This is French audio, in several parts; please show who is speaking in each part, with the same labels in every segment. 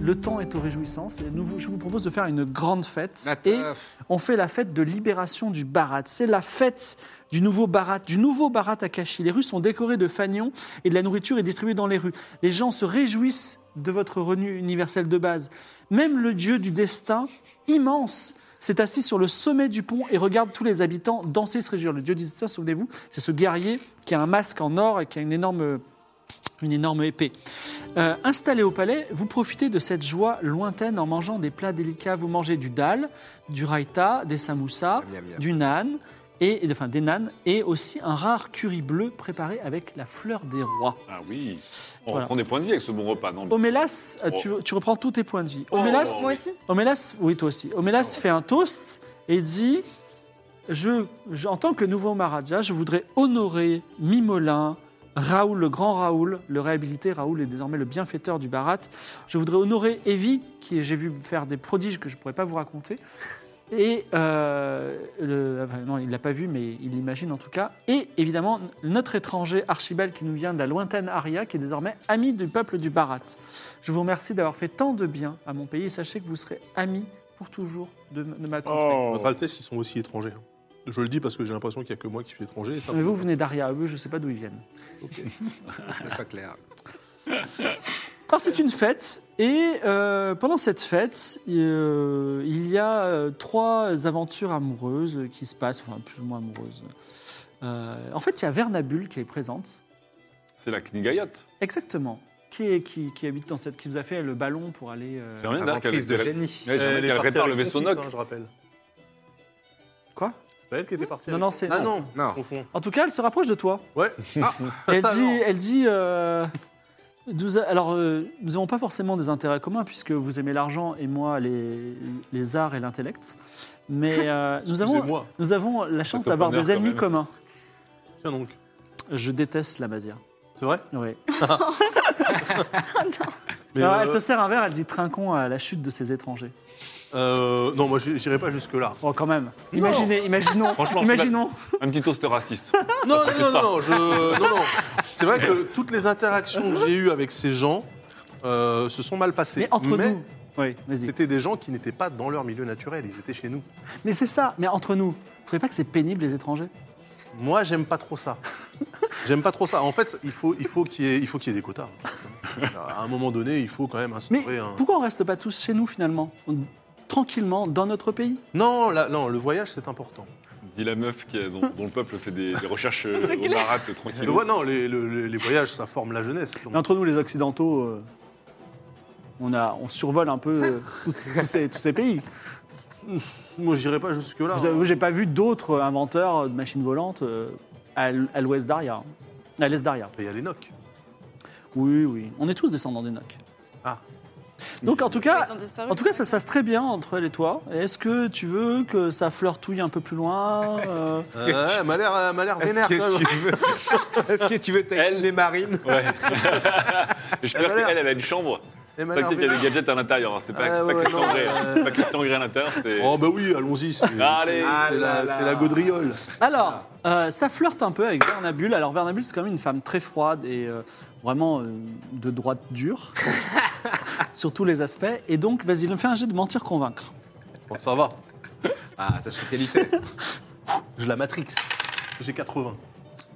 Speaker 1: Le temps est aux réjouissances et nous vous- je vous propose de faire une grande fête.
Speaker 2: Nat-
Speaker 1: Et
Speaker 2: euh,
Speaker 1: on fait la fête de libération du Barat. C'est la fête du nouveau Barat, du nouveau Barat à Kashi. Les rues sont décorées de fanions et de la nourriture est distribuée dans les rues. Les gens se réjouissent de votre revenu universel de base. Même le dieu du destin, immense, s'est assis sur le sommet du pont et regarde tous les habitants danser et se réjouir. Le dieu du destin, souvenez-vous, c'est ce guerrier qui a un masque en or et qui a une énorme une énorme épée. Euh, installé au palais, vous profitez de cette joie lointaine en mangeant des plats délicats. Vous mangez du dal, du raita, des samoussas,
Speaker 2: Miam, miam.
Speaker 1: du nan, et, et- enfin, des nan, et aussi un rare curry bleu préparé avec la fleur des rois.
Speaker 3: Ah oui. On
Speaker 1: Voilà.
Speaker 3: reprend des points de vie avec ce bon repas, non
Speaker 1: Omélas, euh,
Speaker 3: Oh.
Speaker 1: tu, tu reprends tous tes points de vie.
Speaker 3: Oh.
Speaker 1: Omélas,
Speaker 3: Oh.
Speaker 4: Moi aussi.
Speaker 1: Omélas, oui, toi aussi. Omélas
Speaker 3: Oh.
Speaker 1: fait un toast et dit je, je- En tant que nouveau Maharaja, je voudrais honorer Mimolin, Raoul, le grand Raoul, le réhabilité. Raoul est désormais le bienfaiteur du Barat. Je voudrais honorer Evie, qui est- j'ai vu faire des prodiges que je ne pourrais pas vous raconter. Et euh, le- enfin, non, il l'a pas vu, mais il l'imagine en tout cas. Et évidemment, notre étranger Archibald qui nous vient de la lointaine Aria, qui est désormais ami du peuple du Barat. Je vous remercie d'avoir fait tant de bien à mon pays et sachez que vous serez amis pour toujours de, m- de ma contrée.
Speaker 3: Oh.
Speaker 5: Votre Altesse, ils sont aussi étrangers. hein. Je le dis parce que j'ai l'impression qu'il n'y a que moi qui suis étranger. et ça-
Speaker 1: Mais vous venez d'Aria, eux, je ne sais pas d'où ils viennent.
Speaker 2: C'est pas clair.
Speaker 1: Alors c'est une fête et euh, pendant cette fête, euh, il y a euh, trois aventures amoureuses qui se passent, enfin plus ou moins amoureuses. Euh, en fait, il y a Vernabule qui est présente,
Speaker 3: C'est la Knigayat.
Speaker 1: exactement, qui, est- qui, qui habite dans cette, qui nous a fait le ballon pour aller. euh,
Speaker 3: C'est rien qu'elle
Speaker 2: Inventrice de
Speaker 3: était-
Speaker 2: génie.
Speaker 3: Ouais, j'aimerais
Speaker 5: Elle est
Speaker 3: qu'elle
Speaker 5: partie
Speaker 3: répare le
Speaker 5: avec
Speaker 3: vaisseau
Speaker 5: mon fils,
Speaker 3: Noc.
Speaker 5: hein, je rappelle.
Speaker 1: Quoi
Speaker 5: C'est pas elle qui était partie
Speaker 1: Non,
Speaker 5: avec-
Speaker 1: non, c'est.
Speaker 2: Ah
Speaker 1: non.
Speaker 2: non, non.
Speaker 5: je confonds.
Speaker 1: En tout cas, elle se rapproche de toi.
Speaker 5: Ouais. Ah,
Speaker 1: Elle
Speaker 5: Ça,
Speaker 1: dit,
Speaker 5: non.
Speaker 1: elle dit euh, nous a- alors, euh, nous n'avons pas forcément des intérêts communs, puisque vous aimez l'argent et moi les, les arts et l'intellect. Mais euh, nous, avons,
Speaker 5: Excusez-moi.
Speaker 1: nous avons la chance
Speaker 3: Cet
Speaker 1: d'avoir
Speaker 3: opener,
Speaker 1: des
Speaker 3: quand
Speaker 1: ennemis
Speaker 3: même.
Speaker 1: communs.
Speaker 5: Tiens donc.
Speaker 1: Je déteste la Bazia.
Speaker 5: C'est vrai
Speaker 1: Oui.
Speaker 5: Mais,
Speaker 1: Alors,
Speaker 5: euh,
Speaker 1: Ah, Elle te sert un verre, elle dit trinquons à la chute de ces étrangers.
Speaker 5: euh, non, moi j'ai- j'irai pas jusque-là.
Speaker 1: Oh, quand même. Imaginez, imaginons,
Speaker 3: Franchement,
Speaker 1: imaginons.
Speaker 3: Un petit toast raciste.
Speaker 5: Non, non, non, non, non, je... non, non. C'est vrai que toutes les interactions que j'ai eues avec ces gens euh, se sont mal passées.
Speaker 1: Mais entre
Speaker 5: Mais
Speaker 1: nous. Oui, vas-y.
Speaker 5: C'était des gens qui n'étaient pas dans leur milieu naturel, ils étaient chez nous.
Speaker 1: Mais c'est ça, mais entre nous. Vous trouvez pas que c'est pénible les étrangers
Speaker 5: Moi, j'aime pas trop ça. J'aime pas trop ça. En fait, il faut, il faut qu'il y, ait- il faut qu'il y ait des quotas. À un moment donné, il faut quand même
Speaker 1: Mais
Speaker 5: instaurer un.
Speaker 1: pourquoi on reste pas tous chez nous finalement On- Tranquillement, dans notre pays
Speaker 5: Non, là, non, le voyage, c'est important.
Speaker 3: Dit la meuf qui est- dont, dont le peuple fait des, des recherches euh,
Speaker 4: C'est
Speaker 3: au
Speaker 4: clair.
Speaker 3: barat euh,
Speaker 5: Le
Speaker 3: tranquille.
Speaker 5: vo- non, les, le- les- les voyages, ça forme la jeunesse. Donc,
Speaker 1: Mais Entre nous, les Occidentaux, euh, on, a, on survole un peu euh, tous, tous ces, tous ces pays.
Speaker 5: moi, j'irai pas jusque-là. hein.
Speaker 1: Vous avez- J'ai pas vu d'autres inventeurs de machines volantes euh, à l- à l'ouest d'Aria. À l'est d'Aria.
Speaker 5: Et Il y a les nocs.
Speaker 1: Oui, oui. On est tous descendants d'Enoch.
Speaker 5: Ah.
Speaker 1: Donc, en tout cas,
Speaker 4: Ils ont disparu.
Speaker 1: en tout cas, ça se passe très bien entre elle et toi. Est-ce que tu veux que ça flirtouille un peu plus loin euh,
Speaker 5: Euh, ouais, elle m'a l'air, elle m'a l'air vénère quand même.
Speaker 2: tu veux... Est-ce que tu veux taquiner Marine
Speaker 3: Ouais. J'espère
Speaker 5: Elle a l'air-
Speaker 3: qu'elle, elle a une chambre.
Speaker 5: Elle Eh, m'a l'air
Speaker 3: T'inquiète, il y a
Speaker 5: vénère.
Speaker 3: des gadgets à l'intérieur. hein. C'est pas,
Speaker 5: Ah,
Speaker 3: c'est pas
Speaker 5: ouais,
Speaker 3: Christian
Speaker 5: non,
Speaker 3: Grey, hein.
Speaker 5: euh,
Speaker 3: C'est pas Christian Grey à l'intérieur. C'est...
Speaker 5: Oh bah oui, allons-y. C'est,
Speaker 3: Allez.
Speaker 5: c'est-
Speaker 2: Ah
Speaker 5: c'est
Speaker 2: là
Speaker 5: la,
Speaker 2: là.
Speaker 5: c'est la gaudriole.
Speaker 1: Alors, euh, ça flirte un peu avec Vernabule. Alors, Vernabule, c'est quand même une femme très froide et euh, vraiment euh, de droite dure, sur tous les aspects. Et donc, vas-y, me fais un jet de mentir-convaincre.
Speaker 5: Bon, ça va.
Speaker 2: Ah, ça, je suis qualifié.
Speaker 5: Je la matrix. J'ai 80.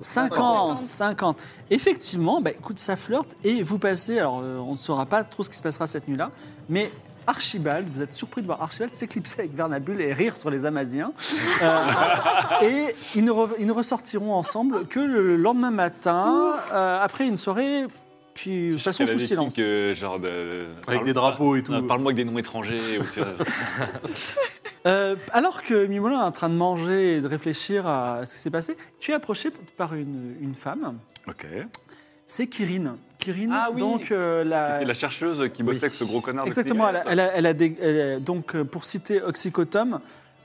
Speaker 1: 50, 50. Effectivement, bah, écoute, ça flirte et vous passez. Alors, euh, on ne saura pas trop ce qui se passera cette nuit-là, mais. Archibald, vous êtes surpris de voir Archibald s'éclipser avec Vernabule et rire sur les Amasiens. Euh, et ils ne, re- ils ne ressortiront ensemble que le lendemain matin, euh, après une soirée Puis passons
Speaker 3: Elle a
Speaker 1: sous
Speaker 3: des
Speaker 1: silence.
Speaker 3: pics, euh, genre de-
Speaker 5: Avec
Speaker 3: parle-
Speaker 5: des drapeaux et tout.
Speaker 3: Non, Parle-moi avec des noms étrangers. ou tu vois.
Speaker 1: Euh, alors que Mimolin est en train de manger et de réfléchir à ce qui s'est passé, tu es approché par une, une femme.
Speaker 3: ok.
Speaker 1: C'est Kirin. Kirin,
Speaker 3: Ah oui.
Speaker 1: donc euh, la,
Speaker 3: Et la chercheuse qui bossait avec ce gros connard de
Speaker 1: Exactement, elle a,
Speaker 3: Knight.
Speaker 1: elle a- elle a des- elle a- donc euh, pour citer Oxycotom,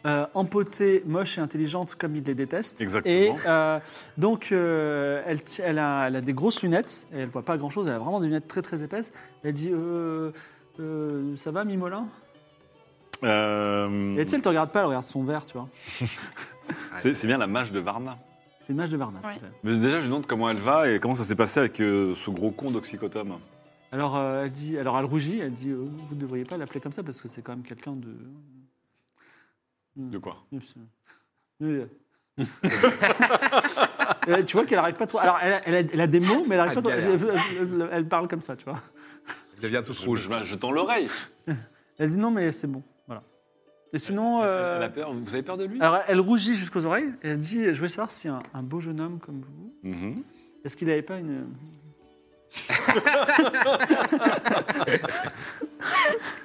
Speaker 1: euh, empotée, moche et intelligente comme il les déteste.
Speaker 3: Exactement.
Speaker 1: Et euh, donc euh, elle, ti- elle a, elle a des grosses lunettes, et elle voit pas grand chose, elle a vraiment des lunettes très très épaisses. Elle dit euh, euh, Ça va Mimolin
Speaker 3: Euh, Mhm.
Speaker 1: Et tu sais, elle te regarde pas, elle regarde son verre, tu vois.
Speaker 3: c'est c'est bien la mage de Varna.
Speaker 1: C'est une image de Varna.
Speaker 4: Ouais.
Speaker 1: peut-être.
Speaker 3: Mais déjà, je lui demande comment elle va et comment ça s'est passé avec euh, ce gros con d'oxycotome.
Speaker 1: Alors, euh, elle dit, alors elle rougit, elle dit euh, Vous ne devriez pas l'appeler comme ça parce que c'est quand même quelqu'un de.
Speaker 3: De quoi
Speaker 1: Euh, tu vois qu'elle n'arrive pas trop. Alors, elle a, elle a- elle a des mots, mais elle n'arrive pas
Speaker 2: Ah,
Speaker 1: trop. Elle,
Speaker 2: galère.
Speaker 1: elle- elle parle comme ça, tu vois.
Speaker 2: Il devient tout
Speaker 3: Je,
Speaker 2: rouge.
Speaker 3: je- je tends l'oreille.
Speaker 1: Elle dit non, mais c'est bon. Voilà. Et sinon. euh,
Speaker 3: Elle a peur. Vous avez peur de lui
Speaker 1: alors, elle rougit jusqu'aux oreilles et elle dit Je voulais savoir si un, un beau jeune homme comme vous,
Speaker 5: Mm-hmm.
Speaker 3: Mhm.
Speaker 1: est-ce qu'il n'avait pas une.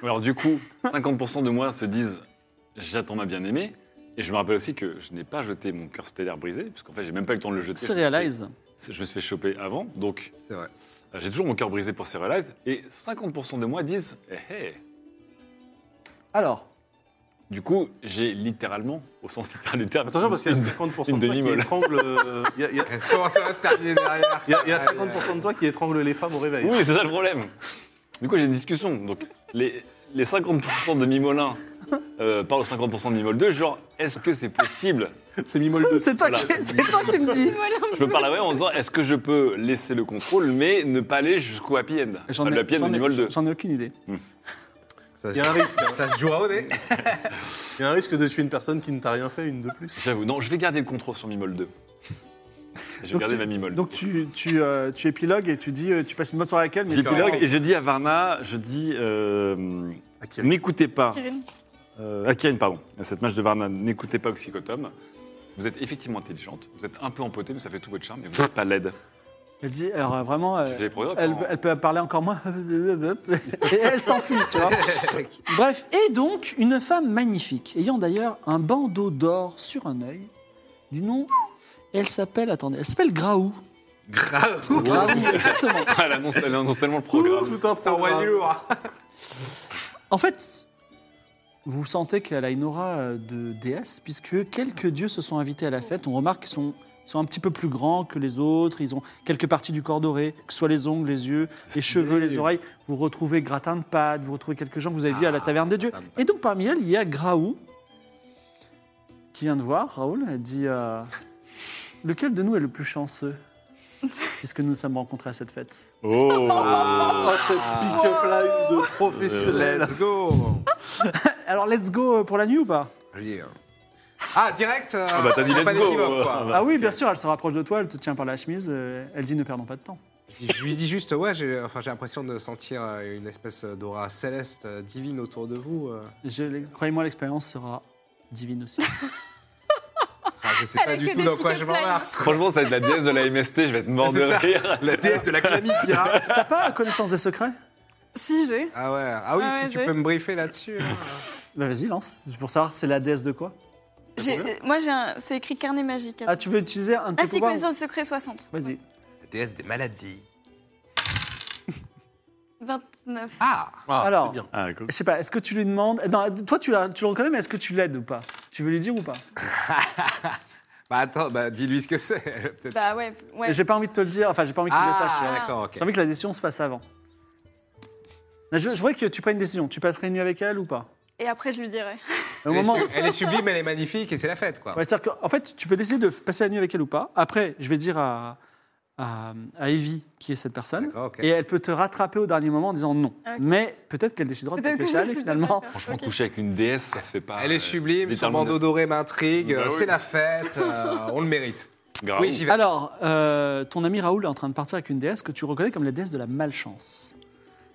Speaker 3: Alors du coup, 50% de moi se disent j'attends ma bien-aimée. Et je me rappelle aussi que je n'ai pas jeté mon cœur stellaire brisé, puisqu'en fait, j'ai même pas eu le temps de le jeter.
Speaker 1: Serialize
Speaker 3: Je me suis fait choper avant, donc
Speaker 2: C'est vrai.
Speaker 3: euh, j'ai toujours mon cœur brisé pour Serialize. Et 50% de moi disent eh, hé hé.
Speaker 1: Alors,
Speaker 3: Du coup, j'ai littéralement, au sens littéral du terme,
Speaker 5: Attention parce qu'il y a
Speaker 3: une-
Speaker 5: 50%
Speaker 3: une
Speaker 5: de toi qui
Speaker 3: demi-molle.
Speaker 5: étrangle. euh, Il y a- il y a-
Speaker 2: Comment ça va se terminer derrière
Speaker 5: il y a- il y a 50% de toi qui étrangle les femmes au réveil.
Speaker 3: Oui, c'est ça le problème. Du coup, j'ai une discussion. Donc, les, les 50% de Mimolin euh, parlent aux 50% de Mimol 2, genre, est-ce que c'est possible
Speaker 5: C'est mi-molle de
Speaker 1: c'est toi,
Speaker 3: Voilà.
Speaker 1: qui- c'est toi qui me dis
Speaker 3: Je peux parler à elle en disant, est-ce que je peux laisser le contrôle, mais ne pas aller jusqu'au happy end
Speaker 1: J'en
Speaker 3: Enfin, Le happy end Ah, de
Speaker 1: j'en
Speaker 3: Mimol 2.
Speaker 1: j'en ai aucune idée.
Speaker 2: Ça
Speaker 5: Il y a un risque. hein.
Speaker 2: se joue à au nez.
Speaker 5: Il y a un risque de tuer une personne qui ne t'a rien fait, une de plus.
Speaker 3: J'avoue, non, je vais garder le contrôle sur Mimol 2. J'ai
Speaker 1: Donc
Speaker 3: gardé
Speaker 1: tu-
Speaker 3: ma Mimol.
Speaker 1: Donc, tu, tu, euh, tu épilogues et tu dis euh, Tu passes une bonne soirée avec elle, mais c'est-
Speaker 3: J'épilogue et je dis à Varna, je dis, euh,
Speaker 5: Ah, qui-
Speaker 3: n'écoutez pas
Speaker 4: Kirin.
Speaker 3: Euh, à Kirin, pardon, à cette match de Varna, n'écoutez pas Oxycotome. Vous êtes effectivement intelligente, vous êtes un peu empotée, mais ça fait tout votre charme, et vous n'êtes pas laide.
Speaker 1: Elle dit Alors, euh, vraiment. euh,
Speaker 3: J'ai les progrès,
Speaker 1: Elle,
Speaker 3: apparemment.
Speaker 1: elle peut parler encore moins. Et elle s'enfuit, tu vois. Bref, et donc, une femme magnifique, ayant d'ailleurs un bandeau d'or sur un œil, du nom. Elle s'appelle, attendez, elle s'appelle Graou.
Speaker 2: Grave.
Speaker 1: Graou, exactement.
Speaker 3: Elle annonce, elle annonce tellement le programme.
Speaker 5: Tout un
Speaker 2: Ça envoie du
Speaker 5: programme.
Speaker 2: lourd. hein.
Speaker 1: En fait, vous sentez qu'elle a une aura euh, de déesse, puisque quelques dieux se sont invités à la fête. On remarque qu'ils sont, ils sont un petit peu plus grands que les autres. Ils ont quelques parties du corps doré, que ce soit les ongles, les yeux, les cheveux, les oreilles. Vous retrouvez gratin de pâte, vous retrouvez quelques gens que vous avez vus à la
Speaker 2: Ah,
Speaker 1: taverne des dieux.
Speaker 2: gratin de pâte.
Speaker 1: Et donc parmi elles, il y a Graou, qui vient de voir Raoul. Elle dit euh, Lequel de nous est le plus chanceux Puisque nous nous sommes rencontrés à cette fête.
Speaker 3: Oh
Speaker 5: Oh, cette pick-up
Speaker 2: Ah.
Speaker 5: line de professionnel.
Speaker 2: Let's go.
Speaker 1: Alors, let's go euh, pour la nuit ou pas
Speaker 2: Joli, hein. Ah, direct euh,
Speaker 3: bah, t'as dit
Speaker 2: pas
Speaker 3: let's go,
Speaker 2: d'équivoque, quoi.
Speaker 3: euh,
Speaker 5: bah,
Speaker 1: Ah oui, bien sûr, elle se rapproche de toi, elle te tient par la chemise, euh, elle dit ne perdons pas de temps.
Speaker 2: Je lui dis juste, ouais, j'ai enfin, j'ai l'impression de sentir euh, une espèce d'aura céleste, euh, divine autour de vous. euh.
Speaker 1: Je- Croyez-moi, l'expérience sera divine aussi.
Speaker 2: Ah, je sais
Speaker 4: Elle
Speaker 2: pas
Speaker 4: a
Speaker 2: du
Speaker 4: que
Speaker 2: tout
Speaker 4: des
Speaker 2: dans quoi je
Speaker 4: pick-up lines.
Speaker 2: m'embarque.
Speaker 3: Franchement, ça va être la déesse de la MST, je vais être mort de
Speaker 2: C'est ça.
Speaker 3: rire.
Speaker 2: La déesse de la chlamydia.
Speaker 1: T'as pas connaissance des secrets
Speaker 4: Si, j'ai.
Speaker 2: Ah ouais, ah oui,
Speaker 4: Ah
Speaker 2: si
Speaker 4: ouais,
Speaker 2: tu
Speaker 4: j'ai.
Speaker 2: peux me briefer là-dessus. hein.
Speaker 1: Bah vas-y, lance. C'est Pour savoir, c'est la déesse de quoi
Speaker 4: J'ai- euh, Moi, j'ai un... c'est écrit carnet magique.
Speaker 1: Ah, tu veux utiliser un de tes
Speaker 4: Ah, si,
Speaker 1: pouvoirs
Speaker 4: connaissance secret 60.
Speaker 1: Vas-y.
Speaker 2: La déesse des maladies.
Speaker 4: 29.
Speaker 2: Ah
Speaker 5: Ah,
Speaker 1: Alors.
Speaker 5: c'est bien.
Speaker 3: Ah, cool.
Speaker 1: Je sais pas, est-ce que tu lui demandes. Non, toi, tu, la- tu le reconnais, mais est-ce que tu l'aides ou pas Tu veux lui dire ou pas
Speaker 2: Bah attends, bah dis-lui ce que c'est. elle a peut-être-
Speaker 4: Bah ouais, ouais.
Speaker 1: J'ai pas envie de te le dire, enfin, j'ai pas envie que tu le saches. tu vois.
Speaker 2: Ah, d'accord, ok.
Speaker 1: J'ai envie que la décision se fasse avant. Là, Je, je voudrais que tu prennes une décision. Tu passerais une nuit avec elle ou pas
Speaker 4: Et après, je lui dirai.
Speaker 1: Au
Speaker 2: Elle est,
Speaker 1: moment.
Speaker 2: su- elle est sublime, elle est magnifique et c'est la fête, quoi.
Speaker 1: Ouais, c'est-à-dire qu'en fait, tu peux décider de passer la nuit avec elle ou pas. Après, je vais dire à, à, à Evie, qui est cette personne,
Speaker 2: D'accord, ok.
Speaker 1: et elle peut te rattraper au dernier moment en disant non.
Speaker 4: Ok.
Speaker 1: Mais peut-être qu'elle décidera de te laisser aller finalement.
Speaker 3: Franchement, coucher avec une déesse, ça se fait pas.
Speaker 2: Ah, Elle
Speaker 3: euh,
Speaker 2: est sublime, son
Speaker 3: littéralement
Speaker 2: bandeau doré m'intrigue,
Speaker 3: Bah
Speaker 2: euh,
Speaker 3: oui.
Speaker 2: c'est la fête, euh, on le mérite.
Speaker 3: de- Grave.
Speaker 2: Oui, j'y vais.
Speaker 1: Alors, euh, ton ami Raoul est en train de partir avec une déesse que tu reconnais comme la déesse de la malchance.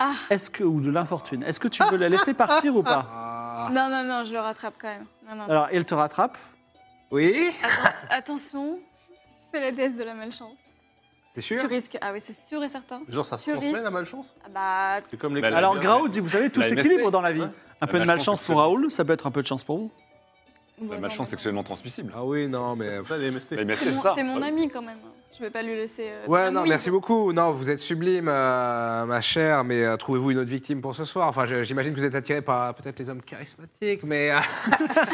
Speaker 4: Ah.
Speaker 1: Est-ce que ou de l'infortune Est-ce que tu veux la laisser partir ou pas
Speaker 2: Ah.
Speaker 4: Non, non, non, je le rattrape quand même. Non, non.
Speaker 1: Alors, elle te rattrape.
Speaker 2: Oui
Speaker 4: Atten- attention, c'est la déesse de la malchance.
Speaker 2: T'es sûr
Speaker 4: Tu risques. Ah oui, c'est sûr et certain.
Speaker 5: Genre, ça se
Speaker 4: Tu
Speaker 5: transmet
Speaker 4: risques.
Speaker 5: la malchance
Speaker 4: Ah bah,
Speaker 5: C'est comme les.
Speaker 3: Bah,
Speaker 1: Alors,
Speaker 3: la-
Speaker 1: Graout, vous savez, tout
Speaker 3: la MST.
Speaker 1: s'équilibre dans la vie.
Speaker 5: Ouais.
Speaker 1: Un peu de
Speaker 3: La
Speaker 1: malchance
Speaker 3: malchance,
Speaker 1: pour Raoul, ça peut être un peu de chance pour vous.
Speaker 3: La
Speaker 4: ouais,
Speaker 3: malchance
Speaker 4: non,
Speaker 3: sexuellement transmissible.
Speaker 2: Ah oui, non, mais.
Speaker 5: C'est ça, les MST.
Speaker 3: Bah, mais
Speaker 4: C'est mon,
Speaker 3: ça.
Speaker 4: c'est mon
Speaker 3: Ah,
Speaker 4: ami quand même. hein. Je vais pas lui laisser. euh,
Speaker 2: Ouais,
Speaker 4: faire
Speaker 2: non,
Speaker 4: mouille.
Speaker 2: merci beaucoup. Non, vous êtes sublime, euh, ma chère, mais euh, trouvez-vous une autre victime pour ce soir. Enfin, je- j'imagine que vous êtes attiré par euh, peut-être les hommes charismatiques, mais. euh,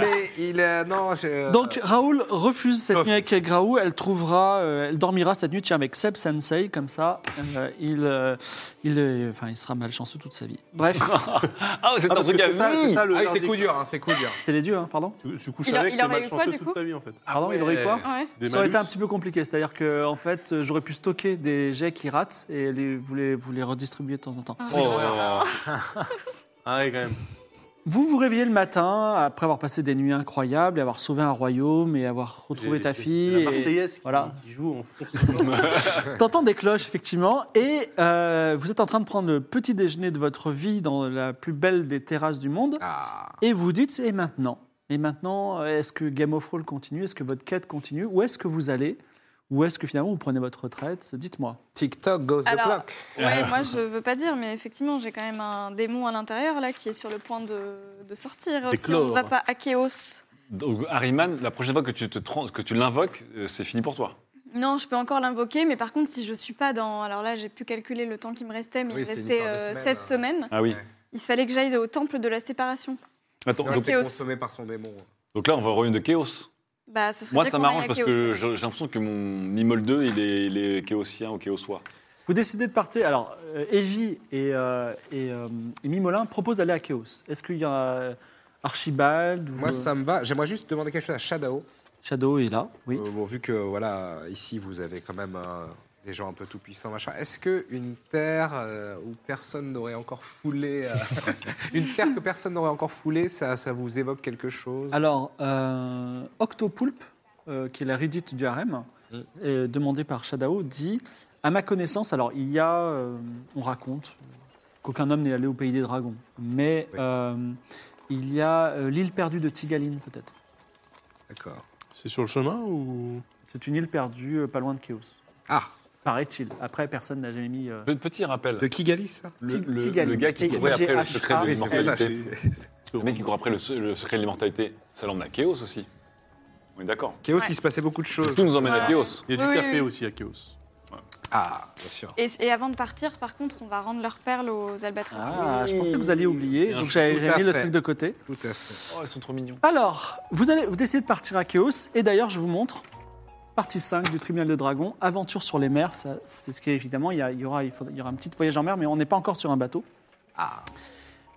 Speaker 2: mais il. euh, non, je.
Speaker 1: Donc Raoul refuse cette
Speaker 2: Refuse.
Speaker 1: nuit avec Graou. Elle trouvera, euh, elle dormira cette nuit tiens, avec Seb Sensei, comme ça, euh, il, euh, il, euh, enfin, il sera malchanceux toute sa vie. Bref,
Speaker 3: Ah, c'est
Speaker 5: Ah,
Speaker 3: un
Speaker 5: parce
Speaker 3: truc
Speaker 5: que
Speaker 3: à
Speaker 5: c'est ça,
Speaker 3: vie.
Speaker 5: c'est ça le.
Speaker 2: Ah oui,
Speaker 5: verdict.
Speaker 2: c'est coup dur, hein, c'est coup dur.
Speaker 1: c'est les dieux, hein, pardon.
Speaker 5: Tu, tu couches
Speaker 4: Il a-
Speaker 5: avec,
Speaker 4: il
Speaker 5: t'es
Speaker 4: aurait eu quoi,
Speaker 5: malchanceux
Speaker 4: du
Speaker 5: toute
Speaker 4: coup
Speaker 5: ta vie en fait.
Speaker 1: Pardon, il aurait eu quoi
Speaker 4: Ouais.
Speaker 5: Ah Des
Speaker 1: Ça aurait été un
Speaker 5: malus.
Speaker 1: petit peu compliqué, c'est-à-dire que en fait, euh, j'aurais pu stocker des jets qui ratent et les, vous, les, vous les redistribuer de temps en temps.
Speaker 5: Oh. Ah ouais, quand même.
Speaker 1: Vous vous réveillez le matin après avoir passé des nuits incroyables, et avoir sauvé un royaume et avoir retrouvé
Speaker 5: J'ai-
Speaker 1: ta
Speaker 5: j'ai-
Speaker 1: fille.
Speaker 5: La
Speaker 1: et-
Speaker 5: Marseillaise qui,
Speaker 1: voilà.
Speaker 5: qui joue en fond.
Speaker 1: T'entends des cloches, effectivement, et euh, vous êtes en train de prendre le petit déjeuner de votre vie dans la plus belle des terrasses du monde,
Speaker 2: Ah.
Speaker 1: et vous dites, et maintenant Et maintenant, euh, est-ce que Game of Roll continue Est-ce que votre quête continue Où est-ce que vous allez Où est-ce que finalement vous prenez votre retraite Dites-moi.
Speaker 2: TikTok goes the
Speaker 4: Alors-
Speaker 2: clock.
Speaker 4: Ouais, moi je veux pas dire, mais effectivement, j'ai quand même un démon à l'intérieur là qui est sur le point de, de sortir. Si
Speaker 5: D'éclore.
Speaker 4: on va pas à Chaos.
Speaker 3: Donc, Harryman, la prochaine fois que tu te trans- que tu l'invoques, euh, c'est fini pour toi.
Speaker 4: Non, je peux encore l'invoquer, mais par contre, si je suis pas dans. Alors là, j'ai pu calculer le temps qui me restait, mais
Speaker 2: Oui,
Speaker 4: il me
Speaker 2: c'était une
Speaker 4: restait
Speaker 2: histoire de
Speaker 4: euh,
Speaker 2: semaines,
Speaker 4: 16
Speaker 2: hein.
Speaker 4: semaines.
Speaker 3: Ah oui.
Speaker 2: Ouais.
Speaker 4: Il fallait que j'aille au temple de la séparation.
Speaker 3: Attends,
Speaker 2: Non,
Speaker 3: donc,
Speaker 2: c'est
Speaker 4: Chaos.
Speaker 2: consommé par son démon.
Speaker 3: donc là, on va au royaume de Chaos.
Speaker 4: Bah, ce serait
Speaker 3: Moi,
Speaker 4: bien
Speaker 3: ça
Speaker 4: qu'on
Speaker 3: m'arrange
Speaker 4: aille à
Speaker 3: parce
Speaker 4: Chaos.
Speaker 3: que j'ai j'ai l'impression que mon immol 2, il est, il est chaosien ou chaosois.
Speaker 1: Vous décidez de partir. Alors, euh, Evie et, euh, et, euh, et Mimolin proposent d'aller à Chaos. Est-ce qu'il y a euh, Archibald ou euh,
Speaker 2: Moi, ça me va. J'aimerais juste demander quelque chose à Shadow.
Speaker 1: Shadow est là Oui.
Speaker 2: Euh, bon, vu que voilà, ici vous avez quand même euh, des gens un peu tout puissants, machin. Est-ce que une terre euh, où personne n'aurait encore foulé, euh, une terre que personne n'aurait encore foulée, ça, ça vous évoque quelque chose
Speaker 1: Alors, euh, Octopoulpe, euh, qui est la Reddit du harem,
Speaker 2: Mm.
Speaker 1: euh, demandée par Shadao, dit À ma connaissance, alors il y a, euh, on raconte qu'aucun homme n'est allé au pays des dragons, mais
Speaker 2: Oui.
Speaker 1: euh, il y a euh, l'île perdue de Tigaline, peut-être.
Speaker 2: D'accord.
Speaker 5: C'est sur le chemin ou.
Speaker 1: C'est une île perdue euh, pas loin de Chaos,
Speaker 2: Ah,
Speaker 1: paraît-il. Après, personne n'a jamais mis. euh,
Speaker 3: Pe- Petit rappel.
Speaker 2: de Kigali ça
Speaker 3: Le,
Speaker 1: Tig-
Speaker 3: le-
Speaker 1: Tigali.
Speaker 3: le gars qui
Speaker 1: Tig-
Speaker 3: courait après le secret
Speaker 1: G-H-A-L.
Speaker 3: de
Speaker 2: C'est ça,
Speaker 3: l'immortalité.
Speaker 2: c'est-
Speaker 3: Le mec qui court après le, se- le secret de l'immortalité, ça l'emmène à Chaos aussi. On est d'accord.
Speaker 2: Chaos,
Speaker 4: Ouais.
Speaker 2: il se passait beaucoup de choses.
Speaker 3: Tout nous emmène à
Speaker 4: Ouais.
Speaker 3: Chaos.
Speaker 5: Il y a du
Speaker 4: Oui, oui,
Speaker 5: café
Speaker 4: oui.
Speaker 5: aussi à Chaos.
Speaker 2: Ah, bien sûr.
Speaker 4: Et, et avant de partir, par contre, on va rendre leurs perles aux albatras.
Speaker 1: Ah, je pensais que vous alliez oublier,
Speaker 3: Bien
Speaker 1: donc
Speaker 3: joué.
Speaker 1: j'avais
Speaker 2: Tout à
Speaker 1: mis le
Speaker 2: fait.
Speaker 1: truc de côté.
Speaker 2: Tout à fait.
Speaker 3: Oh, ils sont trop mignons.
Speaker 1: Alors, vous allez vous décidez de partir à Chaos, et d'ailleurs, je vous montre partie 5 du Tribunal de Dragon, aventure sur les mers, ça, c'est parce qu'évidemment, il y, a- il y aura, il faudra- il y aura un petit voyage en mer, mais on n'est pas encore sur un bateau.
Speaker 2: Ah,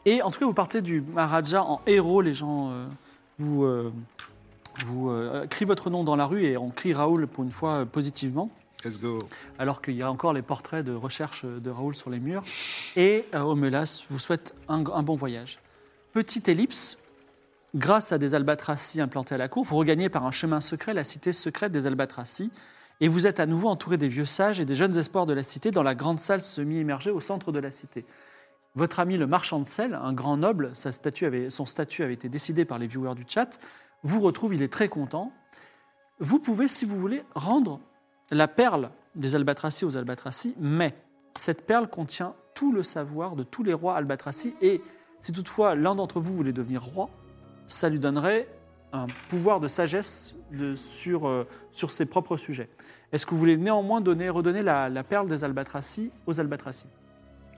Speaker 1: Et en tout cas, vous partez du Maharaja en héros, les gens euh, vous, euh, vous euh, crient votre nom dans la rue, et on crie Raoul pour une fois euh, positivement.
Speaker 2: let's go.
Speaker 1: alors qu'il y a encore les portraits de recherche de Raoul sur les murs. Et euh, Omelas vous souhaite un, un bon voyage. Petite ellipse, grâce à des albatracies implantées à la cour, vous regagnez par un chemin secret la cité secrète des albatracies. Et vous êtes à nouveau entouré des vieux sages et des jeunes espoirs de la cité dans la grande salle semi-immergée au centre de la cité. Votre ami le marchand de sel, un grand noble, sa statue avait- son statut avait été décidé par les viewers du chat, vous retrouve, il est très content. Vous pouvez, si vous voulez, rendre la perle des albatracies aux albatracies, mais cette perle contient tout le savoir de tous les rois albatracies et si toutefois l'un d'entre vous voulait devenir roi, ça lui donnerait un pouvoir de sagesse de- sur, euh, sur ses propres sujets. Est-ce que vous voulez néanmoins donner, redonner la, la perle des albatracies aux albatracies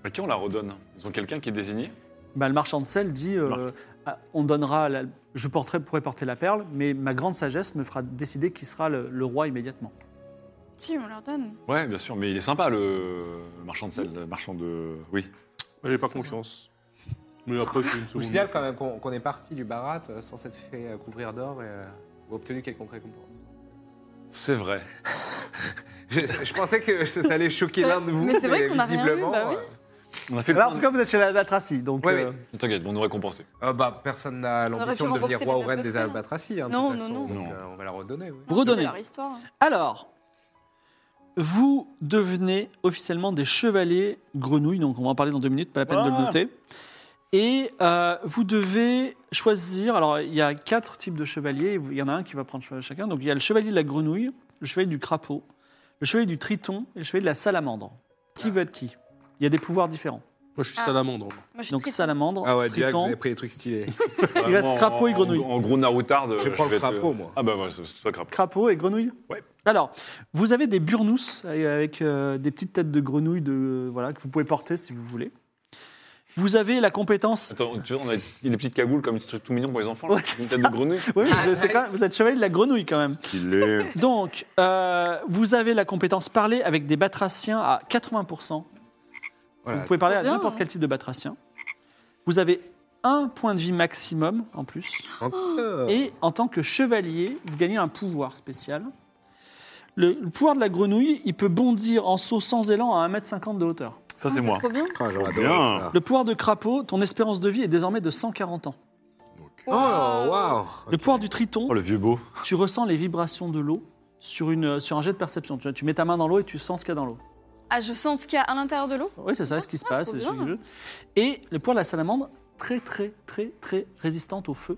Speaker 3: À qui on la redonne Ils ont quelqu'un qui est désigné
Speaker 1: Bah, Le marchand de sel dit euh,
Speaker 3: Marche.
Speaker 1: Ah, on donnera, la- je porterai, pourrais porter la perle, mais ma grande sagesse me fera décider qui sera le- le roi immédiatement.
Speaker 4: Si, on leur donne.
Speaker 3: Ouais, bien sûr, mais il est sympa le le marchand de sel, le marchand de. Oui.
Speaker 5: Moi, j'ai pas confiance. Mais après, c'est une
Speaker 2: Je vous
Speaker 5: seconde.
Speaker 2: signale quand même qu'on qu'on est parti du barat euh, sans s'être fait euh, couvrir d'or et euh, ou obtenu quelconque récompense.
Speaker 3: C'est vrai.
Speaker 2: Je, je pensais que ça allait choquer l'un de vous,
Speaker 4: Mais c'est vrai qu'on a rien eu,
Speaker 2: visiblement.
Speaker 4: bah oui.
Speaker 2: euh,
Speaker 3: On a fait
Speaker 1: Alors, en
Speaker 3: le
Speaker 1: tout cas, vous êtes chez la Batracie, donc.
Speaker 2: Ouais,
Speaker 1: euh,
Speaker 3: Non, T'inquiète, on nous récompenser.
Speaker 2: Euh, bah, personne n'a
Speaker 4: aurait
Speaker 2: l'ambition
Speaker 4: pu
Speaker 2: de devenir
Speaker 4: rembourser
Speaker 2: roi
Speaker 4: les
Speaker 2: ou reine
Speaker 4: notes de
Speaker 2: des
Speaker 4: frais, non
Speaker 2: Albatracies. hein, de
Speaker 4: Non,
Speaker 2: toute façon,
Speaker 4: non,
Speaker 3: non.
Speaker 2: donc, euh, on va la redonner. oui.
Speaker 1: Vous redonnez.
Speaker 4: C'est leur histoire.
Speaker 1: Alors, vous devenez officiellement des chevaliers grenouilles, donc on va en parler dans deux minutes, pas la peine de le
Speaker 3: Ah.
Speaker 1: noter. Et euh, vous devez choisir. Alors, il y a quatre types de chevaliers, il y en a un qui va prendre ch- chacun. Donc, il y a le chevalier de la grenouille, le chevalier du crapaud, le chevalier du Triton et le chevalier de la Salamandre. Qui veut être qui Il y a des pouvoirs différents.
Speaker 5: Moi, je suis
Speaker 4: Ah.
Speaker 5: salamandre.
Speaker 4: Moi, je suis
Speaker 1: Donc
Speaker 4: triste.
Speaker 1: Salamandre,
Speaker 2: Ah ouais, direct, vous
Speaker 1: Triton.
Speaker 2: avez pris les trucs stylés.
Speaker 3: Vraiment,
Speaker 1: reste crapaud et
Speaker 3: en-
Speaker 1: grenouille.
Speaker 3: En, gros Naruto,
Speaker 2: Je prends le
Speaker 3: vais te-
Speaker 2: crapaud, moi.
Speaker 3: Ah bah voilà, c'est toi crapaud.
Speaker 1: Crapaud et grenouille
Speaker 3: Ouais.
Speaker 1: Alors, vous avez des burnous euh, avec euh, des petites têtes de grenouille de, euh, voilà, que vous pouvez porter si vous voulez. Vous avez la compétence.
Speaker 3: Attends, tu vois, on a des petites cagoules comme des trucs tout mignons pour les enfants, là,
Speaker 1: Ouais,
Speaker 3: une
Speaker 1: c'est
Speaker 3: tête
Speaker 1: ça.
Speaker 3: de grenouille.
Speaker 1: Oui, vous, êtes- c'est quand même- vous êtes chevalier de la grenouille quand même. Ah, Donc, euh, vous avez la compétence parler avec des batraciens à 80%.
Speaker 2: Voilà.
Speaker 1: vous pouvez parler à
Speaker 4: bien.
Speaker 1: n'importe quel type de batracien. Vous avez un point de vie maximum en plus.
Speaker 2: Oh, Encore.
Speaker 1: Et en tant que chevalier, vous gagnez un pouvoir spécial. Le, le pouvoir de la grenouille, il peut bondir en saut sans élan à 1m50 de hauteur.
Speaker 3: Ça,
Speaker 4: Ah,
Speaker 3: c'est moi.
Speaker 4: trop bien.
Speaker 2: Ah, j'aurais adoré
Speaker 3: Bien.
Speaker 2: ça.
Speaker 1: Le pouvoir de crapaud, ton espérance de vie est désormais de 140 ans.
Speaker 2: Oh, waouh
Speaker 1: Le pouvoir du triton,
Speaker 3: Oh, le vieux beau.
Speaker 1: tu ressens les vibrations de l'eau sur, une, sur un jet de perception. Tu, tu mets ta main dans l'eau et tu sens ce qu'il y a dans l'eau.
Speaker 4: Ah, je sens ce qu'il y a à l'intérieur de l'eau.
Speaker 1: Oui, c'est ça, ce qui se passe.
Speaker 4: Ah, trop
Speaker 1: c'est
Speaker 4: bien.
Speaker 1: jeu. Et le poil de la salamandre, très, très, très, très résistante au feu.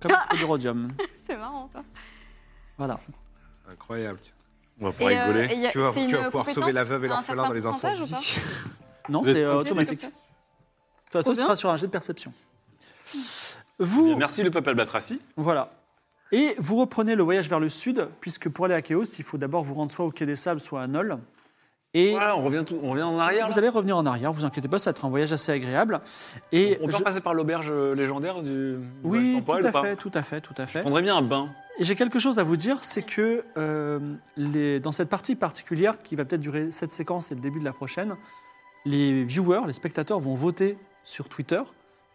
Speaker 1: Comme
Speaker 4: Ah
Speaker 1: le feu du rhodium.
Speaker 4: C'est marrant ça.
Speaker 1: Voilà.
Speaker 2: Incroyable.
Speaker 3: On va pouvoir
Speaker 4: euh,
Speaker 3: rigoler.
Speaker 4: et il y a-
Speaker 2: Tu vas,
Speaker 4: c'est
Speaker 2: tu
Speaker 4: une
Speaker 2: vas pouvoir
Speaker 4: compétence
Speaker 2: sauver la veuve et
Speaker 4: à un
Speaker 2: l'orphelin dans les
Speaker 4: certain pourcentage
Speaker 2: incendies.
Speaker 4: ou pas
Speaker 1: Non,
Speaker 5: Vous
Speaker 1: c'est
Speaker 5: êtes
Speaker 1: euh,
Speaker 5: pas-
Speaker 1: automatique.
Speaker 4: Comme ça.
Speaker 1: Toi, toi,
Speaker 4: Trop
Speaker 1: ce
Speaker 4: bien.
Speaker 1: sera sur un jet de perception.
Speaker 3: Eh Bien,
Speaker 1: Vous,
Speaker 3: Merci le peuple Albatraci.
Speaker 1: voilà. Et vous reprenez le voyage vers le sud, puisque pour aller à Chaos, il faut d'abord vous rendre soit au Quai des Sables, soit à Nol. Et
Speaker 3: Ouais, on revient, tout, on revient en arrière.
Speaker 1: vous
Speaker 3: là.
Speaker 1: allez revenir en arrière, vous inquiétez pas, ça va être un voyage assez agréable. Et
Speaker 3: on peut
Speaker 1: je-
Speaker 3: repasser par l'auberge euh, légendaire du. du voyage
Speaker 1: Oui, tout
Speaker 3: temporel ou
Speaker 1: à
Speaker 3: pas
Speaker 1: fait, tout à fait, tout à
Speaker 3: Je
Speaker 1: fait.
Speaker 3: prendrais bien un bain.
Speaker 1: Et j'ai quelque chose à vous dire, c'est que euh, les- dans cette partie particulière, qui va peut-être durer cette séquence et le début de la prochaine, les viewers, les spectateurs vont voter sur Twitter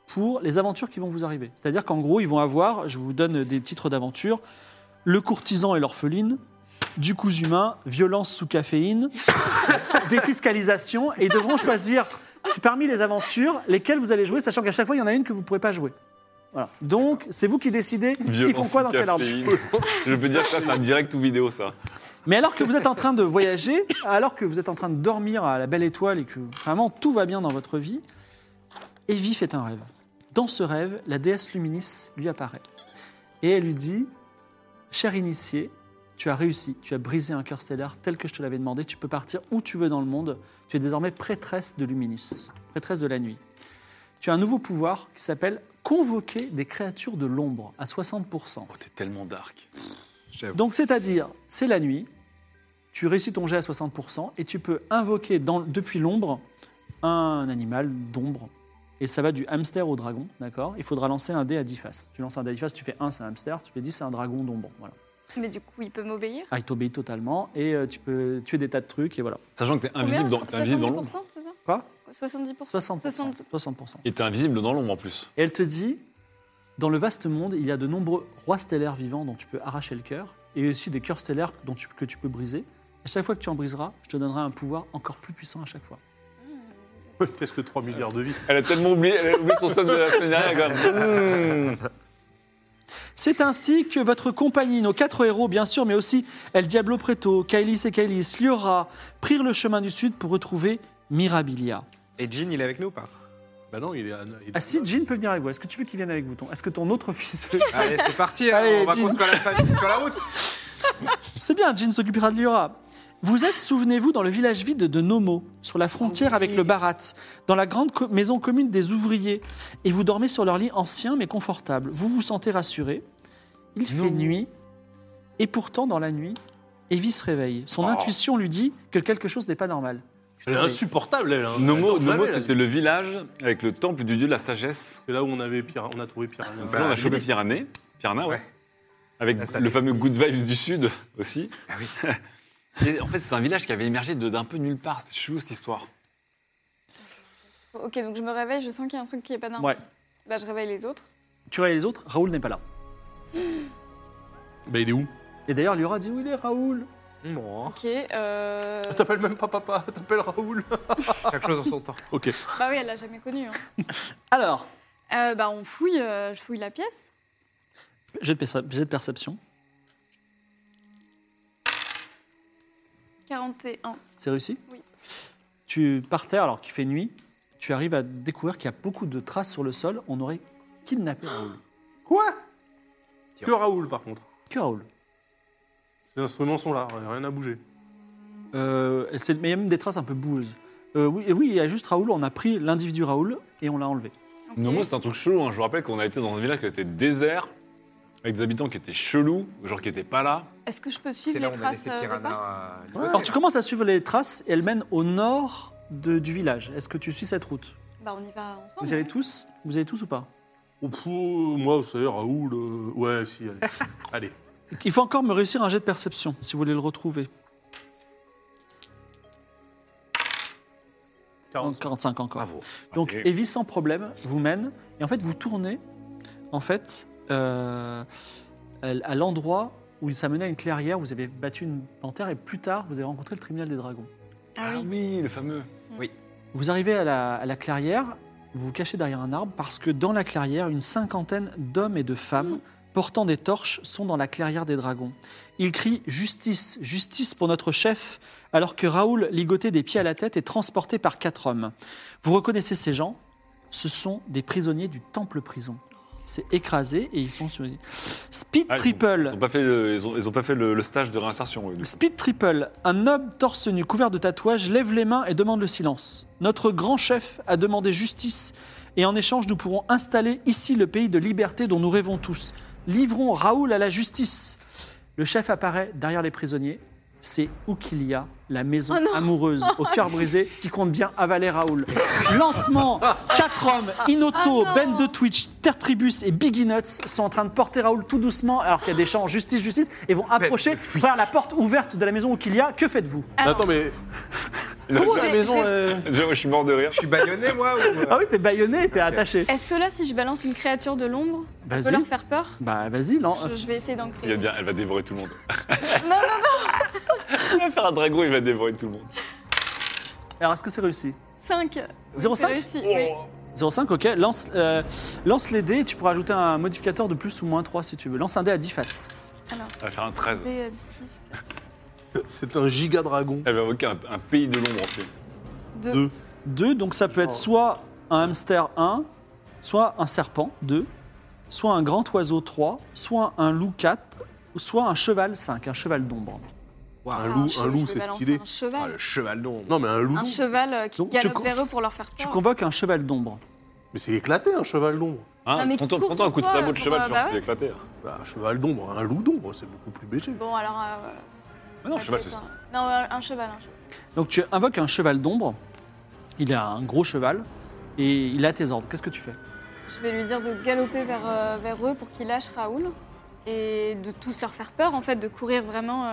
Speaker 1: pour les aventures qui vont vous arriver. C'est-à-dire qu'en gros, ils vont avoir, je vous donne des titres d'aventures, Le courtisan et l'orpheline, Du coup humain, Violence sous caféine, Défiscalisation, et ils devront choisir parmi les aventures lesquelles vous allez jouer, sachant qu'à chaque fois, il y en a une que vous ne pourrez pas jouer. Voilà. Donc, c'est vous qui décidez qui font
Speaker 3: Violence
Speaker 1: quoi
Speaker 3: ou
Speaker 1: dans quel arbre.
Speaker 3: caféine. Je peux dire que ça, c'est un direct ou vidéo, ça.
Speaker 1: Mais alors que vous êtes en train de voyager, alors que vous êtes en train de dormir à la belle étoile et que vraiment tout va bien dans votre vie, Evie fait un rêve. Dans ce rêve, la déesse Luminis lui apparaît. Et elle lui dit Cher initié, tu as réussi, tu as brisé un cœur stellaire tel que je te l'avais demandé, tu peux partir où tu veux dans le monde, tu es désormais prêtresse de Luminis, prêtresse de la nuit. Tu as un nouveau pouvoir qui s'appelle Convoquer des créatures de l'ombre à 60%.
Speaker 3: Oh, t'es tellement dark.
Speaker 2: J'avoue.
Speaker 1: Donc, c'est-à-dire, c'est la nuit, tu réussis ton jet à 60% et tu peux invoquer dans- depuis l'ombre un animal d'ombre. Et ça va du hamster au dragon, d'accord Il faudra lancer un dé à 10 faces. Tu lances un dé à 10 faces, tu fais 1, c'est un hamster, tu fais 10, c'est un dragon d'ombre. Voilà.
Speaker 4: Mais du coup, il peut m'obéir.
Speaker 1: Ah, il t'obéit totalement et euh, tu peux tuer des tas de trucs et voilà.
Speaker 3: Sachant que t'es
Speaker 4: Combien
Speaker 3: invisible dans, t'es invisible dans l'ombre.
Speaker 4: 70%, c'est ça
Speaker 1: Quoi
Speaker 4: 70%.
Speaker 1: 60%.
Speaker 4: 60.
Speaker 1: 60%.
Speaker 3: Et t'es invisible dans l'ombre en plus.
Speaker 1: Et elle te dit Dans le vaste monde, il y a de nombreux rois stellaires vivants dont tu peux arracher le cœur, et aussi des cœurs stellaires dont tu- que tu peux briser. À chaque fois que tu en briseras, je te donnerai un pouvoir encore plus puissant à chaque fois.
Speaker 5: Qu'est-ce que 3 milliards de vies
Speaker 3: Elle a tellement oublié, elle a oublié son somme de la semaine dernière, quand même. Mmh.
Speaker 1: C'est ainsi que votre compagnie, nos quatre héros bien sûr, mais aussi El Diablo Preto, Kailis et Kailis, Liora, prirent le chemin du sud pour retrouver Mirabilia.
Speaker 2: Et Jean, il est avec nous ou pas
Speaker 5: Bah non, il est. à- il est-
Speaker 1: Ah si, Jean peut venir avec vous. Est-ce que tu veux qu'il vienne avec vous ton- Est-ce que ton autre fils veut
Speaker 2: Allez, c'est parti, hein.
Speaker 1: Allez,
Speaker 2: on va
Speaker 1: Jean.
Speaker 2: construire la famille sur la route.
Speaker 1: C'est bien, Jean s'occupera de Liora. Vous êtes, souvenez-vous, dans le village vide de Nomo, sur la frontière avec le Barat, dans la grande co- maison commune des ouvriers, et vous dormez sur leur lit ancien mais confortable. Vous vous sentez rassuré. Il fait nuit, et pourtant, dans la nuit, Evie se réveille. Son
Speaker 3: Oh.
Speaker 1: intuition lui dit que quelque chose n'est pas normal.
Speaker 5: Elle est insupportable, elle. hein. Elle
Speaker 3: Nomo,
Speaker 5: dort jamais,
Speaker 3: Nomo
Speaker 5: elle.
Speaker 3: c'était le village avec le temple du dieu de la sagesse.
Speaker 5: C'est là où on avait Pyra- on a trouvé Piranha.
Speaker 3: Donc là, on a chopé
Speaker 2: oui.
Speaker 3: Piranha. Piranha, ouais.
Speaker 2: Ouais.
Speaker 3: Avec
Speaker 2: Ah, ça
Speaker 3: le
Speaker 2: fait-
Speaker 3: fameux Good Vibes du Sud aussi.
Speaker 2: Ah oui.
Speaker 3: Et en fait, c'est un village qui avait émergé de- d'un peu nulle part. C'était chelou cette histoire.
Speaker 4: Ok, donc je me réveille, je sens qu'il y a un truc qui est pas normal.
Speaker 1: Ouais.
Speaker 4: Bah, je réveille les autres.
Speaker 1: Tu réveilles les autres, Raoul n'est pas là.
Speaker 5: Bah il est où
Speaker 1: Et d'ailleurs, Liora dit Où il est Raoul
Speaker 2: Non,
Speaker 4: Ok. Euh...
Speaker 5: Ah, T'appelles même pas papa, t'appelles Raoul.
Speaker 2: chaque chose en son temps.
Speaker 5: Ok.
Speaker 4: Bah oui, elle l'a jamais connu. hein.
Speaker 1: Alors,
Speaker 4: Euh, bah, on fouille, euh, je fouille la pièce.
Speaker 1: jet de, perce- jet de perception,
Speaker 4: 41.
Speaker 1: c'est réussi
Speaker 4: Oui.
Speaker 1: Tu par terre, alors qu'il fait nuit, tu arrives à découvrir qu'il y a beaucoup de traces sur le sol. On aurait kidnappé Raoul.
Speaker 5: Quoi Que Raoul par contre.
Speaker 1: Que Raoul
Speaker 5: Ces instruments sont là, euh, rien à bouger.
Speaker 1: Euh, elle s'est- mais il y a même des traces un peu boueuses. Euh, oui, et oui, il y a juste Raoul, on a pris l'individu Raoul et on l'a enlevé.
Speaker 3: Non, moi, c'est un truc chelou. hein. Je vous rappelle qu'on a été dans un village qui était désert, avec des habitants qui étaient chelous, genre qui n'étaient pas là.
Speaker 4: Est-ce que je peux
Speaker 2: C'est
Speaker 4: suivre
Speaker 2: là
Speaker 4: les
Speaker 2: où on a
Speaker 4: traces
Speaker 2: laissé
Speaker 4: euh, de pas
Speaker 2: Piranha. euh,
Speaker 5: Ouais.
Speaker 1: Alors tu commences à suivre les traces et elles mènent au nord de- du village. Est-ce que tu suis cette route
Speaker 4: Bah, on y va ensemble.
Speaker 1: Vous y allez tous Vous y allez tous ou pas
Speaker 5: Oh, pff, moi, ça y est, Raoul. euh, Ouais, si, allez. allez.
Speaker 1: Il faut encore me réussir un jet de perception si vous voulez le retrouver.
Speaker 5: 40.
Speaker 1: 45 encore.
Speaker 2: Bravo.
Speaker 1: Donc
Speaker 3: Ok.
Speaker 1: Evie sans problème vous mène et en fait vous tournez en fait euh, à à l'endroit où ça menait à une clairière, vous avez battu une panthère et plus tard vous avez rencontré le tribunal des dragons.
Speaker 4: Ah oui.
Speaker 3: le fameux.
Speaker 1: Vous arrivez à la, à la clairière, vous vous cachez derrière un arbre parce que dans la clairière, une cinquantaine d'hommes et de femmes portant des torches sont dans la clairière des dragons. Ils crient justice, justice pour notre chef, alors que Raoul, ligoté des pieds à la tête, est transporté par quatre hommes. Vous reconnaissez ces gens Ce sont des prisonniers du temple prison. Il s'est écrasé et ils sont sur... Speed
Speaker 3: Ah, ils ont-
Speaker 1: Triple
Speaker 3: Ils n'ont pas fait, le, ils ont, ils ont pas fait le, le stage de réinsertion. eux, du coup.
Speaker 1: Speed Triple, un homme torse nu couvert de tatouages, lève les mains et demande le silence. Notre grand chef a demandé justice et en échange nous pourrons installer ici le pays de liberté dont nous rêvons tous. Livrons Raoul à la justice. Le chef apparaît derrière les prisonniers. C'est Oukilia, la maison
Speaker 4: Oh non.
Speaker 1: amoureuse au cœur brisé qui compte bien avaler Raoul. Lentement, quatre hommes, Inoto,
Speaker 4: Ah non.
Speaker 1: Ben de Twitch, Tertribus et Biggie Nuts sont en train de porter Raoul tout doucement alors qu'il y a des chants justice, justice et vont approcher par la porte ouverte de la maison Oukilia. Que faites-vous
Speaker 5: Mais
Speaker 4: Alors,
Speaker 5: attends, mais.
Speaker 3: Non,
Speaker 5: Comment
Speaker 4: j'ai-
Speaker 5: la maison,
Speaker 4: j'ai-
Speaker 5: elle-
Speaker 3: je- je suis mort de rire.
Speaker 2: Je suis baïonné, moi ou, euh,
Speaker 1: Ah oui, t'es baïonné, t'es attaché.
Speaker 4: Est-ce que là, si je balance une créature de l'ombre, ça peut
Speaker 1: Vas-y.
Speaker 4: leur faire peur
Speaker 1: Bah vas-y, lan-
Speaker 4: je, je vais essayer d'en
Speaker 3: Il y
Speaker 4: créer.
Speaker 3: a bien, elle va dévorer tout le monde.
Speaker 4: Non, non, non
Speaker 3: Elle va faire un dragon, il va dévorer tout le monde.
Speaker 1: Alors est-ce que c'est réussi
Speaker 4: 5
Speaker 1: 0,5
Speaker 4: réussi, oui.
Speaker 1: 0,5, ok. Lance, euh, lance les dés, tu pourras ajouter un modificateur de plus ou moins 3 si tu veux. Lance un dé à 10 faces.
Speaker 3: Elle va faire un 13.
Speaker 4: Des, euh,
Speaker 5: C'est un giga dragon.
Speaker 3: Elle va invoquer un, un pays de l'ombre entier.
Speaker 4: deux.
Speaker 5: Deux.
Speaker 1: 2, donc ça peut être soit un hamster 1, soit un serpent 2, soit un grand oiseau 3, soit un loup 4, soit un cheval 5, un cheval d'ombre.
Speaker 2: Waouh.
Speaker 5: Un loup,
Speaker 4: che-
Speaker 5: un loup,
Speaker 4: Ah, je vais
Speaker 5: c'est
Speaker 4: balancer
Speaker 5: stylé.
Speaker 4: Un
Speaker 2: Ah,
Speaker 4: cheval,
Speaker 2: le cheval d'ombre.
Speaker 5: Non, mais un loup.
Speaker 4: un cheval euh, qui
Speaker 1: Donc, tu
Speaker 4: galope
Speaker 1: con-
Speaker 4: vers eux pour leur faire
Speaker 1: Tu
Speaker 4: peur.
Speaker 1: convoques un cheval d'ombre.
Speaker 5: Mais c'est éclaté, un cheval d'ombre.
Speaker 3: Hein,
Speaker 4: Non, mais
Speaker 3: prends-toi
Speaker 4: cours
Speaker 3: prends-toi un
Speaker 4: sur
Speaker 3: coup de
Speaker 4: toi,
Speaker 3: sabot de
Speaker 4: pour,
Speaker 3: cheval,
Speaker 4: euh,
Speaker 3: genre,
Speaker 4: bah
Speaker 3: c'est
Speaker 4: ouais.
Speaker 3: éclaté.
Speaker 5: Bah, un cheval d'ombre, un loup d'ombre, c'est beaucoup plus bégé.
Speaker 4: Bon, alors. euh,
Speaker 3: Ah non,
Speaker 4: ouais,
Speaker 3: le cheval, c'est
Speaker 4: peut-être un- Non, un un cheval. un cheval.
Speaker 1: Donc tu invoques un cheval d'ombre, il a un gros cheval, et il a tes ordres. Qu'est-ce que tu fais
Speaker 4: Je vais lui dire de galoper vers, euh, vers eux pour qu'ils lâchent Raoul et de tous leur faire peur, en fait, de courir vraiment euh,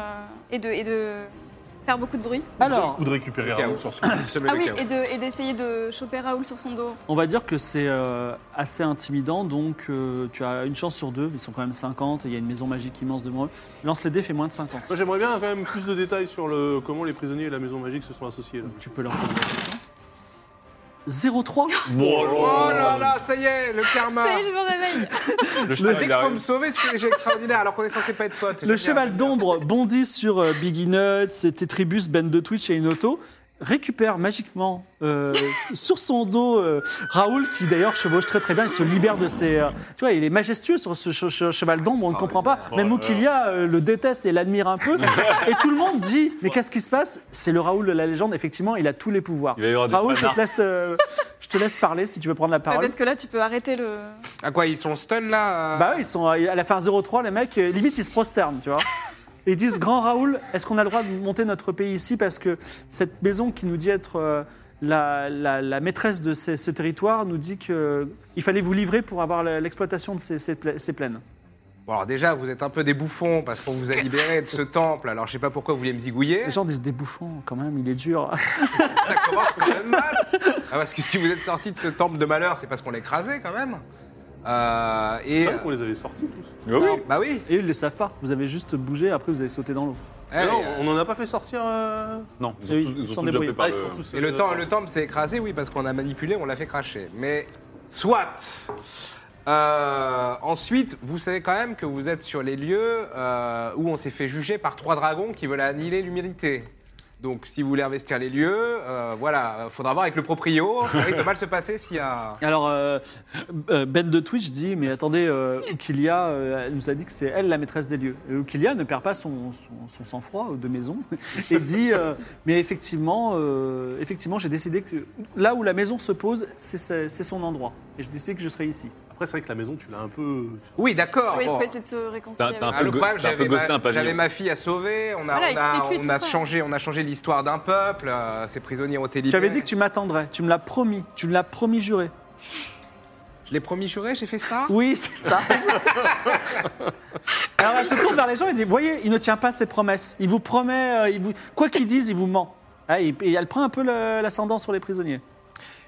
Speaker 4: et, de, et de faire beaucoup de bruit.
Speaker 1: Alors,
Speaker 5: Ou de récupérer
Speaker 2: Le
Speaker 5: un
Speaker 2: chaos,
Speaker 5: ours.
Speaker 2: sur ce coup, il semer
Speaker 4: Ah
Speaker 2: le
Speaker 4: oui,
Speaker 2: chaos.
Speaker 4: et de- et d'essayer de, choper Raoul sur son dos.
Speaker 1: on va dire que c'est euh, assez intimidant, donc euh, tu as une chance sur deux, ils sont quand même 50, et il y a une maison magique immense devant eux. Lance les dés, fait moins de 50.
Speaker 5: Moi, j'aimerais bien quand même plus de détails sur le comment les prisonniers et la maison magique se sont associés. là.
Speaker 1: Tu peux leur poser la question. 03
Speaker 2: Oh là là, ça y est, le karma.
Speaker 4: Ça y est, je me réveille.
Speaker 3: Le
Speaker 2: Le
Speaker 3: cheval,
Speaker 2: dès
Speaker 3: Ah, il
Speaker 2: qu'il faut me
Speaker 3: arrive.
Speaker 2: sauver, tu fais des jeux extraordinaires alors qu'on est censé pas être potes.
Speaker 1: Le
Speaker 2: J'aime
Speaker 1: cheval
Speaker 2: bien.
Speaker 1: d'ombre bondit sur euh, Biggie Nuts, Tetribus, Ben de Twitch et une auto, récupère magiquement euh, sur son dos euh, Raoul, qui d'ailleurs chevauche très très bien, il se libère de ses... euh, tu vois, il est majestueux sur ce che- che- cheval d'ombre, on ne comprend pas.
Speaker 3: Oh là
Speaker 1: Même
Speaker 3: là.
Speaker 1: Oukilia euh, le déteste et l'admire un peu. et tout le monde dit, mais qu'est-ce qui se passe C'est le Raoul de la légende, effectivement, il a tous les pouvoirs.
Speaker 3: Il va y avoir des
Speaker 1: Raoul, je
Speaker 3: fanarts.
Speaker 1: te, laisse, euh, je te laisse parler si tu veux prendre la
Speaker 4: Ouais,
Speaker 1: parole.
Speaker 4: Ah, parce que là, tu peux arrêter le.
Speaker 2: Ah quoi, ils sont stun là euh,
Speaker 1: Bah oui, ils sont à à la fin 0-3, les mecs, euh, limite ils se prosternent, tu vois. Et ils disent Grand Raoul, est-ce qu'on a le droit de monter notre pays ici Parce que cette maison qui nous dit être euh, la, la- la maîtresse de ces- ce territoire nous dit qu'il fallait vous livrer pour avoir la- l'exploitation de ces, ces pla- ces plaines.
Speaker 2: Bon, alors déjà, vous êtes un peu des bouffons parce qu'on vous a libéré de ce temple. Alors je sais pas pourquoi vous voulez me zigouiller.
Speaker 1: Les gens disent Des bouffons, quand même, il est dur.
Speaker 2: Ça commence quand même mal. Ah, parce que si vous êtes sortis de ce temple de malheur, c'est parce qu'on l'écrasait quand même. Euh,
Speaker 5: C'est
Speaker 2: et
Speaker 5: vrai qu'on les avait sortis tous.
Speaker 3: Bah oui.
Speaker 2: bah oui.
Speaker 1: Et ils ne le savent pas. Vous avez juste bougé, après vous avez sauté dans l'eau.
Speaker 2: Eh,
Speaker 5: Alors,
Speaker 2: euh,
Speaker 5: on en a pas fait sortir. euh,
Speaker 3: Non, ils
Speaker 1: Et
Speaker 3: ont
Speaker 1: ils
Speaker 3: tous- ils
Speaker 1: sont
Speaker 3: sont tous
Speaker 1: débrouillés.
Speaker 3: jappés par
Speaker 5: ah, ils
Speaker 3: le...
Speaker 5: sont tous,
Speaker 2: Et le,
Speaker 5: euh,
Speaker 2: temps, le temple s'est écrasé, oui, parce qu'on a manipulé, on l'a fait cracher. Mais soit. Euh, ensuite, vous savez quand même que vous êtes sur les lieux euh, où on s'est fait juger par trois dragons qui veulent annihiler l'humanité. Donc, si vous voulez investir les lieux, euh, voilà, faudra voir avec le proprio. Ça risque de mal se passer s'il y a.
Speaker 1: Alors, euh, euh, Ben de Twitch dit Mais attendez, euh, Oukilia euh, elle nous a dit que c'est elle la maîtresse des lieux. Et Oukilia ne perd pas son, son- son sang-froid de maison et dit euh, Mais effectivement, euh, effectivement j'ai décidé que là où la maison se pose, c'est sa- c'est son endroit. Et je décide que je serai ici.
Speaker 5: Après, c'est vrai que la maison, tu l'as un peu.
Speaker 2: Oui, d'accord.
Speaker 4: Oui, il
Speaker 2: Ah, bon.
Speaker 4: faut essayer de se réconcilier.
Speaker 3: T'as- t'as
Speaker 4: avec-
Speaker 3: un
Speaker 2: Ah, le
Speaker 3: go-
Speaker 2: problème,
Speaker 3: t'as un peu
Speaker 2: j'avais
Speaker 3: ghosté un
Speaker 2: ma,
Speaker 3: pavillon.
Speaker 2: j'avais ma fille à sauver. On a,
Speaker 4: Voilà,
Speaker 2: on a,
Speaker 4: explique-lui
Speaker 2: on a
Speaker 4: tout ça.
Speaker 2: changé, on a changé l'histoire d'un peuple. euh, ces prisonniers ont été
Speaker 1: Tu
Speaker 2: libérés.
Speaker 1: avais dit que tu m'attendrais, tu me l'as promis, tu me l'as promis juré.
Speaker 2: Je l'ai promis juré, j'ai fait ça.
Speaker 1: Oui, c'est ça. Alors elle se tourne vers les gens et dit Voyez, il ne tient pas ses promesses. Il vous promet, euh, il vous... quoi qu'il dise, il vous ment. Ah, et, et elle prend un peu le- l'ascendant sur les prisonniers.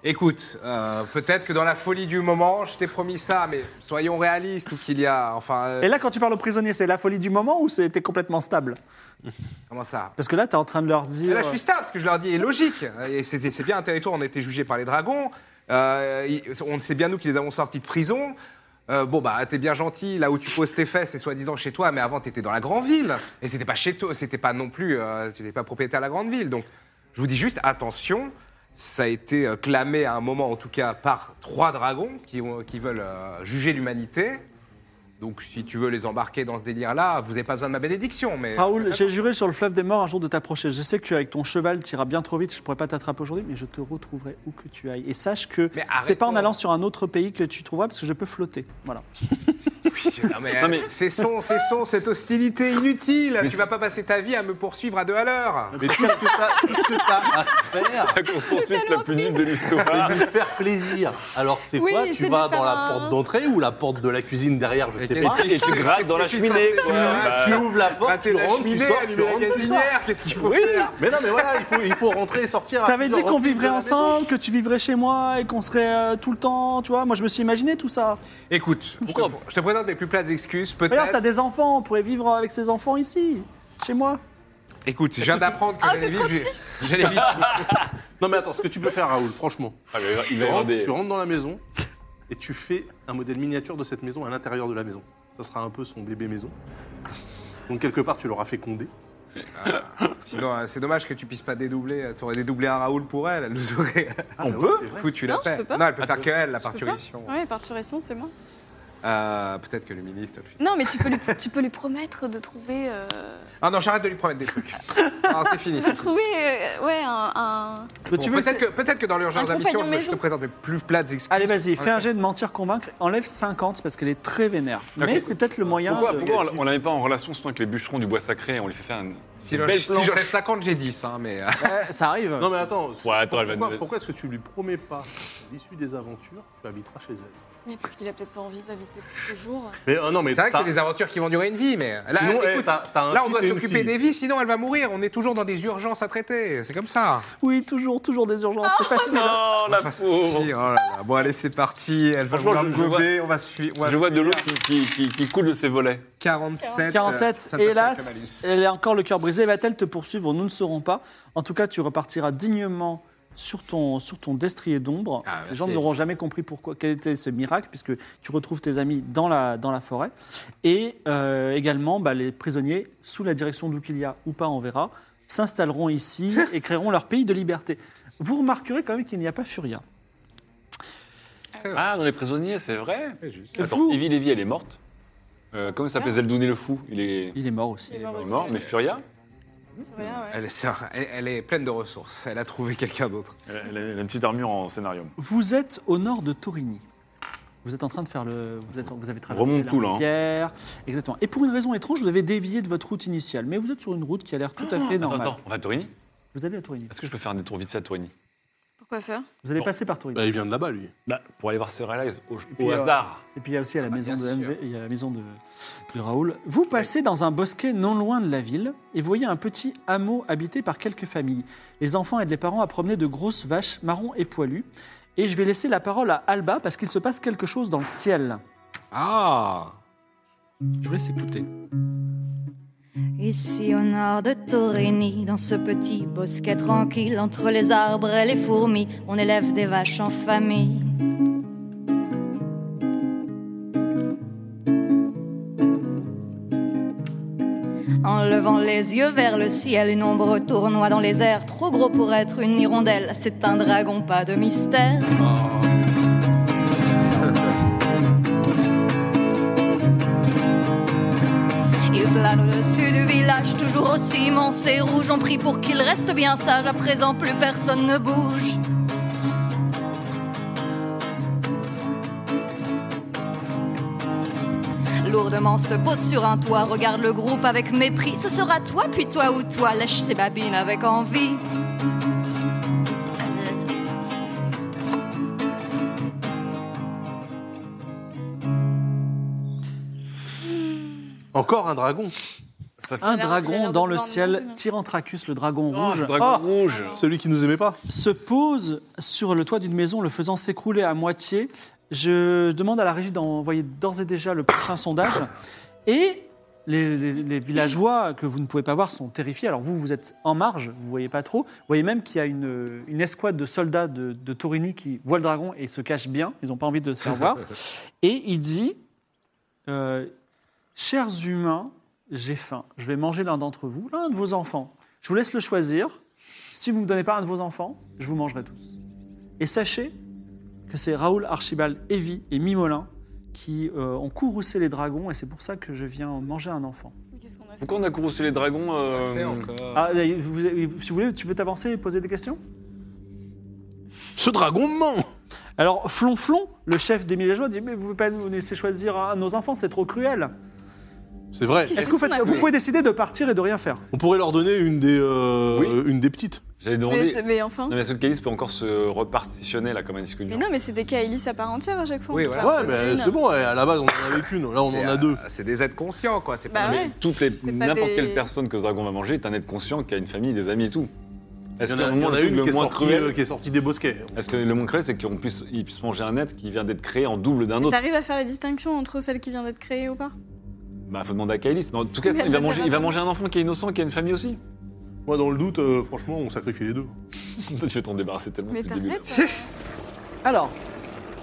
Speaker 2: Écoute, euh, peut-être que dans la folie du moment, je t'ai promis ça, mais soyons réalistes ou qu'il y a, enfin, euh,
Speaker 1: Et là, quand tu parles aux prisonniers, c'est la folie du moment ou c'était complètement stable
Speaker 2: comment ça
Speaker 1: Parce que là, tu es en train de leur dire.
Speaker 2: Et là, je suis stable, ce que je leur dis est logique. Et C'est c'est bien un territoire, on a été jugés par les dragons. Euh, ils- on sait bien nous qui les avons sortis de prison. Euh, bon, bah, t'es bien gentil, là où tu poses tes fesses, c'est soi-disant chez toi, mais avant, t'étais dans la grande ville. Et c'était pas chez toi, c'était pas non plus, euh, t'étais pas propriétaire de la grande ville. Donc, je vous dis juste, attention, ça a été euh, clamé à un moment, en tout cas, par trois dragons qui, ont- qui veulent euh, juger l'humanité. Donc, si tu veux les embarquer dans ce délire-là, vous n'avez pas besoin de ma bénédiction, mais.
Speaker 1: euh, Raoul, j'ai juré sur le fleuve des morts un jour de t'approcher. Je sais qu'avec ton cheval, tu iras bien trop vite, je pourrais pas t'attraper aujourd'hui, mais je te retrouverai où que tu ailles. Et sache que
Speaker 2: Mais
Speaker 1: c'est pas en
Speaker 2: arrêtons.
Speaker 1: allant sur un autre pays que tu trouveras, parce que je peux flotter. Voilà.
Speaker 2: Non mais, euh,
Speaker 3: Non, mais-
Speaker 2: c'est son, c'est son, cette hostilité inutile.
Speaker 3: Mais
Speaker 2: tu vas pas passer ta vie à me poursuivre à deux à l'heure.
Speaker 5: Mais tout ce que t'as- tout ce que t'as à faire,
Speaker 2: Ah,
Speaker 3: La course-poursuite la plus nulle de l'histoire.
Speaker 5: c'est de lui faire plaisir. Alors, c'est
Speaker 4: Oui,
Speaker 5: quoi
Speaker 4: c'est
Speaker 5: Tu
Speaker 4: de
Speaker 5: vas
Speaker 4: faire
Speaker 5: dans la
Speaker 4: un-
Speaker 5: porte d'entrée ou la porte de la cuisine derrière Je
Speaker 2: Et
Speaker 5: sais
Speaker 2: qu'est-ce
Speaker 5: pas.
Speaker 2: qu'il
Speaker 3: Et tu grattes dans la cheminée.
Speaker 2: censé
Speaker 3: quoi.
Speaker 2: faire
Speaker 3: Bah,
Speaker 5: Ah, Tu ouvres la porte,
Speaker 2: Rater
Speaker 5: tu
Speaker 2: la
Speaker 5: rentres, tu
Speaker 2: cheminée,
Speaker 5: sors, tu
Speaker 2: allumer la
Speaker 5: rentres, tu sors.
Speaker 2: gazinière, qu'est-ce qu'il faut
Speaker 5: Oui,
Speaker 2: faire
Speaker 5: mais non, mais voilà, il faut, il faut rentrer et sortir. à
Speaker 1: T'avais dit
Speaker 5: plusieurs
Speaker 1: qu'on
Speaker 5: reprises
Speaker 1: vivrait
Speaker 5: de la maison.
Speaker 1: ensemble, que tu vivrais chez moi et qu'on serait euh, tout le temps, tu vois. Moi, je me suis imaginé tout ça.
Speaker 2: Écoute, je te,
Speaker 3: Pourquoi
Speaker 2: je te présente mes plus plates excuses.
Speaker 1: Regarde, t'as
Speaker 2: Peut-être.
Speaker 1: des enfants, on pourrait vivre avec ses enfants ici, chez moi.
Speaker 2: Écoute, je viens d'apprendre que j'allais vivre. j'ai- J'allais vivre.
Speaker 5: Non, mais attends, ce que tu peux faire, Raoul, franchement,
Speaker 3: ah, il va y avoir- il
Speaker 5: tu
Speaker 3: va y avoir
Speaker 5: rentres,
Speaker 3: des.
Speaker 5: tu rentres dans la maison et tu fais un modèle miniature de cette maison à l'intérieur de la maison. Ça sera un peu son bébé maison. Donc, quelque part, tu l'auras fécondé.
Speaker 2: Sinon, euh, c'est dommage que tu puisses pas dédoubler. Tu aurais dédoublé un Raoul pour elle. Elle nous aurait
Speaker 5: Ah,
Speaker 3: On
Speaker 5: bah ouais,
Speaker 3: peut
Speaker 5: c'est vrai.
Speaker 2: foutu la
Speaker 4: Non, je
Speaker 2: paix.
Speaker 4: peux pas.
Speaker 2: Non, elle peut faire que elle, la
Speaker 4: Je peux pas.
Speaker 2: parturition.
Speaker 4: Ouais, parturition, c'est moi.
Speaker 2: Euh, Peut-être que le ministre.
Speaker 4: Non, mais tu peux lui, tu peux lui promettre de trouver, euh,
Speaker 2: Ah non, j'arrête de lui promettre des trucs. Non, c'est fini. c'est
Speaker 4: de trouver euh, ouais, un, un-
Speaker 1: Mais
Speaker 2: Bon,
Speaker 1: tu veux
Speaker 2: peut-être que, peut que dans l'urgence
Speaker 4: Un
Speaker 2: de la mission,
Speaker 4: compagnon
Speaker 2: je, je te
Speaker 4: maison.
Speaker 2: présente mes plus plates excuses.
Speaker 1: Allez, vas-y, fais
Speaker 2: Ok.
Speaker 1: un jet de mentir, convaincre. Enlève 50 parce qu'elle est très vénère. Mais c'est peut-être le moyen.
Speaker 3: Pourquoi,
Speaker 1: de-
Speaker 3: pourquoi on- on la met pas en relation surtout avec les bûcherons du bois sacré On les fait faire une.
Speaker 2: Si
Speaker 3: une
Speaker 2: j'en-
Speaker 3: belle
Speaker 2: si
Speaker 3: planche.
Speaker 2: j'enlève 50, j'ai 10, hein, mais... euh,
Speaker 1: Ouais, Eh, ça arrive.
Speaker 5: Non, mais attends,
Speaker 3: Ouais, attends, elle va
Speaker 5: pourquoi,
Speaker 3: nous-
Speaker 5: pourquoi est-ce que tu lui promets pas à l'issue des aventures, tu habiteras chez elle
Speaker 4: Mais parce qu'il a peut-être pas envie d'habiter quelques jours.
Speaker 5: Mais euh, non, mais
Speaker 2: C'est vrai que
Speaker 5: t'as-
Speaker 2: c'est des aventures qui vont durer une vie, mais... Là,
Speaker 5: sinon, eh,
Speaker 2: écoute,
Speaker 5: t'as- t'as un
Speaker 2: là on
Speaker 5: fils
Speaker 2: doit
Speaker 5: et une
Speaker 2: s'occuper
Speaker 5: fille.
Speaker 2: des vies, sinon elle va mourir. On est toujours dans des urgences à traiter, c'est comme ça.
Speaker 1: Oui, toujours, toujours des urgences, c'est facile.
Speaker 3: Non, la
Speaker 2: Ah, si,
Speaker 3: pauvre
Speaker 2: oh là là. Bon, allez, c'est parti. Elle va
Speaker 3: Franchement,
Speaker 2: vouloir
Speaker 3: je-
Speaker 2: me
Speaker 3: je
Speaker 2: gober, on va se fuir. on va
Speaker 3: Je vois de
Speaker 2: fuir.
Speaker 3: l'eau qui, qui- qui- qui coule de ses volets.
Speaker 2: 47.
Speaker 1: 47,
Speaker 2: euh,
Speaker 1: hélas,
Speaker 2: ça me fait
Speaker 1: elle est encore le cœur brisé. Va-t-elle te poursuivre Nous ne saurons pas. En tout cas, tu repartiras dignement sur ton, sur ton destrier d'ombre.
Speaker 2: Ah,
Speaker 1: Les
Speaker 2: merci.
Speaker 1: gens n'auront jamais compris pourquoi, quel était ce miracle, puisque tu retrouves tes amis dans la, dans la forêt. Et euh, également, bah, les prisonniers, sous la direction d'Oukilia ou pas, on verra, s'installeront ici et créeront leur pays de liberté. Vous remarquerez quand même qu'il n'y a pas Furia.
Speaker 3: Ah, dans les prisonniers, c'est vrai
Speaker 2: mal juste.
Speaker 3: Attends,
Speaker 1: Vous-
Speaker 3: Evie Lévy, elle est morte. Euh, comment il s'appelle Zeldoun et le fou Il est
Speaker 1: Il est mort aussi.
Speaker 4: Il est mort
Speaker 3: il est
Speaker 4: aussi.
Speaker 3: mort, mais Furia
Speaker 4: Rien, ouais.
Speaker 2: Elle est, ça, elle- elle est pleine de ressources. Elle a trouvé quelqu'un d'autre.
Speaker 3: elle a, elle a- elle a une petite armure en scénario.
Speaker 1: Vous êtes au nord de Torigny. Vous êtes en train de faire le. Vous, êtes, vous avez traversé
Speaker 3: Remonte
Speaker 1: la
Speaker 3: tout, là, hein.
Speaker 1: rivière. Exactement. Et pour une raison étrange, vous avez dévié de votre route initiale. Mais vous êtes sur une route qui a l'air tout à fait
Speaker 3: Ah, Attends,
Speaker 1: normale.
Speaker 3: attends, on va à Torini
Speaker 1: Vous allez à Torigny.
Speaker 3: Est-ce que je peux faire un détour vite fait à Torini
Speaker 4: Pourquoi faire
Speaker 1: Vous allez
Speaker 3: Bon.
Speaker 1: passer par Torigny.
Speaker 5: Bah, il vient de là-bas, lui.
Speaker 3: Pour aller voir Serialize au,
Speaker 1: puis,
Speaker 3: au
Speaker 1: euh,
Speaker 3: hasard.
Speaker 1: Et puis il y a aussi à
Speaker 3: Ah,
Speaker 1: la
Speaker 2: bah,
Speaker 1: maison de
Speaker 2: bien sûr.
Speaker 1: MV, il y a la maison de, de Raoul. Vous passez dans un bosquet non loin de la ville et voyez un petit hameau habité par quelques familles. Les enfants aident les parents à promener de grosses vaches marron et poilues. Et je vais laisser la parole à Alba parce qu'il se passe quelque chose dans le ciel.
Speaker 2: Ah
Speaker 1: Je vous laisse écouter.
Speaker 6: Ici au nord de Torigny, dans ce petit bosquet tranquille, entre les arbres et les fourmis, on élève des vaches en famille. En le levant les yeux vers le ciel, une ombre tournoie dans les airs, trop gros pour être une hirondelle. C'est un dragon, pas de mystère. Il plane au-dessus du village, toujours aussi immense et rouge. On prie pour qu'il reste bien sage. À présent, plus personne ne bouge. Lourdement se pose sur un toit, regarde le groupe avec mépris. Ce sera toi, puis toi ou toi, lèche ses babines avec envie.
Speaker 5: Encore un dragon.
Speaker 1: Un
Speaker 4: Il a- il a
Speaker 1: dragon
Speaker 4: l'air
Speaker 1: dans
Speaker 4: de
Speaker 1: le
Speaker 4: vouloir
Speaker 1: ciel,
Speaker 4: manger.
Speaker 1: Tyrantracus, le dragon
Speaker 3: Oh,
Speaker 1: rouge,
Speaker 3: ce dragon
Speaker 5: Ah.
Speaker 3: rouge
Speaker 5: Celui qui nous aimait pas.
Speaker 1: se pose sur le toit d'une maison, le faisant s'écrouler à moitié. Je demande à la régie d'envoyer d'ores et déjà le prochain sondage. Et les, les- les villageois que vous ne pouvez pas voir sont terrifiés. Alors vous, vous êtes en marge, vous voyez pas trop. Vous voyez même qu'il y a une, une escouade de soldats de, de Torini qui voient le dragon et se cachent bien. Ils n'ont pas envie de se faire voir. Et il dit euh, Chers humains, j'ai faim. Je vais manger l'un d'entre vous, l'un de vos enfants. Je vous laisse le choisir. Si vous ne me donnez pas un de vos enfants, je vous mangerai tous. Et sachez que c'est Raoul, Archibald, Evie et Mimolin qui euh, ont courroucé les dragons et c'est pour ça que je viens manger un enfant.
Speaker 4: Mais Qu'est-ce qu'on a fait
Speaker 3: Pourquoi on a couru sur les dragons euh,
Speaker 2: Fait encore.
Speaker 1: Ah, et vous- si vous voulez, tu veux t'avancer et poser des questions
Speaker 5: Ce dragon ment
Speaker 1: Alors, Flonflon, le chef des villageois, dit Mais vous ne pouvez pas nous laisser choisir un de nos enfants, c'est trop cruel.
Speaker 5: C'est vrai.
Speaker 1: Est-ce que vous, faites-
Speaker 4: qu'on a
Speaker 1: vous
Speaker 4: fait
Speaker 1: pouvez décider de partir et de rien faire
Speaker 5: On pourrait leur donner une des, euh,
Speaker 3: Oui.
Speaker 5: une des petites.
Speaker 3: J'avais
Speaker 4: mais,
Speaker 3: demandé.
Speaker 4: c'est- mais enfin.
Speaker 3: Non, mais est-ce que le calice peut encore se repartitionner là comme un disque
Speaker 4: Mais non, mais c'est des Kaelis à part entière à chaque fois.
Speaker 2: Oui,
Speaker 4: on peut
Speaker 2: voilà.
Speaker 4: pas en
Speaker 5: Ouais,
Speaker 4: donner
Speaker 5: mais
Speaker 4: une.
Speaker 5: c'est bon, ouais, à la base, on en avait qu'une. Là, on en
Speaker 2: C'est,
Speaker 5: a
Speaker 2: euh,
Speaker 5: deux.
Speaker 2: C'est des aides conscients, quoi. C'est
Speaker 4: Bah
Speaker 2: pas
Speaker 3: Non, mais
Speaker 4: ouais.
Speaker 3: toutes les-
Speaker 4: pas
Speaker 3: n'importe
Speaker 4: des-
Speaker 3: quelle personne que ce dragon va manger est un être conscient qui a une famille, des amis et tout.
Speaker 5: Il y
Speaker 3: Est-ce
Speaker 5: en
Speaker 3: que
Speaker 5: a,
Speaker 3: le
Speaker 5: il y en
Speaker 3: moins-
Speaker 5: a une
Speaker 3: le
Speaker 5: qui est,
Speaker 3: moins
Speaker 5: sortie,
Speaker 3: cruel-
Speaker 5: euh, qui est sortie des bosquets.
Speaker 3: Est-ce que le moins cruel, c'est qu'on puisse, il puisse manger un être qui vient d'être créé en double d'un autre
Speaker 4: T'arrives à faire la distinction entre celle qui vient d'être créée ou pas
Speaker 3: Bah, faut demander à Kailis. Mais en tout cas,
Speaker 4: Mais
Speaker 3: il va,
Speaker 4: ça
Speaker 3: manger,
Speaker 4: va
Speaker 3: il va
Speaker 4: pas.
Speaker 3: manger un enfant qui est innocent, qui a une famille aussi.
Speaker 5: Moi, dans le doute, euh, franchement, on sacrifie les deux.
Speaker 3: Toi, tu veux t'en débarrasser tellement
Speaker 4: Mais
Speaker 3: depuis le début. là.
Speaker 4: t'arrêtes. euh,
Speaker 1: Alors,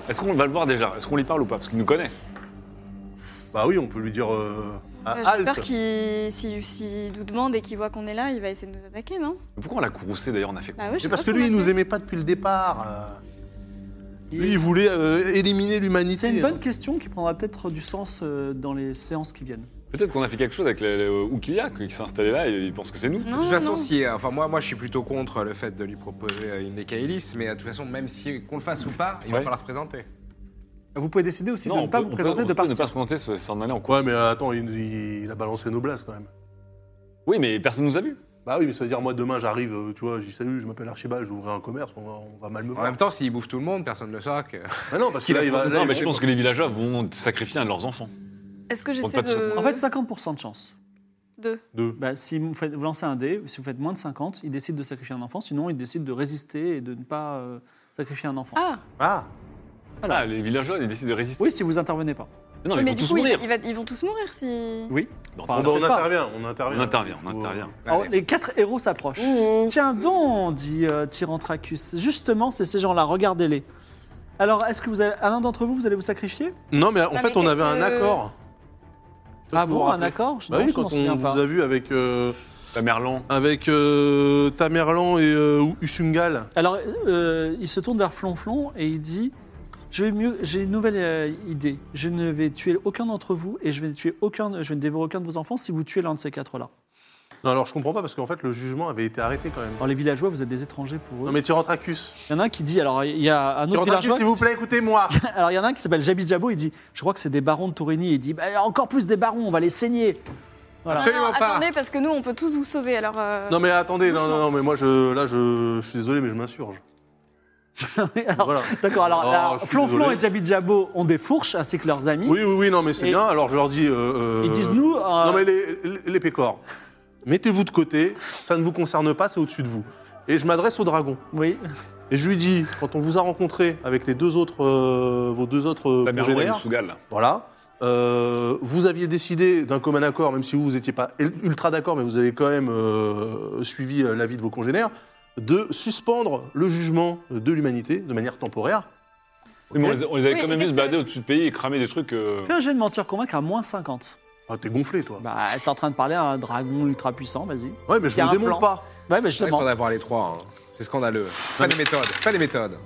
Speaker 3: Est-ce qu'on va le voir déjà Est-ce qu'on lui parle ou pas Parce qu'il nous connaît.
Speaker 5: Bah oui, on peut lui dire. euh, à
Speaker 4: ouais, J'ai
Speaker 5: halte.
Speaker 4: peur qu'il s'il s'il nous demande et qu'il voit qu'on est là, il va essayer de nous attaquer, non
Speaker 3: Mais pourquoi on l'a courroucé d'ailleurs On a fait quoi
Speaker 4: Bah ouais, je sais
Speaker 5: Mais
Speaker 4: pas
Speaker 5: parce
Speaker 4: ce
Speaker 5: que
Speaker 4: qu'on
Speaker 5: lui,
Speaker 4: a
Speaker 5: il nous
Speaker 4: fait.
Speaker 5: aimait pas depuis le départ. euh.
Speaker 1: il-
Speaker 5: Lui, il voulait euh, éliminer l'humanité.
Speaker 1: c'est une
Speaker 3: euh.
Speaker 1: bonne question qui prendra peut-être du sens euh, dans les séances qui viennent.
Speaker 3: Peut-être qu'on a fait quelque chose avec le, le Oukilia qui s'est installé là et il pense que c'est nous.
Speaker 4: Non,
Speaker 2: de toute façon,
Speaker 4: Ah, non.
Speaker 2: si, euh, enfin moi, moi, je suis plutôt contre le fait de lui proposer euh, une décaïlis, mais euh, de toute façon, même si qu'on le fasse ou pas, il va
Speaker 3: Ouais.
Speaker 2: falloir se présenter.
Speaker 1: Vous pouvez décider aussi de
Speaker 3: on
Speaker 1: ne pas
Speaker 3: peut-
Speaker 1: vous
Speaker 3: on peut-
Speaker 1: présenter,
Speaker 3: on
Speaker 1: de
Speaker 3: peut ne
Speaker 1: partir.
Speaker 3: pas se présenter, se- s'en aller en quoi
Speaker 5: Ouais, mais euh, attends, il, il- il a balancé nos blases quand même.
Speaker 3: Oui, mais personne nous a vus.
Speaker 5: Bah oui, mais ça veut dire, moi, demain, j'arrive, euh, tu vois, j'y salue, je m'appelle Archibald, j'ouvrais un commerce, on va, on va mal me
Speaker 2: En
Speaker 5: voir.
Speaker 2: même temps, s'il bouffe tout le monde, personne ne le saura que.
Speaker 5: Ah non, parce que là, il va. là,
Speaker 3: non,
Speaker 5: il
Speaker 3: mais
Speaker 5: va-
Speaker 3: je pense que les villageois vont sacrifier un de leurs enfants.
Speaker 4: Est-ce que
Speaker 3: Bon,
Speaker 4: j'essaie
Speaker 3: pas de-
Speaker 4: de.
Speaker 1: En fait, 50% de chance.
Speaker 4: de.
Speaker 5: Deux.
Speaker 1: Bah, si vous, faites- vous lancez un dé, si vous faites moins de 50, il décide de sacrifier un enfant, sinon il décide de résister et de ne pas euh, sacrifier un enfant.
Speaker 4: Ah
Speaker 5: Ah
Speaker 1: Voilà.
Speaker 3: Ah, les villageois, ils décident de résister.
Speaker 1: Oui, si vous intervenez pas.
Speaker 3: Non, mais,
Speaker 4: Mais
Speaker 3: ils vont
Speaker 4: du
Speaker 3: tous
Speaker 4: coup, il-
Speaker 3: mourir.
Speaker 4: il va- ils vont tous mourir si.
Speaker 1: Oui.
Speaker 3: Non,
Speaker 1: Par-
Speaker 3: on-
Speaker 1: Ah,
Speaker 5: Bon, bah, on
Speaker 1: peut-être pas.
Speaker 5: intervient, on intervient.
Speaker 3: on intervient, on
Speaker 5: Faut-
Speaker 3: intervient.
Speaker 1: Alors,
Speaker 5: Bah
Speaker 2: Allez.
Speaker 1: Oh, les quatre héros s'approchent. Tiens donc, dit euh, Tyrantracus. Justement, c'est ces gens-là, regardez-les. Alors, est-ce que vous allez, l'un d'entre vous, vous allez vous sacrifier
Speaker 5: Non, mais en
Speaker 4: Non,
Speaker 5: fait,
Speaker 4: Ah, mais
Speaker 5: on avait un
Speaker 4: quelques-
Speaker 5: accord.
Speaker 1: Ah
Speaker 5: vous vous
Speaker 1: bon, un
Speaker 5: rappelez
Speaker 1: accord Je
Speaker 5: Bah
Speaker 1: non,
Speaker 5: oui,
Speaker 1: je m'en
Speaker 5: quand on
Speaker 1: souviens
Speaker 5: vous
Speaker 1: pas.
Speaker 5: a vu avec, euh,
Speaker 3: La Merlan.
Speaker 5: avec euh, Tamerlan et euh, Usungal.
Speaker 1: Alors, euh, il se tourne vers Flonflon et il dit Je vais mieux. J'ai une nouvelle euh, idée. Je ne vais tuer aucun d'entre vous et je vais tuer aucun. Je ne dévore aucun de vos enfants si vous tuez l'un de ces quatre-là.
Speaker 5: Non, alors je comprends pas parce qu'en fait, le jugement avait été arrêté quand même.
Speaker 1: Alors, les villageois, vous êtes des étrangers pour eux.
Speaker 5: Non, mais Tyrantracus.
Speaker 1: Il y en a un qui dit. Alors, il y a un autre
Speaker 5: Tyrantracus,
Speaker 1: villageois.
Speaker 5: s'il vous plaît, écoutez-moi.
Speaker 1: Alors, il y en a un qui s'appelle Jabi Jabo. Il dit Je crois que c'est des barons de Torini. Il dit Bah, encore plus des barons. On va les saigner. Voilà.
Speaker 2: Absolument
Speaker 4: Non, non,
Speaker 2: pas.
Speaker 4: Ah, Attendez, parce que nous, on peut tous vous sauver, alors. euh,
Speaker 5: Non, mais attendez, non,
Speaker 4: doucement.
Speaker 5: non, non, mais moi, je, là, je, je suis désolé, mais je m'insurge.
Speaker 1: Alors,
Speaker 5: Voilà.
Speaker 1: D'accord. Alors,
Speaker 5: Oh,
Speaker 1: là,
Speaker 5: je suis
Speaker 1: Flonflon
Speaker 5: désolé.
Speaker 1: et Jabi Jabo ont des fourches ainsi que leurs amis.
Speaker 5: Oui, oui, oui, non, mais c'est
Speaker 1: Et-
Speaker 5: bien. Alors, je leur dis. euh, euh,
Speaker 1: Ils disent Nous. euh,
Speaker 5: Non, mais les, les- les pécores, mettez-vous de côté, ça ne vous concerne pas, c'est au-dessus de vous. Et je m'adresse au dragon.
Speaker 1: Oui.
Speaker 5: Et je lui dis, quand on vous a rencontré avec les deux autres, euh, vos deux autres euh,
Speaker 3: La Merlan et le
Speaker 5: congénères,
Speaker 3: Sougal. là.
Speaker 5: Voilà. Euh, vous aviez décidé d'un commun accord, même si vous n'étiez pas ultra d'accord, mais vous avez quand même euh, suivi euh, l'avis de vos congénères, de suspendre le jugement de l'humanité de manière temporaire.
Speaker 3: Oui, mais on les- on les avait
Speaker 4: Oui,
Speaker 3: quand
Speaker 4: et
Speaker 3: même vu
Speaker 4: qu'est-ce
Speaker 3: se
Speaker 4: que-
Speaker 3: balader au-dessus du pays et cramer des trucs. euh,
Speaker 1: Fais un jeu de mentir convaincre à moins 50.
Speaker 5: Ah, t'es gonflé, toi.
Speaker 1: Bah, t'es en train de parler à un dragon ultra puissant, vas-y.
Speaker 5: ouais, mais je
Speaker 1: y a
Speaker 5: me
Speaker 1: un
Speaker 5: démonte
Speaker 1: plan.
Speaker 5: pas.
Speaker 1: Ouais, bah
Speaker 2: C'est vrai qu'on
Speaker 1: justement,
Speaker 2: va avoir les trois. hein. C'est scandaleux. C'est pas les méthodes. C'est pas les méthodes.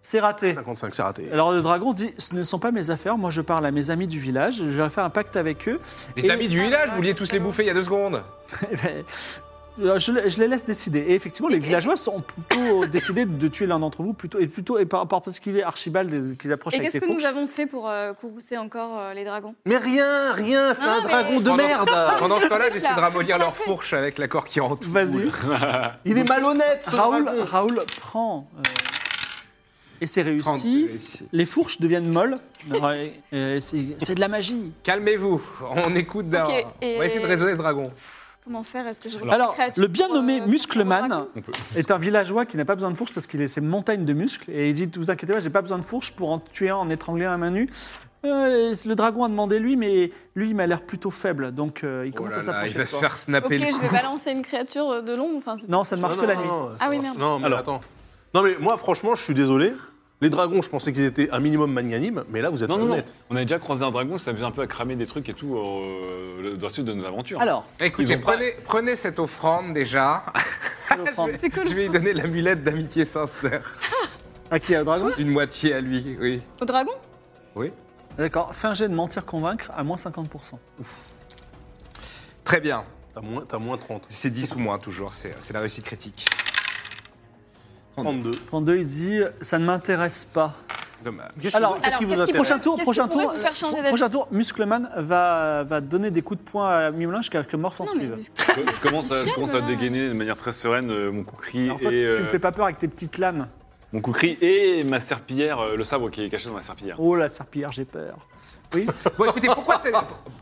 Speaker 1: c'est raté.
Speaker 5: 55, c'est raté.
Speaker 1: Alors le dragon dit, ce ne sont pas mes affaires, moi je parle à mes amis du village, j'ai fait un pacte avec eux.
Speaker 2: Les
Speaker 1: Et-
Speaker 2: amis
Speaker 4: Ah,
Speaker 2: du village, vous vouliez tous les bouffer il y a deux secondes.
Speaker 1: Eh ben, euh, je, le- je les laisse décider. Et effectivement, les villageois sont plutôt décidés de tuer l'un d'entre vous, plutôt, et plutôt et par, par particulier Archibald euh, qu'ils approchent
Speaker 4: Et
Speaker 1: avec
Speaker 4: qu'est-ce
Speaker 1: les
Speaker 4: que nous
Speaker 1: fourches.
Speaker 4: avons fait pour euh, courroucer encore euh, les dragons
Speaker 5: Mais rien, rien, c'est
Speaker 4: Non,
Speaker 5: un
Speaker 4: mais-
Speaker 5: dragon de
Speaker 2: Pendant-
Speaker 5: merde.
Speaker 2: Pendant ce temps-là,
Speaker 4: C'est
Speaker 2: j'essaie de
Speaker 4: clair.
Speaker 2: ramollir leur fourche avec la corde qui rentre.
Speaker 1: Vas-y.
Speaker 5: Il est malhonnête, ce
Speaker 1: Raoul,
Speaker 5: dragon.
Speaker 1: Raoul prend. euh, et c'est réussi.
Speaker 2: Ici.
Speaker 1: Les fourches deviennent molles. Ouais, euh, c'est c'est de la magie.
Speaker 2: Calmez-vous, on écoute Dara.
Speaker 4: Ok, et-
Speaker 2: On va essayer de raisonner ce dragon.
Speaker 4: Comment faire Est-ce que je recrute
Speaker 1: Alors,
Speaker 4: une créature
Speaker 1: le bien
Speaker 4: pour, euh,
Speaker 1: nommé
Speaker 4: pour
Speaker 1: Muscleman
Speaker 4: dragon
Speaker 3: On peut.
Speaker 1: est un villageois qui n'a pas besoin de fourches parce qu'il est ses montagnes de muscles. Et il dit Ne vous inquiétez pas, j'ai pas besoin de fourches pour en tuer un, en étrangler un à main nue. Euh, le dragon a demandé lui, mais lui, il m'a l'air plutôt faible. Donc, euh, il
Speaker 2: Oh
Speaker 1: commence
Speaker 2: là
Speaker 1: à
Speaker 2: là,
Speaker 1: s'approcher.
Speaker 2: il
Speaker 1: de
Speaker 2: va se
Speaker 1: toi.
Speaker 2: faire
Speaker 4: Ok,
Speaker 2: snapper
Speaker 4: je
Speaker 2: le
Speaker 4: vais
Speaker 2: cou.
Speaker 4: balancer une créature euh, de long. Enfin, c'est-
Speaker 1: Non, ça ne marche
Speaker 5: Non,
Speaker 1: que la
Speaker 5: non,
Speaker 1: nuit.
Speaker 5: non, non,
Speaker 4: Ah oui,
Speaker 5: ça
Speaker 4: merde.
Speaker 5: marche. Non, mais
Speaker 3: Alors.
Speaker 5: attends. Non, mais moi, franchement, je suis désolé. Les dragons, je pensais qu'ils étaient un minimum magnanimes, mais là, vous êtes
Speaker 3: Non, non, non.
Speaker 5: honnête.
Speaker 3: On avait déjà croisé un dragon, ça faisait un peu à cramer des trucs et tout euh, le- dans la suite de nos aventures.
Speaker 1: Alors,
Speaker 2: Écoutez,
Speaker 3: Ils ont pas-
Speaker 2: prenez, prenez cette offrande déjà.
Speaker 1: quelle offrande
Speaker 4: C'est cool.
Speaker 2: Je vais lui donner l'amulette d'amitié sincère.
Speaker 1: À qui Au dragon
Speaker 2: Une moitié à lui, oui.
Speaker 4: Au dragon
Speaker 1: D'accord, fais un jet de mentir-convaincre à moins 50%.
Speaker 2: Très bien.
Speaker 5: T'as moins, t'as moins 30.
Speaker 2: C'est 10 ou moins toujours, c'est c'est la réussite critique.
Speaker 5: 32.
Speaker 1: 32, il dit Ça ne m'intéresse pas.
Speaker 2: Dommage.
Speaker 5: Qu'est-ce
Speaker 1: Alors,
Speaker 5: qui vous- qu'est-ce qui
Speaker 4: alors,
Speaker 5: vous
Speaker 4: qu'est-ce qui
Speaker 5: intéresse
Speaker 1: Prochain tour,
Speaker 4: Qu'est-ce
Speaker 1: prochain
Speaker 4: qui pourrait
Speaker 1: tour.
Speaker 4: vous faire changer d'avis
Speaker 1: Prochain tour, Muscleman va, va donner des coups de poing à Mimolin jusqu'à ce que mort s'en
Speaker 4: Non, mais
Speaker 1: suive.
Speaker 4: Muscle-
Speaker 3: Je, je commence à, je commence à
Speaker 4: là.
Speaker 3: dégainer de manière très sereine euh, mon coup cri
Speaker 1: Alors toi, tu
Speaker 3: et
Speaker 1: tu me
Speaker 3: euh,
Speaker 1: fais pas peur avec tes petites lames.
Speaker 3: mon coup cri et ma serpillière, euh, le sabre qui est caché dans ma serpillière.
Speaker 1: Oh la serpillière, j'ai peur. Oui,
Speaker 2: Bon, écoutez, pourquoi cette,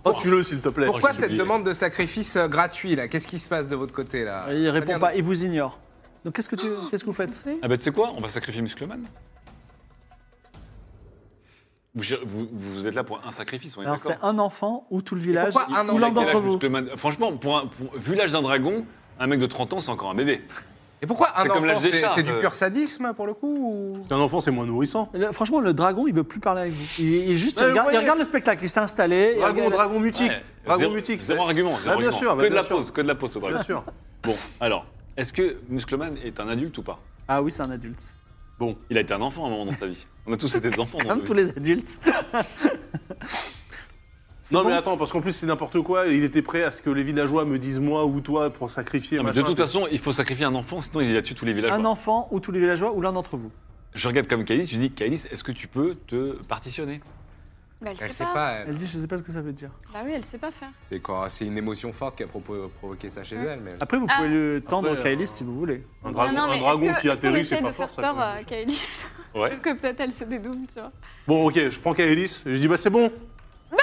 Speaker 5: Oh, tue-le, s'il te plaît.
Speaker 2: pourquoi
Speaker 3: j'ai
Speaker 2: cette
Speaker 3: oublié.
Speaker 2: demande de sacrifice euh, gratuit là Qu'est-ce qui se passe de votre côté là
Speaker 1: Ah, il
Speaker 2: Très
Speaker 1: répond
Speaker 2: bien,
Speaker 1: pas, il vous ignore. Donc qu'est-ce que tu, qu'est-ce que vous faites
Speaker 3: Ah bah tu sais quoi On va sacrifier Muscleman vous, cher- vous, vous êtes là pour un sacrifice, on est
Speaker 1: Alors c'est
Speaker 3: d'accord
Speaker 1: un enfant ou tout le village
Speaker 2: pourquoi un
Speaker 1: ou l'un
Speaker 2: enfant
Speaker 1: d'entre vous.
Speaker 3: Muscleman- Franchement, pour un- pour- vu l'âge d'un dragon, un mec de 30 ans, c'est encore un bébé.
Speaker 2: Et pourquoi un
Speaker 3: C'est comme l'âge
Speaker 2: enfant
Speaker 3: des
Speaker 2: C'est
Speaker 3: chats,
Speaker 2: c'est du
Speaker 3: euh.
Speaker 2: pur sadisme pour le coup ou-
Speaker 5: Un enfant, c'est moins nourrissant.
Speaker 1: Le- franchement, le dragon, il veut plus parler avec vous. Il, il juste, il
Speaker 5: Ouais,
Speaker 1: regarde,
Speaker 5: vous
Speaker 1: il
Speaker 5: voyez.
Speaker 1: regarde le spectacle, il s'est installé. il
Speaker 5: Dragon,
Speaker 1: regarde-
Speaker 5: dragon mutique.
Speaker 3: Ouais.
Speaker 5: Dragon
Speaker 3: Zéro-
Speaker 5: mutique.
Speaker 3: Zéro argument, zéro
Speaker 5: Ah, bien
Speaker 3: argument.
Speaker 5: sûr, bah,
Speaker 3: que de
Speaker 5: bien
Speaker 3: la
Speaker 5: sûr.
Speaker 3: pause, que de la pause ce dragon.
Speaker 5: Bien sûr.
Speaker 3: Bon, alors, est-ce que Muscleman est un adulte ou pas
Speaker 1: Ah oui, c'est un adulte.
Speaker 5: Bon.
Speaker 3: Il a été un enfant à un moment dans sa vie. On a tous été des enfants. dans
Speaker 1: Comme
Speaker 3: notre
Speaker 1: tous
Speaker 3: vie.
Speaker 1: les adultes. C'est
Speaker 5: Non,
Speaker 1: bon
Speaker 5: mais attends, parce qu'en plus, c'est n'importe quoi. Il était prêt à ce que les villageois me disent moi ou toi pour sacrifier.
Speaker 3: Non, mais
Speaker 5: machin.
Speaker 3: de toute façon, il faut sacrifier un enfant, sinon il a tué tous les villages.
Speaker 1: un enfant ou tous les villageois ou l'un d'entre vous.
Speaker 3: Je regarde comme Kailis, je dis Kailis, est-ce que tu peux te partitionner
Speaker 4: Bah, elle,
Speaker 2: Elle
Speaker 4: sait
Speaker 2: sait
Speaker 4: pas.
Speaker 2: pas. elle.
Speaker 1: Elle dit, je sais pas ce que ça veut dire.
Speaker 4: Bah oui, elle sait pas faire.
Speaker 2: C'est quand- c'est une émotion forte qui a propo- provoqué ça chez
Speaker 4: Mm.
Speaker 2: elle. Mais...
Speaker 1: Après, vous
Speaker 4: Ah.
Speaker 1: pouvez le tendre
Speaker 5: Après,
Speaker 1: à Kailis
Speaker 5: euh,
Speaker 1: si vous voulez.
Speaker 5: Un dragon,
Speaker 4: non, non,
Speaker 5: un
Speaker 4: mais
Speaker 5: dragon
Speaker 4: est-ce que- euh,
Speaker 5: qui
Speaker 4: est-ce qu'on
Speaker 5: atterrit,
Speaker 4: essaie
Speaker 5: c'est pas
Speaker 4: de faire
Speaker 5: fort. ça,
Speaker 4: peur
Speaker 5: quand même.
Speaker 4: à Kaelis.
Speaker 3: Ouais.
Speaker 4: que peut-être elle se dédouble, tu vois.
Speaker 5: Bon, ok, je prends Kaelis. Je dis bah c'est bon.
Speaker 4: Oh,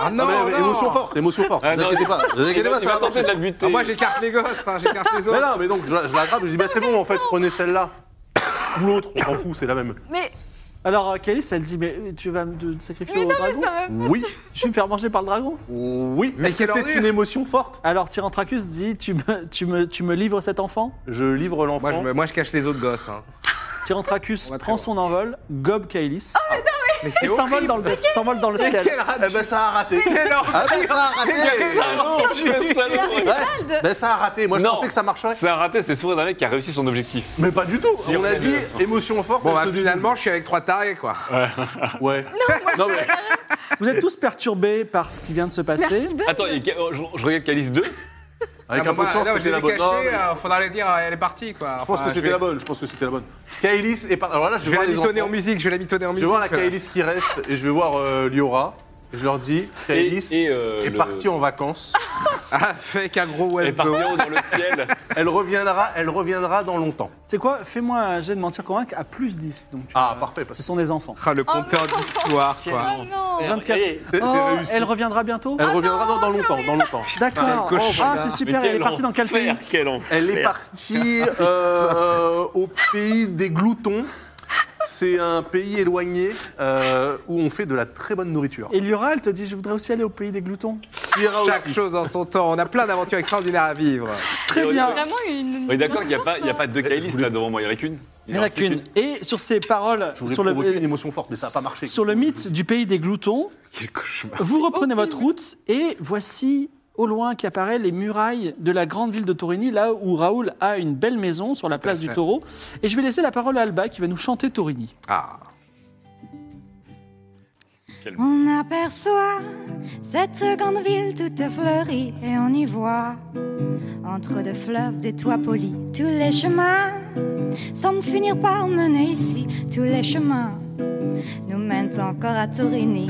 Speaker 2: Ah non,
Speaker 5: Ah, mais-
Speaker 2: non.
Speaker 5: Émotion forte, émotion forte.
Speaker 3: Ah,
Speaker 5: vous
Speaker 3: non.
Speaker 5: inquiétez pas. Vous
Speaker 3: Il
Speaker 5: inquiétez
Speaker 3: va
Speaker 5: pas,
Speaker 3: il
Speaker 5: ça
Speaker 3: va
Speaker 5: Eh ben, va
Speaker 3: tenter
Speaker 5: marcher.
Speaker 3: de la buter.
Speaker 2: Ah, moi j'écarte les gosses, hein, j'écarte les
Speaker 5: Mais
Speaker 2: autres.
Speaker 5: non, mais donc je, la- je l'attrape, je dis bah c'est bon en fait, prenez celle-là. Ou l'autre, on s'en fout, c'est la même.
Speaker 4: Mais,
Speaker 1: Alors, euh, Kailis, elle dit, mais euh, tu vas me de- sacrifier
Speaker 4: mais
Speaker 1: au
Speaker 4: non,
Speaker 1: dragon
Speaker 4: mais ça va.
Speaker 5: Oui,
Speaker 1: Je vais me faire manger par le dragon
Speaker 5: oui,
Speaker 2: Mais
Speaker 5: mais que
Speaker 2: quelle
Speaker 5: c'est
Speaker 2: ordure.
Speaker 5: une émotion forte.
Speaker 1: Alors, Tyrantracus dit, tu me, tu, me, tu me livres cet enfant
Speaker 5: Je livre l'enfant.
Speaker 2: Moi je, me- moi, je cache les autres gosses. hein.
Speaker 1: Tyrantracus
Speaker 2: On va très
Speaker 1: prend
Speaker 2: loin.
Speaker 1: son envol, gobe Kailis,
Speaker 2: Oh, Mais c'est
Speaker 1: et s'envole dans le, s'envole dans le
Speaker 2: horrible.
Speaker 1: ciel.
Speaker 2: Quel rat-
Speaker 5: Eh ben ça a raté.
Speaker 2: Quel ordure.
Speaker 5: Ah ben ça a raté.
Speaker 3: Salaud, Ah je suis un salaud.
Speaker 5: Ouais, ben ça a raté. Moi je
Speaker 3: Non.
Speaker 5: pensais que ça marcherait.
Speaker 3: C'est un raté, c'est le sourire d'un mec qui a réussi son objectif.
Speaker 5: Mais pas du tout.
Speaker 3: Si,
Speaker 5: on
Speaker 3: on
Speaker 5: a
Speaker 3: est
Speaker 5: dit
Speaker 3: deux.
Speaker 5: émotion forte.
Speaker 2: Bon
Speaker 5: elle
Speaker 2: bah
Speaker 5: se dit-
Speaker 2: finalement je suis avec trois tarés quoi.
Speaker 5: Ouais. Non, mais-
Speaker 1: Vous êtes tous perturbés par ce qui vient de se passer.
Speaker 3: Attends, il- je, je regarde Calice 2.
Speaker 5: avec
Speaker 2: Ah,
Speaker 5: un
Speaker 2: bah,
Speaker 5: peu de
Speaker 2: bah,
Speaker 5: chance
Speaker 2: non, je
Speaker 5: c'était
Speaker 2: l'ai
Speaker 5: la bonne. Non,
Speaker 2: caché,
Speaker 5: mais
Speaker 2: euh, faudra les dire euh, elle est partie quoi.
Speaker 5: Je pense que c'était la bonne. Je pense que c'était la bonne. Kaelis et par... alors là
Speaker 2: Je
Speaker 5: je vais
Speaker 2: vais
Speaker 5: voir
Speaker 2: la
Speaker 5: les
Speaker 2: mitonner
Speaker 5: enfants.
Speaker 2: en musique, je vais la mitonner en
Speaker 5: Je
Speaker 2: musique.
Speaker 5: vais voir la
Speaker 2: euh.
Speaker 5: Kaelis qui reste et je vais voir euh, Liora. Je leur dis Kaelis
Speaker 3: et, euh,
Speaker 5: est
Speaker 3: le-
Speaker 5: partie en vacances.
Speaker 2: Ah, fait qu'un gros
Speaker 3: est
Speaker 2: oiseau.
Speaker 3: parti en haut dans le ciel.
Speaker 5: Elle reviendra, elle reviendra dans longtemps.
Speaker 1: C'est quoi Fais-moi un jet de mentir convaincre à plus 10. Donc, tu
Speaker 5: Ah,
Speaker 1: vas-
Speaker 5: parfait, parce-
Speaker 1: Ce sont des enfants.
Speaker 2: Ah, le compteur d'histoire quoi.
Speaker 4: Ah non
Speaker 1: 24.
Speaker 3: Eh,
Speaker 5: C'est c'est
Speaker 1: Oh,
Speaker 5: réussi.
Speaker 1: elle reviendra bientôt
Speaker 5: Elle reviendra dans, dans longtemps, dans longtemps.
Speaker 1: D'accord.
Speaker 2: quel
Speaker 1: Ah,
Speaker 2: cauchemar.
Speaker 1: c'est
Speaker 3: mais
Speaker 1: super. Elle est partie dans quel pays
Speaker 3: enfer, Quel enfer.
Speaker 5: Elle est partie euh, au pays des gloutons. C'est un pays éloigné euh, où on fait de la très bonne nourriture.
Speaker 1: Et Liora, elle te dit, je voudrais aussi aller au pays des gloutons.
Speaker 5: Tu iras aussi.
Speaker 2: Chaque chose en son temps, on a plein d'aventures extraordinaires à vivre.
Speaker 1: Très
Speaker 3: Et
Speaker 1: bien.
Speaker 3: Liora-
Speaker 4: Vraiment une.
Speaker 3: On est d'accord qu'il n'y a, pas- il y a pas deux Kailis là devant moi, il n'y en a qu'une.
Speaker 1: Il n'y en a qu'une. Et sur ces paroles,
Speaker 5: Je voulais
Speaker 1: sur
Speaker 5: provoquer une
Speaker 1: le,
Speaker 5: émotion forte, mais ça n'a pas marché.
Speaker 1: sur le mythe du pays des gloutons,
Speaker 2: Quel cauchemar.
Speaker 1: vous reprenez votre route et voici au loin qu'apparaissent les murailles de la grande ville de Torini, là où Raoul a une belle maison sur la place du
Speaker 2: fait.
Speaker 1: taureau. Et je vais laisser la parole à Alba qui va nous chanter Torini.
Speaker 2: Ah,
Speaker 6: On aperçoit cette grande ville toute fleurie et on y voit entre deux fleuves des toits polis tous les chemins semblent finir par mener ici tous les chemins nous mènent encore à Torini.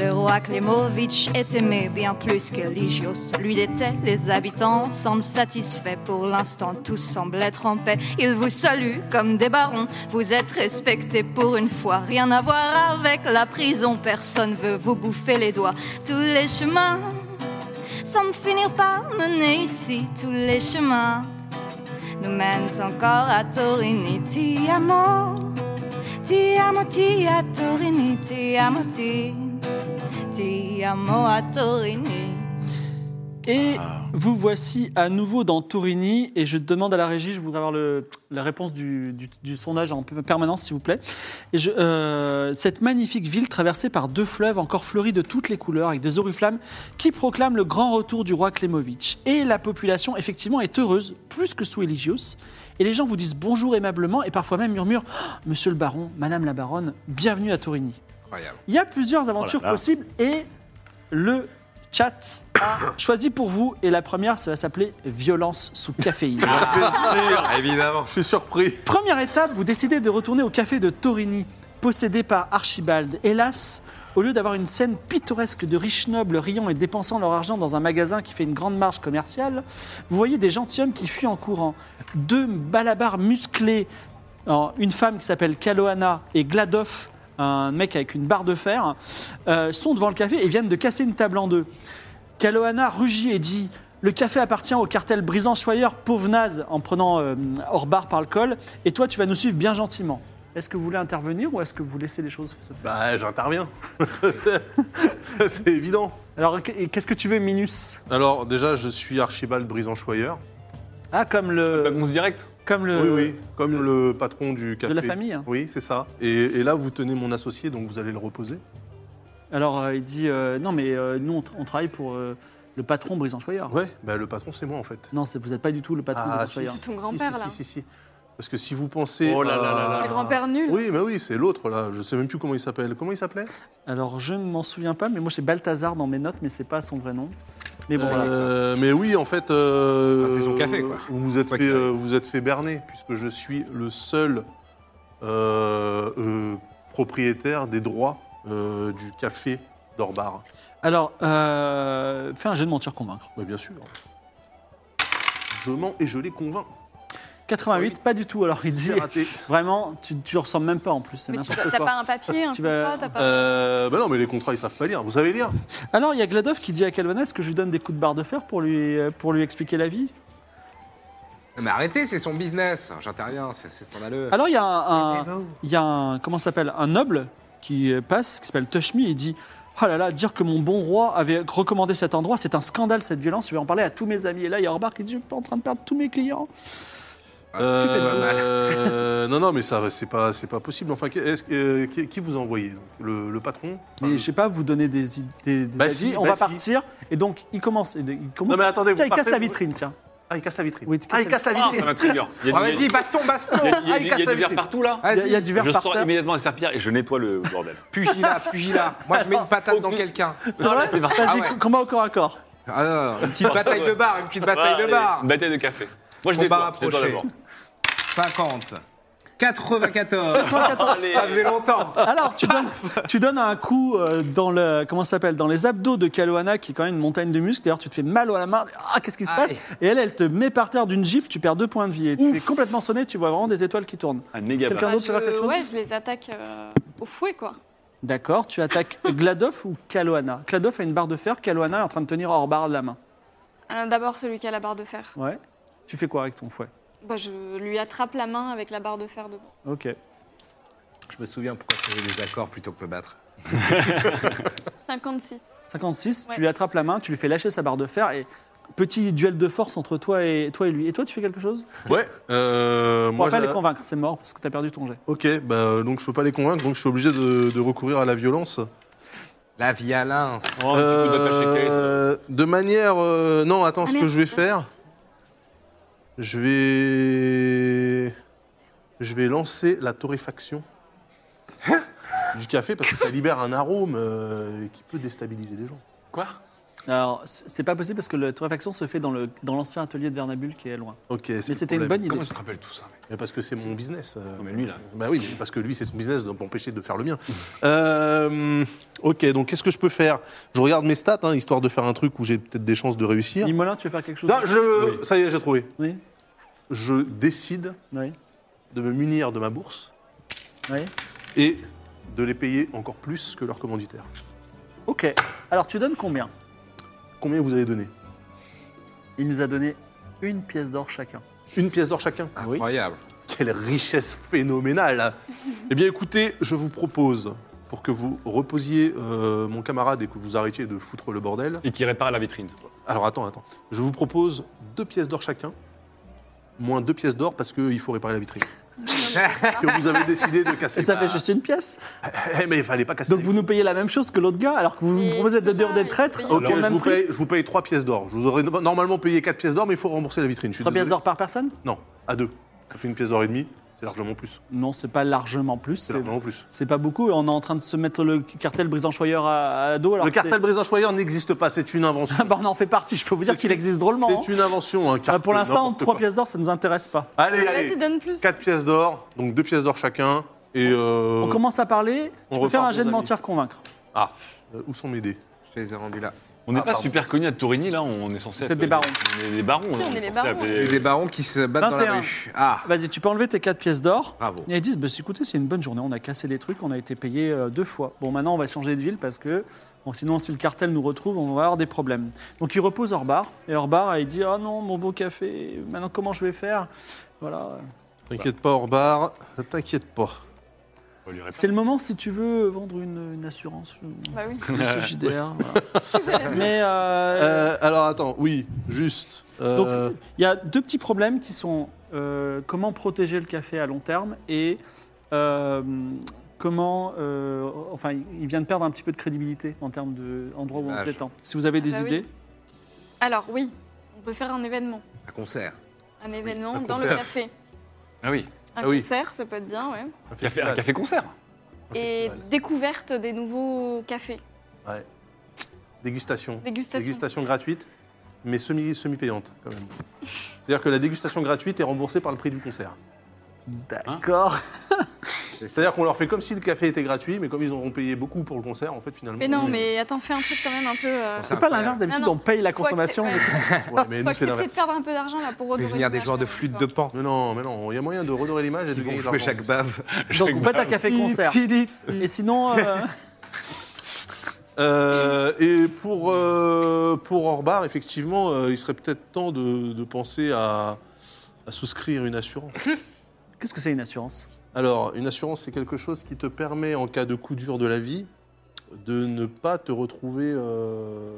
Speaker 6: Le roi Klemovitch est aimé bien plus que Ligios. Lui l'était, les habitants semblent satisfaits. Pour l'instant, tous semblent être en paix. Ils vous saluent comme des barons. Vous êtes respectés pour une fois. Rien à voir avec la prison. Personne veut vous bouffer les doigts. Tous les chemins semblent finir par mener ici. Tous les chemins nous mènent encore à Torini. Ti amo, ti amo, ti a Torini, ti amo, ti, ti amo a Torini.
Speaker 1: Et
Speaker 3: Ah.
Speaker 1: vous voici à nouveau dans Torini. Et je demande à la régie, je voudrais avoir le- la réponse du, du- du sondage en p- permanence, s'il vous plaît. Et je- euh, cette magnifique ville traversée par deux fleuves encore fleuris de toutes les couleurs, avec des oriflammes, qui proclament le grand retour du roi Klemovitch. Et la population, effectivement, est heureuse, plus que sous Eligios. Et les gens vous disent bonjour aimablement et parfois même murmurent Ah, Monsieur le baron, Madame la baronne, bienvenue à Torini.
Speaker 2: incroyable.
Speaker 1: Il y a plusieurs aventures
Speaker 3: Oh là là.
Speaker 1: possibles et le chat a choisi pour vous. Et la première, ça va s'appeler violence sous caféine.
Speaker 2: Évidemment.
Speaker 5: Je suis surpris.
Speaker 1: Première étape, vous décidez de retourner au café de Torini, possédé par Archibald. Hélas, au lieu d'avoir une scène pittoresque de riches nobles riant et dépensant leur argent dans un magasin qui fait une grande marge commerciale, vous voyez des gentilshommes qui fuient en courant. Deux balabars musclés, alors, une femme qui s'appelle Kaloana et Gladoff, un mec avec une barre de fer, euh, sont devant le café et viennent de casser une table en deux. Kaloana rugit et dit Le café appartient au cartel brisant choyeur pauvre naze en prenant euh, Orbar par le col, et toi, tu vas nous suivre bien gentiment. Est-ce que vous voulez intervenir ou est-ce que vous laissez les choses se faire
Speaker 5: Bah, j'interviens. c'est évident.
Speaker 1: Alors, qu- qu'est-ce que tu veux, Minus
Speaker 5: Alors, déjà, je suis Archibald Brisanchoyeur.
Speaker 1: Ah, comme le.
Speaker 3: Réponse directe
Speaker 1: Comme le.
Speaker 5: Oui, Euh, oui, comme le patron du café.
Speaker 1: Euh, la famille, hein.
Speaker 5: Oui, c'est ça. Et, et là, vous tenez mon associé, donc vous allez le reposer.
Speaker 1: Alors, euh, il dit euh, Non, mais euh, nous, on, tra- on travaille pour euh, le patron brisant choyeur.
Speaker 5: Ouais, bah, le patron, c'est moi, en fait. Ah,
Speaker 1: Non, c'est- vous n'êtes Ah. pas du tout le patron brisant
Speaker 5: si,
Speaker 1: choyeur.
Speaker 5: si,
Speaker 4: ton
Speaker 5: si,
Speaker 4: grand-père,
Speaker 5: si,
Speaker 4: là.
Speaker 5: Si, si, si. Parce que si vous pensez.
Speaker 3: Oh là là
Speaker 5: à-
Speaker 3: là là.
Speaker 4: Le grand-père nul.
Speaker 5: Oui, mais oui, c'est l'autre, là. Je sais même plus comment il s'appelle. Comment il s'appelait
Speaker 1: Alors, je ne m'en souviens pas, mais moi, c'est Balthazar dans mes notes, mais c'est pas son vrai nom. Mais bon, voilà.
Speaker 5: Euh, mais oui, en fait. euh,
Speaker 2: Enfin, c'est son café, quoi.
Speaker 5: Vous vous êtes,
Speaker 2: Quoi
Speaker 5: fait,
Speaker 2: qu'il arrive.
Speaker 5: euh, vous êtes fait berner, puisque je suis le seul euh, euh, propriétaire des droits euh, du café d'Orbar.
Speaker 1: Alors, euh, fais un jeu de mentir convaincre.
Speaker 5: Bah, bien sûr. Je mens et je les convainc.
Speaker 1: 88, pas du tout. Alors, il dit.
Speaker 5: C'est raté.
Speaker 1: Vraiment, tu ne ressembles même pas en plus, c'est
Speaker 4: Mais tu
Speaker 1: n'importe
Speaker 4: t'as
Speaker 1: quoi.
Speaker 4: pas un papier, un
Speaker 1: Tu vas-
Speaker 4: contrat, t'as pas.
Speaker 5: Euh, bah non, mais les contrats, ils savent pas lire. Vous savez lire
Speaker 1: Alors, il y a Gladov qui dit à Calvanas que je lui donne des coups de barre de fer pour lui, euh, pour lui expliquer la vie.
Speaker 2: Mais arrêtez, c'est son business. J'interviens, c'est c'est scandaleux.
Speaker 1: Alors, il y a un, un-
Speaker 2: Taisez-vous.
Speaker 1: il y a un comment ça s'appelle un noble qui euh, passe, qui s'appelle Tushmi, et dit Oh là là, dire que mon bon roi avait recommandé cet endroit, c'est un scandale cette violence, je vais en parler à tous mes amis. Et là, il y a Orbar qui dit Je suis en train de perdre tous mes clients.
Speaker 5: Euh,
Speaker 1: Ah, fais pas mal.
Speaker 5: euh, non, non, mais ça, c'est pas, c'est pas possible. Enfin, est qui, qui vous a envoyé donc le, le patron
Speaker 1: Mais je sais pas, vous donnez des, id- des, des
Speaker 5: Bah
Speaker 1: avis,
Speaker 5: si,
Speaker 1: on
Speaker 5: bah
Speaker 1: va
Speaker 5: si.
Speaker 1: partir. Et donc, il commence. et de- Il commence
Speaker 5: Non, mais
Speaker 1: à-
Speaker 5: attendez,
Speaker 1: tiens,
Speaker 5: vous
Speaker 1: il casse
Speaker 5: partez,
Speaker 1: la
Speaker 5: vous-
Speaker 1: vitrine, tiens.
Speaker 5: Ah, il casse la vitrine.
Speaker 1: Oui, tu
Speaker 5: ah, il
Speaker 1: casses
Speaker 5: casse la
Speaker 3: Ah,
Speaker 5: vitrine.
Speaker 3: ça m'intrigue. Il y
Speaker 2: Ah,
Speaker 3: a du-
Speaker 2: vas-y, baston, baston.
Speaker 3: il y a- il y a-
Speaker 5: Ah,
Speaker 3: il
Speaker 5: il
Speaker 3: y a
Speaker 5: casse
Speaker 3: du
Speaker 5: la
Speaker 3: verre
Speaker 5: vitrine.
Speaker 3: partout
Speaker 2: Ah,
Speaker 3: là
Speaker 1: Il y a- il y a du verre
Speaker 3: Je
Speaker 1: par
Speaker 3: sors
Speaker 1: terre.
Speaker 3: immédiatement un serpillère et je nettoie le bordel.
Speaker 2: Pugila, pugila. Moi, je mets une patate dans quelqu'un.
Speaker 1: C'est vrai
Speaker 3: c'est vrai.
Speaker 1: Vas-y,
Speaker 2: Ah ouais.
Speaker 1: combat au corps à corps.
Speaker 2: Ah non, une petite bataille de bar, une petite bataille de bar.
Speaker 3: Une bataille de café. Moi je
Speaker 2: Combat
Speaker 3: nettoie, je nettoie
Speaker 2: rapproché.
Speaker 3: d'abord.
Speaker 2: 50. 94.
Speaker 1: 94.
Speaker 3: Allez.
Speaker 2: Ça faisait longtemps.
Speaker 1: Alors, tu donnes, tu donnes un coup euh, dans, le, comment ça s'appelle, dans les abdos de Kaloana, qui est quand même une montagne de muscles. D'ailleurs, tu te fais mal à la main. Ah, qu'est-ce qui se
Speaker 2: Aïe.
Speaker 1: passe Et elle, elle te met par terre d'une gifle, tu perds deux points de vie. Et tu es complètement sonné, tu vois vraiment des étoiles qui tournent.
Speaker 3: Un méga
Speaker 1: Quelqu'un
Speaker 3: bar.
Speaker 1: d'autre peut faire quelque chose
Speaker 4: Ouais, je les attaque euh, au fouet, quoi.
Speaker 1: D'accord, tu attaques Gladoff ou Kaloana Gladoff a une barre de fer, Kaloana est en train de tenir hors barre de la main.
Speaker 4: Alors, D'abord celui qui a la barre de fer.
Speaker 1: Ouais. Tu fais quoi avec ton fouet
Speaker 4: Bah, je lui attrape la main avec la barre de fer dedans.
Speaker 1: Ok.
Speaker 2: Je me souviens pourquoi je faisais des accords plutôt que me battre.
Speaker 4: 56.
Speaker 1: 56, tu
Speaker 4: Ouais.
Speaker 1: lui attrapes la main, tu lui fais lâcher sa barre de fer et petit duel de force entre toi et, toi et lui. Et toi, tu fais quelque chose
Speaker 5: Ouais. euh,
Speaker 1: On
Speaker 5: moi,
Speaker 1: pourra pas
Speaker 5: je-
Speaker 1: les convaincre, c'est mort parce que t'as perdu ton jet.
Speaker 5: Ok, bah, donc je peux pas les convaincre, donc je suis obligé de, de recourir à la violence.
Speaker 2: La violence.
Speaker 3: Oh, tu peux pas te lâcher, Kay.
Speaker 5: Euh, de manière. euh, non, attends,
Speaker 4: Ah,
Speaker 5: ce que
Speaker 4: merde.
Speaker 5: je vais faire, je vais. Je vais lancer la torréfaction
Speaker 4: Hein
Speaker 5: du café parce que ça libère un arôme euh, qui peut déstabiliser les gens.
Speaker 3: Quoi
Speaker 1: Alors, c- c'est pas possible parce que la torréfaction se fait dans le- dans l'ancien atelier de Vernabule qui est loin.
Speaker 5: Ok, c'est
Speaker 1: Mais
Speaker 5: le
Speaker 1: c'était une bonne
Speaker 5: problème.
Speaker 1: idée.
Speaker 3: Comment je te rappelle tout ça mec
Speaker 5: Mais parce que c'est mon business. euh.
Speaker 3: Non mais lui là.
Speaker 5: Bah oui, mais parce que lui, c'est son business, donc m'empêcher de faire le mien. Euh, ok, donc qu'est-ce que je peux faire Je regarde mes stats, hein, histoire de faire un truc où j'ai peut-être des chances de réussir.
Speaker 1: Limolin, tu veux faire quelque chose
Speaker 5: Non, je, Ça y est, j'ai trouvé.
Speaker 1: Oui,
Speaker 5: Je décide
Speaker 1: oui,
Speaker 5: de me munir de ma bourse
Speaker 1: oui.
Speaker 5: et de les payer encore plus que leurs commanditaires.
Speaker 1: Ok. Alors, tu donnes combien
Speaker 5: Combien vous avez donné
Speaker 1: Il nous a donné une pièce d'or chacun.
Speaker 5: Une pièce d'or chacun
Speaker 1: oui.
Speaker 2: Incroyable.
Speaker 5: Quelle richesse phénoménale Eh bien écoutez, je vous propose, pour que vous reposiez euh, mon camarade et que vous arrêtiez de foutre le bordel,
Speaker 3: Et qui répare la vitrine.
Speaker 5: Alors attends, attends. Je vous propose deux pièces d'or chacun, moins deux pièces d'or parce qu'il faut réparer la vitrine. que vous avez décidé de casser.
Speaker 1: Et ça
Speaker 5: Bah,
Speaker 1: fait juste une pièce
Speaker 5: eh, mais il fallait pas casser.
Speaker 1: Donc
Speaker 5: la
Speaker 1: vous nous payez la même chose que l'autre gars alors que vous
Speaker 4: Et
Speaker 1: nous proposez de
Speaker 4: c'est
Speaker 1: dire
Speaker 4: pas-
Speaker 1: d'être traître
Speaker 4: c'est
Speaker 5: vitrine.
Speaker 1: au au
Speaker 5: Ok,
Speaker 4: payant.
Speaker 5: je
Speaker 1: même
Speaker 5: vous,
Speaker 1: prix
Speaker 5: paye, je vous paye trois pièces d'or. Je vous aurais no- normalement payé quatre pièces d'or, mais il faut rembourser la vitrine. Je suis
Speaker 1: Trois pièces
Speaker 5: désolé.
Speaker 1: d'or par personne
Speaker 5: Non, à deux. Ça fait une pièce d'or et demie. C'est largement plus.
Speaker 1: Non, c'est pas largement plus.
Speaker 5: C'est
Speaker 1: c'est-
Speaker 5: largement plus.
Speaker 1: C'est pas beaucoup et on est en train de se mettre le cartel brisant-choyeur à, à dos. Alors
Speaker 5: Le
Speaker 1: que c'est-
Speaker 5: cartel brisant-choyeur n'existe pas. C'est une invention.
Speaker 1: Ah bah on en fait partie, je peux vous dire
Speaker 5: C'est
Speaker 1: qu'il
Speaker 5: une-
Speaker 1: existe drôlement. hein.
Speaker 5: C'est une invention. Un
Speaker 1: Ah,
Speaker 5: cartel,
Speaker 1: pour l'instant,
Speaker 5: n'importe
Speaker 1: trois
Speaker 5: quoi.
Speaker 1: pièces d'or, ça nous intéresse pas.
Speaker 5: Allez,
Speaker 4: Vas-y,
Speaker 5: allez.
Speaker 4: donne plus.
Speaker 5: Quatre pièces d'or, donc deux pièces d'or chacun. Et euh,
Speaker 1: On commence à parler,
Speaker 5: on
Speaker 1: tu peux faire
Speaker 5: repart
Speaker 1: un jet
Speaker 5: aux
Speaker 1: de
Speaker 5: amis.
Speaker 1: mentir convaincre.
Speaker 5: ah, euh, où sont mes dés
Speaker 2: Je les ai rendus là.
Speaker 3: On n'est
Speaker 5: Ah,
Speaker 3: pas
Speaker 5: pardon.
Speaker 3: super connus à Tourigny là, on est censé.
Speaker 1: Vous
Speaker 3: être- euh,
Speaker 1: êtes des barons.
Speaker 3: On est des barons.
Speaker 4: Si, on est des
Speaker 3: censé
Speaker 4: barons.
Speaker 3: appeler- euh,
Speaker 2: Et des barons qui se battent dans
Speaker 1: 21.
Speaker 2: la rue. Ah,
Speaker 1: Vas-y, tu peux enlever tes quatre pièces d'or.
Speaker 5: Ah.
Speaker 2: bravo.
Speaker 1: Et ils disent, bah, écoutez, c'est une bonne journée, on a cassé des trucs, on a été payé euh, deux fois. Bon, maintenant, on va changer de ville parce que bon, sinon, si le cartel nous retrouve, on va avoir des problèmes. Donc, il repose hors bar. Et hors bar, il dit, ah non, mon beau café, maintenant, comment je vais faire Voilà.
Speaker 5: T'inquiète pas, Orbar. T'inquiète pas.
Speaker 3: On lui répare.
Speaker 1: C'est le moment, si tu veux, vendre une, une assurance. euh,
Speaker 4: Bah oui.
Speaker 1: de ce JDR, voilà. Mais euh,
Speaker 5: Euh, alors attends, oui, juste.
Speaker 1: Donc,
Speaker 5: euh,
Speaker 1: il y a deux petits problèmes qui sont euh, comment protéger le café à long terme et euh, comment. euh, enfin, il vient de perdre un petit peu de crédibilité en termes d'endroit
Speaker 5: Ah,
Speaker 1: où on se
Speaker 2: Dommage.
Speaker 1: détend. Si vous avez des
Speaker 4: bah oui.
Speaker 1: idées,
Speaker 4: Alors oui, on peut faire un événement.
Speaker 2: Un concert.
Speaker 4: Un événement
Speaker 2: un
Speaker 4: dans le
Speaker 2: concert.
Speaker 4: café.
Speaker 3: Ah oui.
Speaker 4: Un
Speaker 5: Ah oui.
Speaker 4: concert, ça peut être bien, ouais.
Speaker 5: un
Speaker 3: Café, un
Speaker 5: festival.
Speaker 3: café concert.
Speaker 5: Un
Speaker 4: Et
Speaker 5: festival.
Speaker 4: découverte des nouveaux cafés.
Speaker 5: Ouais. Dégustation.
Speaker 4: Dégustation.
Speaker 5: Dégustation gratuite, mais semi semi payante quand même. C'est-à-dire que la dégustation gratuite est remboursée par le prix du concert.
Speaker 1: d'accord.
Speaker 5: C'est-à-dire qu'on leur fait comme si le café était gratuit, mais comme ils auront payé beaucoup pour le concert, en fait finalement.
Speaker 4: Mais non, mais attends, fais un truc quand même un peu. euh,
Speaker 1: Ah,
Speaker 2: C'est
Speaker 1: C'est pas l'inverse,
Speaker 2: incroyable.
Speaker 1: d'habitude,
Speaker 4: Non, non.
Speaker 1: on paye la
Speaker 4: Faut accepter-
Speaker 1: consommation. mais-
Speaker 4: ouais.
Speaker 5: Ouais, mais
Speaker 4: Faut
Speaker 5: nous c'est
Speaker 4: accepter de
Speaker 5: l'inverse.
Speaker 4: perdre un peu d'argent là pour redorer
Speaker 2: Devenir des
Speaker 4: l'image,
Speaker 2: joueurs de
Speaker 4: quand même,
Speaker 2: flûte
Speaker 4: tu
Speaker 2: de
Speaker 4: vois.
Speaker 2: pan.
Speaker 5: Mais non, mais non, il y a moyen de redorer l'image et de
Speaker 2: Ils vont
Speaker 5: gagner de
Speaker 2: jouer
Speaker 5: l'argent.
Speaker 2: chaque bave.
Speaker 1: Donc, vous faites un café concert. Et sinon, euh,
Speaker 5: Euh, et pour, euh, pour Orbar, effectivement, euh, il serait peut-être temps de, de penser à, à souscrire une assurance.
Speaker 1: qu'est-ce que c'est une assurance
Speaker 5: Alors, une assurance, c'est quelque chose qui te permet, en cas de coup dur de la vie, de ne pas te retrouver euh,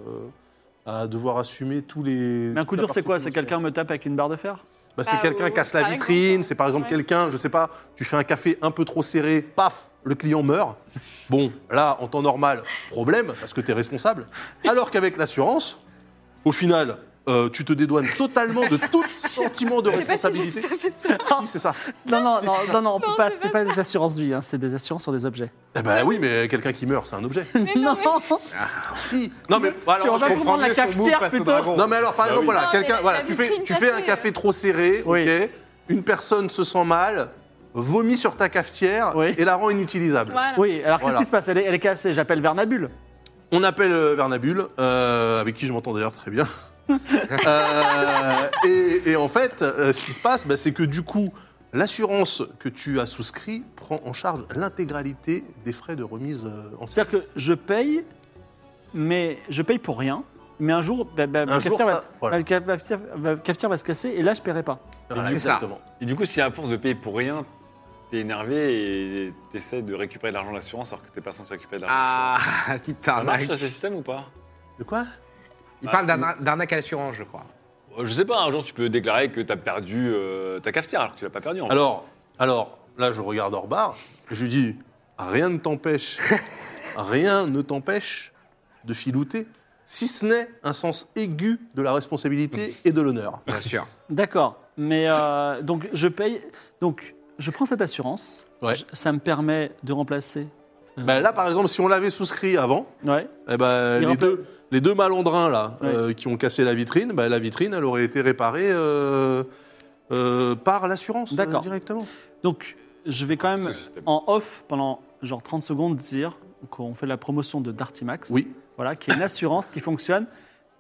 Speaker 5: à devoir assumer tous les.
Speaker 1: Mais un coup
Speaker 5: toute la
Speaker 1: dur, c'est
Speaker 5: partie
Speaker 1: quoi C'est
Speaker 5: financière.
Speaker 1: quelqu'un me tape avec une barre de fer
Speaker 5: Bah, C'est
Speaker 4: Bah,
Speaker 5: quelqu'un
Speaker 4: ou-
Speaker 5: casse la
Speaker 4: par exemple,
Speaker 5: vitrine,
Speaker 4: ouais.
Speaker 5: c'est par exemple
Speaker 4: Ouais.
Speaker 5: quelqu'un, je sais pas, tu fais un café un peu trop serré, paf, le client meurt. Bon, là, en temps normal, problème, parce que tu es responsable. Alors qu'avec l'assurance, au final. euh, tu te dédouanes totalement de tout sentiment de
Speaker 4: Je sais pas si c'est
Speaker 5: responsabilité.
Speaker 4: tout à fait ça.
Speaker 5: Si, c'est ça.
Speaker 1: Non, non, non, non, non, on peut pas. C'est pas des assurances vie, hein, c'est des assurances sur des objets.
Speaker 5: Eh ben oui, mais quelqu'un qui meurt, c'est un objet.
Speaker 4: Mais non, mais-
Speaker 5: Si. Non mais alors,
Speaker 1: on
Speaker 5: je
Speaker 1: va
Speaker 5: comprends.
Speaker 1: comprendre la
Speaker 2: mieux son move
Speaker 1: cafetière
Speaker 2: face au
Speaker 1: plutôt.
Speaker 2: dragon.
Speaker 5: Non mais alors par
Speaker 3: Bah
Speaker 5: exemple
Speaker 3: oui.
Speaker 5: voilà,
Speaker 4: Ah Non,
Speaker 5: quelqu'un
Speaker 4: mais
Speaker 5: voilà,
Speaker 4: la
Speaker 5: tu fais
Speaker 4: vitrine
Speaker 5: tu fais un
Speaker 4: café,
Speaker 5: café trop serré,
Speaker 1: Oui.
Speaker 5: OK Une personne se sent mal, vomit sur ta cafetière
Speaker 1: Oui.
Speaker 5: et la rend inutilisable.
Speaker 4: voilà.
Speaker 1: Oui, alors
Speaker 5: Voilà.
Speaker 1: qu'est-ce qui se passe elle est, elle est cassée, j'appelle Vernabule.
Speaker 5: On appelle euh, Vernabule euh, avec qui je m'entends d'ailleurs très bien. Euh, et, et en fait, euh, ce qui se passe, bah, c'est que du coup, l'assurance que tu as souscrit prend en charge l'intégralité des frais de remise euh, en service.
Speaker 1: C'est-à-dire que je paye, mais je paye pour rien. Mais un jour, bah, bah, ma
Speaker 5: jour,
Speaker 1: cafetière va-
Speaker 5: ça- voilà.
Speaker 1: ma cafetière- ma cafetière va se casser et là, je paierai pas.
Speaker 5: Voilà,
Speaker 2: C'est ça.
Speaker 5: exactement.
Speaker 3: Et du coup, si à force de payer pour rien, t'es énervé et t'essaies de récupérer de l'argent de l'assurance alors que t'es pas censé récupérer de l'argent de l'assurance.
Speaker 2: Ah, petite
Speaker 3: Ça marche
Speaker 2: arnaque.
Speaker 3: ça, ce système ou pas
Speaker 5: De quoi
Speaker 2: Il
Speaker 3: Ah,
Speaker 2: parle d'arna- d'arnaque à l'assurance, je crois.
Speaker 3: Euh, Je sais pas, un jour tu peux déclarer que t'as perdu euh, ta cafetière alors que tu l'as pas perdu. En
Speaker 5: Alors, alors, là, je regarde Orbar, je lui dis, rien ne t'empêche, rien ne t'empêche de filouter, si ce n'est un sens aigu de la responsabilité
Speaker 1: Hmm.
Speaker 5: et de l'honneur.
Speaker 2: Bien sûr.
Speaker 1: D'accord, mais euh, donc je paye, donc je prends cette assurance,
Speaker 5: Ouais.
Speaker 1: Je- ça me permet de remplacer. euh,
Speaker 5: Ben là, par exemple, si on l'avait souscrit avant,
Speaker 1: ouais.
Speaker 5: eh ben,
Speaker 1: Il
Speaker 5: les,
Speaker 1: rappelle-
Speaker 5: deux, les deux malandrins là,
Speaker 1: Ouais.
Speaker 5: euh, qui ont cassé la vitrine, ben, la vitrine, elle aurait été réparée euh, euh, par l'assurance euh,
Speaker 1: D'accord.
Speaker 5: directement.
Speaker 1: Donc je vais
Speaker 5: Ah,
Speaker 1: quand même
Speaker 3: Ce système.
Speaker 1: en off pendant genre 30 secondes dire qu'on fait la promotion de Dartimax,
Speaker 5: Oui.
Speaker 1: voilà, qui est une assurance qui fonctionne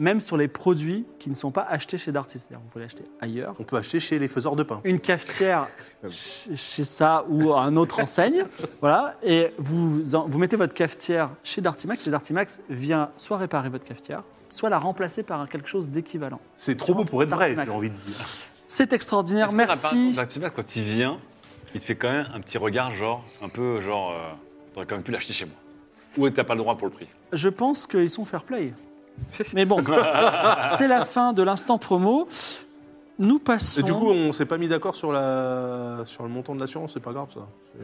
Speaker 1: même sur les produits qui ne sont pas achetés chez Darty, c'est-à-dire vous pouvez l'acheter ailleurs.
Speaker 5: On peut acheter chez les faiseurs de pain.
Speaker 1: Une cafetière ch- chez ça ou à un autre enseigne, voilà, et vous, en- vous mettez votre cafetière chez Dartimax, et Dartimax vient soit réparer votre cafetière, soit la remplacer par quelque chose d'équivalent.
Speaker 5: C'est trop beau pour être vrai, j'ai envie de dire.
Speaker 1: C'est extraordinaire,
Speaker 3: Est-ce qu'on a pas-
Speaker 1: merci.
Speaker 3: Dark Timas, quand il vient, il te fait quand même un petit regard, genre, un peu genre, euh, t'aurais quand même pu l'acheter chez moi. Ou t'as pas le droit pour le prix.
Speaker 1: Je pense qu'ils sont fair play. Mais bon, c'est la fin de l'instant promo. Nous passons.
Speaker 5: Et
Speaker 4: Hein
Speaker 5: du coup, on s'est pas mis d'accord sur, la... sur le montant de l'assurance, c'est pas grave ça. C'est-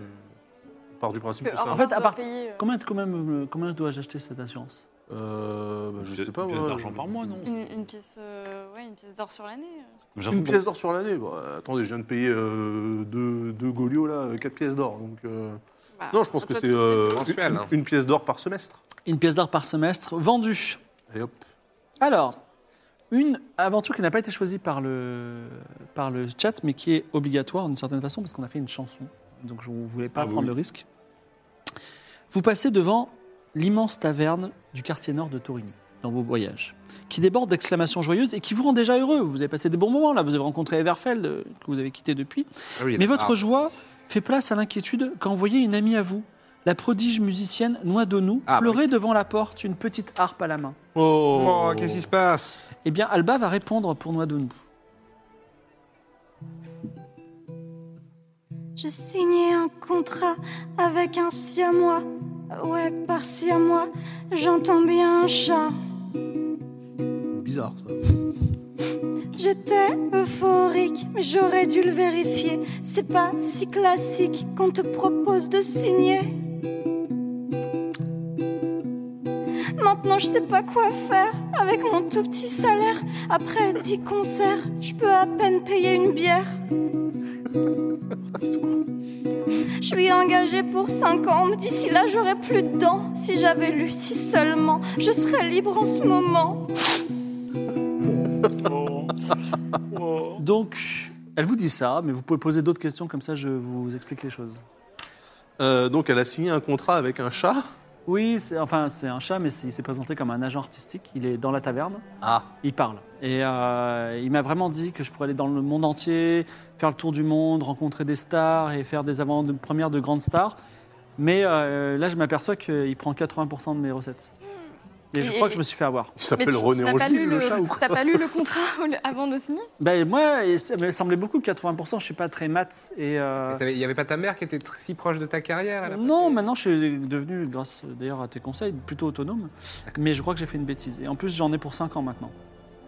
Speaker 5: On part du principe que c'est
Speaker 4: En
Speaker 5: un-
Speaker 1: fait, à
Speaker 4: fait, à
Speaker 1: partir-
Speaker 4: partir.
Speaker 1: combien, combien, me- combien dois-je acheter cette assurance
Speaker 5: Euh, bah, je
Speaker 3: Une
Speaker 5: sais pas.
Speaker 3: pièce
Speaker 5: moi,
Speaker 3: d'argent
Speaker 5: je-
Speaker 3: par mois, non
Speaker 4: Une, une pièce, euh, ouais, une pièce d'or sur l'année. euh,
Speaker 3: Genre,
Speaker 5: Une
Speaker 3: bon,
Speaker 5: pièce d'or sur l'année Bah, Attendez, je viens de payer euh, deux, deux Goliot, là, euh, quatre pièces d'or. Donc, euh,
Speaker 4: Voilà.
Speaker 5: Non, je pense que
Speaker 4: Ah,
Speaker 5: c'est
Speaker 4: Toi, tu sais,
Speaker 5: euh,
Speaker 2: mensuel,
Speaker 5: une-
Speaker 2: hein.
Speaker 5: une pièce d'or par semestre.
Speaker 1: Une pièce d'or par semestre vendue.
Speaker 5: Allez, hop.
Speaker 1: Alors, une aventure qui n'a pas été choisie par le, par le chat, mais qui est obligatoire d'une certaine façon, parce qu'on a fait une chanson. Donc je ne voulais pas
Speaker 3: Ah oui.
Speaker 1: prendre le risque. Vous passez devant l'immense taverne du quartier nord de Torigny, dans vos voyages, qui déborde d'exclamations joyeuses et qui vous rend déjà heureux. Vous avez passé des bons moments, là, vous avez rencontré Everfeld, euh, que vous avez quitté depuis.
Speaker 2: Ah oui, il y a
Speaker 1: Mais
Speaker 2: des
Speaker 1: votre
Speaker 2: arbres.
Speaker 1: joie fait place à l'inquiétude quand vous voyez une amie à vous, la prodige musicienne Noix de Nous,
Speaker 2: Ah, bah
Speaker 1: pleurer devant la porte, une petite harpe à la main.
Speaker 2: Oh, qu'est-ce qui se passe
Speaker 1: Eh bien, Alba va répondre pour Noix de Nous.
Speaker 6: J'ai signé un contrat avec un siamois. Ouais, par siamois, j'entends bien un chat.
Speaker 5: Bizarre ça.
Speaker 6: J'étais euphorique, mais j'aurais dû le vérifier. C'est pas si classique qu'on te propose de signer. Maintenant, je sais pas quoi faire avec mon tout petit salaire. Après 10 concerts, je peux à peine payer une bière. Je suis engagée pour 5 ans, mais d'ici là, j'aurais plus de dents. Si j'avais lu si seulement, je serais libre en ce moment.
Speaker 1: Donc, elle vous dit ça, mais vous pouvez poser d'autres questions, comme ça je vous explique les choses.
Speaker 5: Euh, donc elle a signé un contrat avec un chat.
Speaker 1: Oui, c'est- enfin, c'est un chat, mais c'est- il s'est présenté comme un agent artistique. Il est dans la taverne.
Speaker 5: Ah.
Speaker 1: Il parle. Et euh, il m'a vraiment dit que je pourrais aller dans le monde entier, faire le tour du monde, rencontrer des stars et faire des avant-premières de grandes stars. Mais euh, là, je m'aperçois qu'il prend 80% de mes recettes. Et je
Speaker 4: Et-
Speaker 1: crois que je me suis fait avoir.
Speaker 5: Il
Speaker 4: Mais
Speaker 5: s'appelle
Speaker 4: tu-
Speaker 5: René
Speaker 4: tu n'as pas euh, lu
Speaker 5: Angélil, le, chat ou quoi
Speaker 4: T'as pas lu le contrat au- le- avant de signer
Speaker 1: Ben, moi, il s- me semblait beaucoup que 80%, je suis pas très maths. Et, euh,
Speaker 2: Mais t'avais- Il n'y avait pas ta mère qui était tr- si proche de ta carrière elle a-
Speaker 1: Non, maintenant je suis devenu, grâce d'ailleurs à tes conseils, plutôt autonome. Mais je crois que j'ai fait une bêtise. Et en plus, j'en ai pour 5 ans maintenant.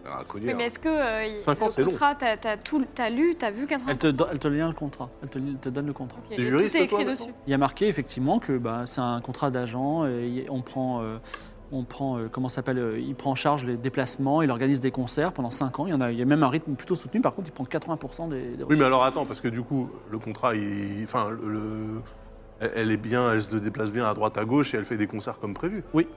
Speaker 2: Ah, coup
Speaker 4: Oui,
Speaker 2: dur.
Speaker 4: mais est-ce que euh, il-
Speaker 5: Cinq ans, c'est
Speaker 4: le contrat, t'as as tout, t'as lu, t'as vu 80
Speaker 1: Elle te, do- elle te lien le contrat. Elle te, elle te donne le contrat.
Speaker 4: Ok,
Speaker 5: T'es
Speaker 4: et tout est
Speaker 5: juriste,
Speaker 4: écrit
Speaker 5: toi, maintenant
Speaker 4: dessus.
Speaker 1: Il y a marqué effectivement que bah, c'est un contrat d'agent. et il- On prend, euh, on prend euh, comment ça s'appelle euh, Il prend en charge les déplacements. Il organise des concerts pendant 5 ans. Il y en a, il y a même un rythme plutôt soutenu. Par contre, il prend 80% des. des-
Speaker 5: Oui, mais alors attends, parce que du coup, le contrat, il... enfin, le- le- elle- elle est bien, elle se déplace bien à droite, à gauche et elle fait des concerts comme prévu.
Speaker 1: Oui.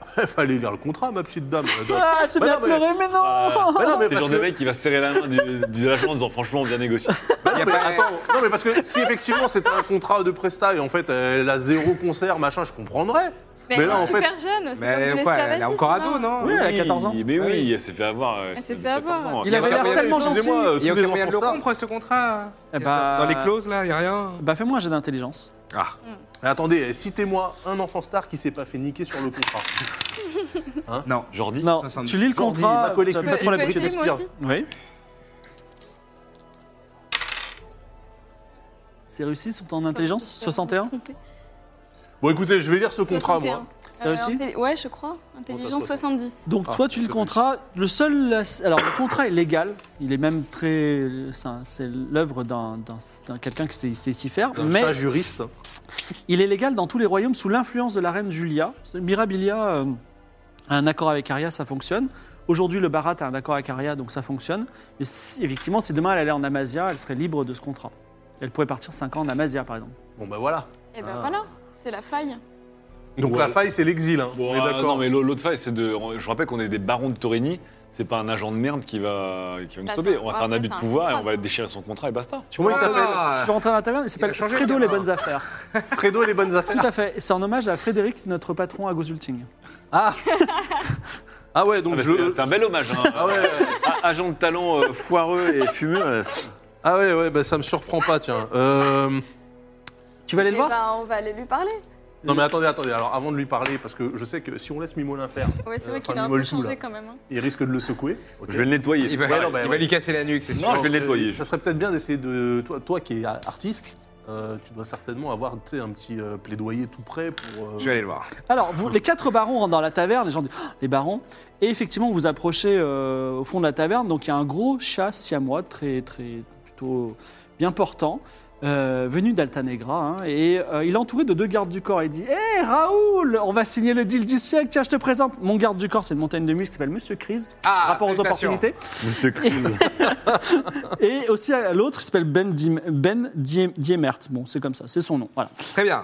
Speaker 5: Il fallait lire le contrat, ma petite dame. Elle doit-
Speaker 1: Ah, c'est
Speaker 5: Bah
Speaker 1: bien
Speaker 5: non, mais-
Speaker 1: pleuré, mais non.
Speaker 3: euh,
Speaker 5: Bah non, mais
Speaker 3: t'es le
Speaker 5: parce
Speaker 3: genre de
Speaker 5: que-
Speaker 3: mec qui va se serrer la main du, du agent en disant franchement, on vient négocier.
Speaker 5: Bah non,
Speaker 2: Y a
Speaker 5: mais
Speaker 2: pas-
Speaker 5: attends, non, mais parce que si effectivement c'était un contrat de presta et en fait elle a zéro concert, machin, je comprendrais.
Speaker 4: Mais,
Speaker 5: Mais
Speaker 4: elle
Speaker 5: là,
Speaker 4: est
Speaker 5: en
Speaker 4: super jeune, c'est
Speaker 2: Mais
Speaker 4: comme
Speaker 2: elle,
Speaker 4: de
Speaker 2: est quoi, elle est
Speaker 4: l'esclavagisme, hein.
Speaker 2: encore
Speaker 4: là.
Speaker 2: ado,
Speaker 5: Ah
Speaker 2: non
Speaker 1: Oui, elle a 14 ans.
Speaker 3: Mais
Speaker 2: Ah
Speaker 3: oui,
Speaker 2: oui.
Speaker 3: elle s'est fait avoir. euh,
Speaker 4: Elle s'est
Speaker 3: c'est
Speaker 4: fait
Speaker 3: 14
Speaker 4: avoir.
Speaker 3: ans.
Speaker 1: Il avait
Speaker 2: Il y a
Speaker 1: l'air
Speaker 2: aucun-
Speaker 1: tellement gentil.
Speaker 2: Il
Speaker 5: Excusez-moi,
Speaker 2: n'y a
Speaker 5: tous les
Speaker 2: aucun moyen de le
Speaker 5: enfants stars.
Speaker 2: rompre, ce contrat
Speaker 1: Eh
Speaker 2: Y a- Dans
Speaker 1: bah-
Speaker 2: les clauses, là, il n'y a rien.
Speaker 1: Bah fais-moi un jet d'intelligence.
Speaker 2: ben, Ah,
Speaker 5: Mais attendez, citez-moi un enfant star qui s'est pas fait niquer sur le contrat.
Speaker 2: non.
Speaker 3: Jordi,
Speaker 1: Non,
Speaker 2: 70.
Speaker 1: tu lis le
Speaker 5: Jordi,
Speaker 1: contrat.
Speaker 5: Macaulay
Speaker 1: ça
Speaker 4: Je
Speaker 1: peut
Speaker 4: peux-
Speaker 1: être
Speaker 5: Culkin.
Speaker 4: je
Speaker 1: la
Speaker 4: peux
Speaker 5: Britney
Speaker 4: essayer, moi
Speaker 5: Spears.
Speaker 4: aussi.
Speaker 1: Oui. Ces réussis sont en intelligence
Speaker 4: Je me suis
Speaker 1: 61
Speaker 4: trompée.
Speaker 5: Bon écoutez, je vais lire ce contrat,
Speaker 4: 61.
Speaker 5: moi.
Speaker 1: Ça aussi
Speaker 4: Euh, intelli- Ouais, je crois. Intelligence 70.
Speaker 1: Donc
Speaker 5: Ah,
Speaker 1: toi, tu le
Speaker 5: c'est
Speaker 1: contrat. Le seul, alors le contrat est légal. Il est même très, c'est un- c'est l'œuvre d'un d'un- d'un quelqu'un qui sait, sait s'y faire.
Speaker 5: Un
Speaker 1: Mais
Speaker 5: chat juriste.
Speaker 1: il est légal dans tous les royaumes sous l'influence de la reine Julia. Mirabilia euh, a un accord avec Aria, ça fonctionne. Aujourd'hui, le Barat a un accord avec Aria, donc ça fonctionne. Mais si- effectivement, si demain elle allait en Amazia, elle serait libre de ce contrat. Elle pourrait partir 5 ans en Amazia, par exemple.
Speaker 5: Bon, ben voilà.
Speaker 4: Et ben
Speaker 5: Ah.
Speaker 4: voilà, c'est la faille.
Speaker 5: Donc
Speaker 3: Ouais.
Speaker 5: la faille, c'est l'exil. hein.
Speaker 3: Bon,
Speaker 5: On est
Speaker 3: ah,
Speaker 5: d'accord.
Speaker 3: Non, mais l'au- l'autre faille, c'est de. Je rappelle qu'on est des barons de Torini. C'est pas un agent de merde qui va, qui va nous
Speaker 4: Bah,
Speaker 3: stopper.
Speaker 4: c'est un-
Speaker 3: On va faire un
Speaker 4: après,
Speaker 3: abus de
Speaker 4: c'est un
Speaker 3: pouvoir et
Speaker 4: contrat.
Speaker 3: on va déchirer son contrat et basta. Ah,
Speaker 1: Tu vois, il
Speaker 2: Voilà.
Speaker 1: s'appelle. Je vais rentrer dans la taverne. Il s'appelle
Speaker 2: Ah. a changé, le
Speaker 1: Fredo les
Speaker 2: gamin.
Speaker 1: bonnes affaires.
Speaker 5: Fredo et les bonnes affaires.
Speaker 1: Tout à fait. C'est en hommage à Frédéric, notre patron à Gozulting.
Speaker 5: Ah Ah ouais, donc
Speaker 3: Ah, bah,
Speaker 5: je-
Speaker 3: c'est- C'est un bel hommage. hein.
Speaker 5: Ah ouais, ouais.
Speaker 3: Ah, Agent de talent euh, foireux et fumeux. euh, c'est-
Speaker 5: Ah ouais, ouais, bah, ça me surprend pas, tiens. Euh,
Speaker 1: Tu vas aller
Speaker 4: Eh
Speaker 1: le voir
Speaker 4: ben, on va aller lui parler.
Speaker 5: Non mais attendez, attendez, alors avant de lui parler, parce que je sais que si on laisse Mimolin faire,
Speaker 4: Ouais, c'est
Speaker 5: Euh,
Speaker 4: vrai
Speaker 5: enfin,
Speaker 4: qu'il a un
Speaker 5: Mimol
Speaker 4: peu
Speaker 5: sous, là.
Speaker 4: changé quand même. hein.
Speaker 5: il risque de le secouer.
Speaker 3: Je vais le nettoyer.
Speaker 2: Il va,
Speaker 5: Ouais, non, bah,
Speaker 2: il va
Speaker 5: ouais.
Speaker 2: lui casser la nuque, c'est sûr.
Speaker 3: Non, je vais le nettoyer.
Speaker 5: Ça serait peut-être bien d'essayer de... Toi, toi qui es artiste, euh, tu dois certainement avoir tu sais, un petit euh, plaidoyer tout prêt pour... euh,
Speaker 2: Je vais aller le voir.
Speaker 1: Alors, vous- les quatre barons rentrent dans la taverne, les gens disent Oh, les barons. Et effectivement, vous approchez euh, au fond de la taverne, donc il y a un gros chat siamois, très, très, plutôt bien portant, euh, venu d'Altanegra. hein. et euh, il est entouré de deux gardes du corps. Il dit Hé Raoul, on va signer le deal du siècle, tiens, je te présente. Mon garde du corps, c'est une montagne de muscles qui s'appelle Monsieur Crise,
Speaker 2: Ah,
Speaker 1: rapport aux
Speaker 2: salutations.
Speaker 1: opportunités.
Speaker 3: Monsieur Crise.
Speaker 1: Et aussi à l'autre, il s'appelle Ben, Dim- ben Diem- Diemert. Bon, c'est comme ça, c'est son nom. Voilà.
Speaker 2: Très bien.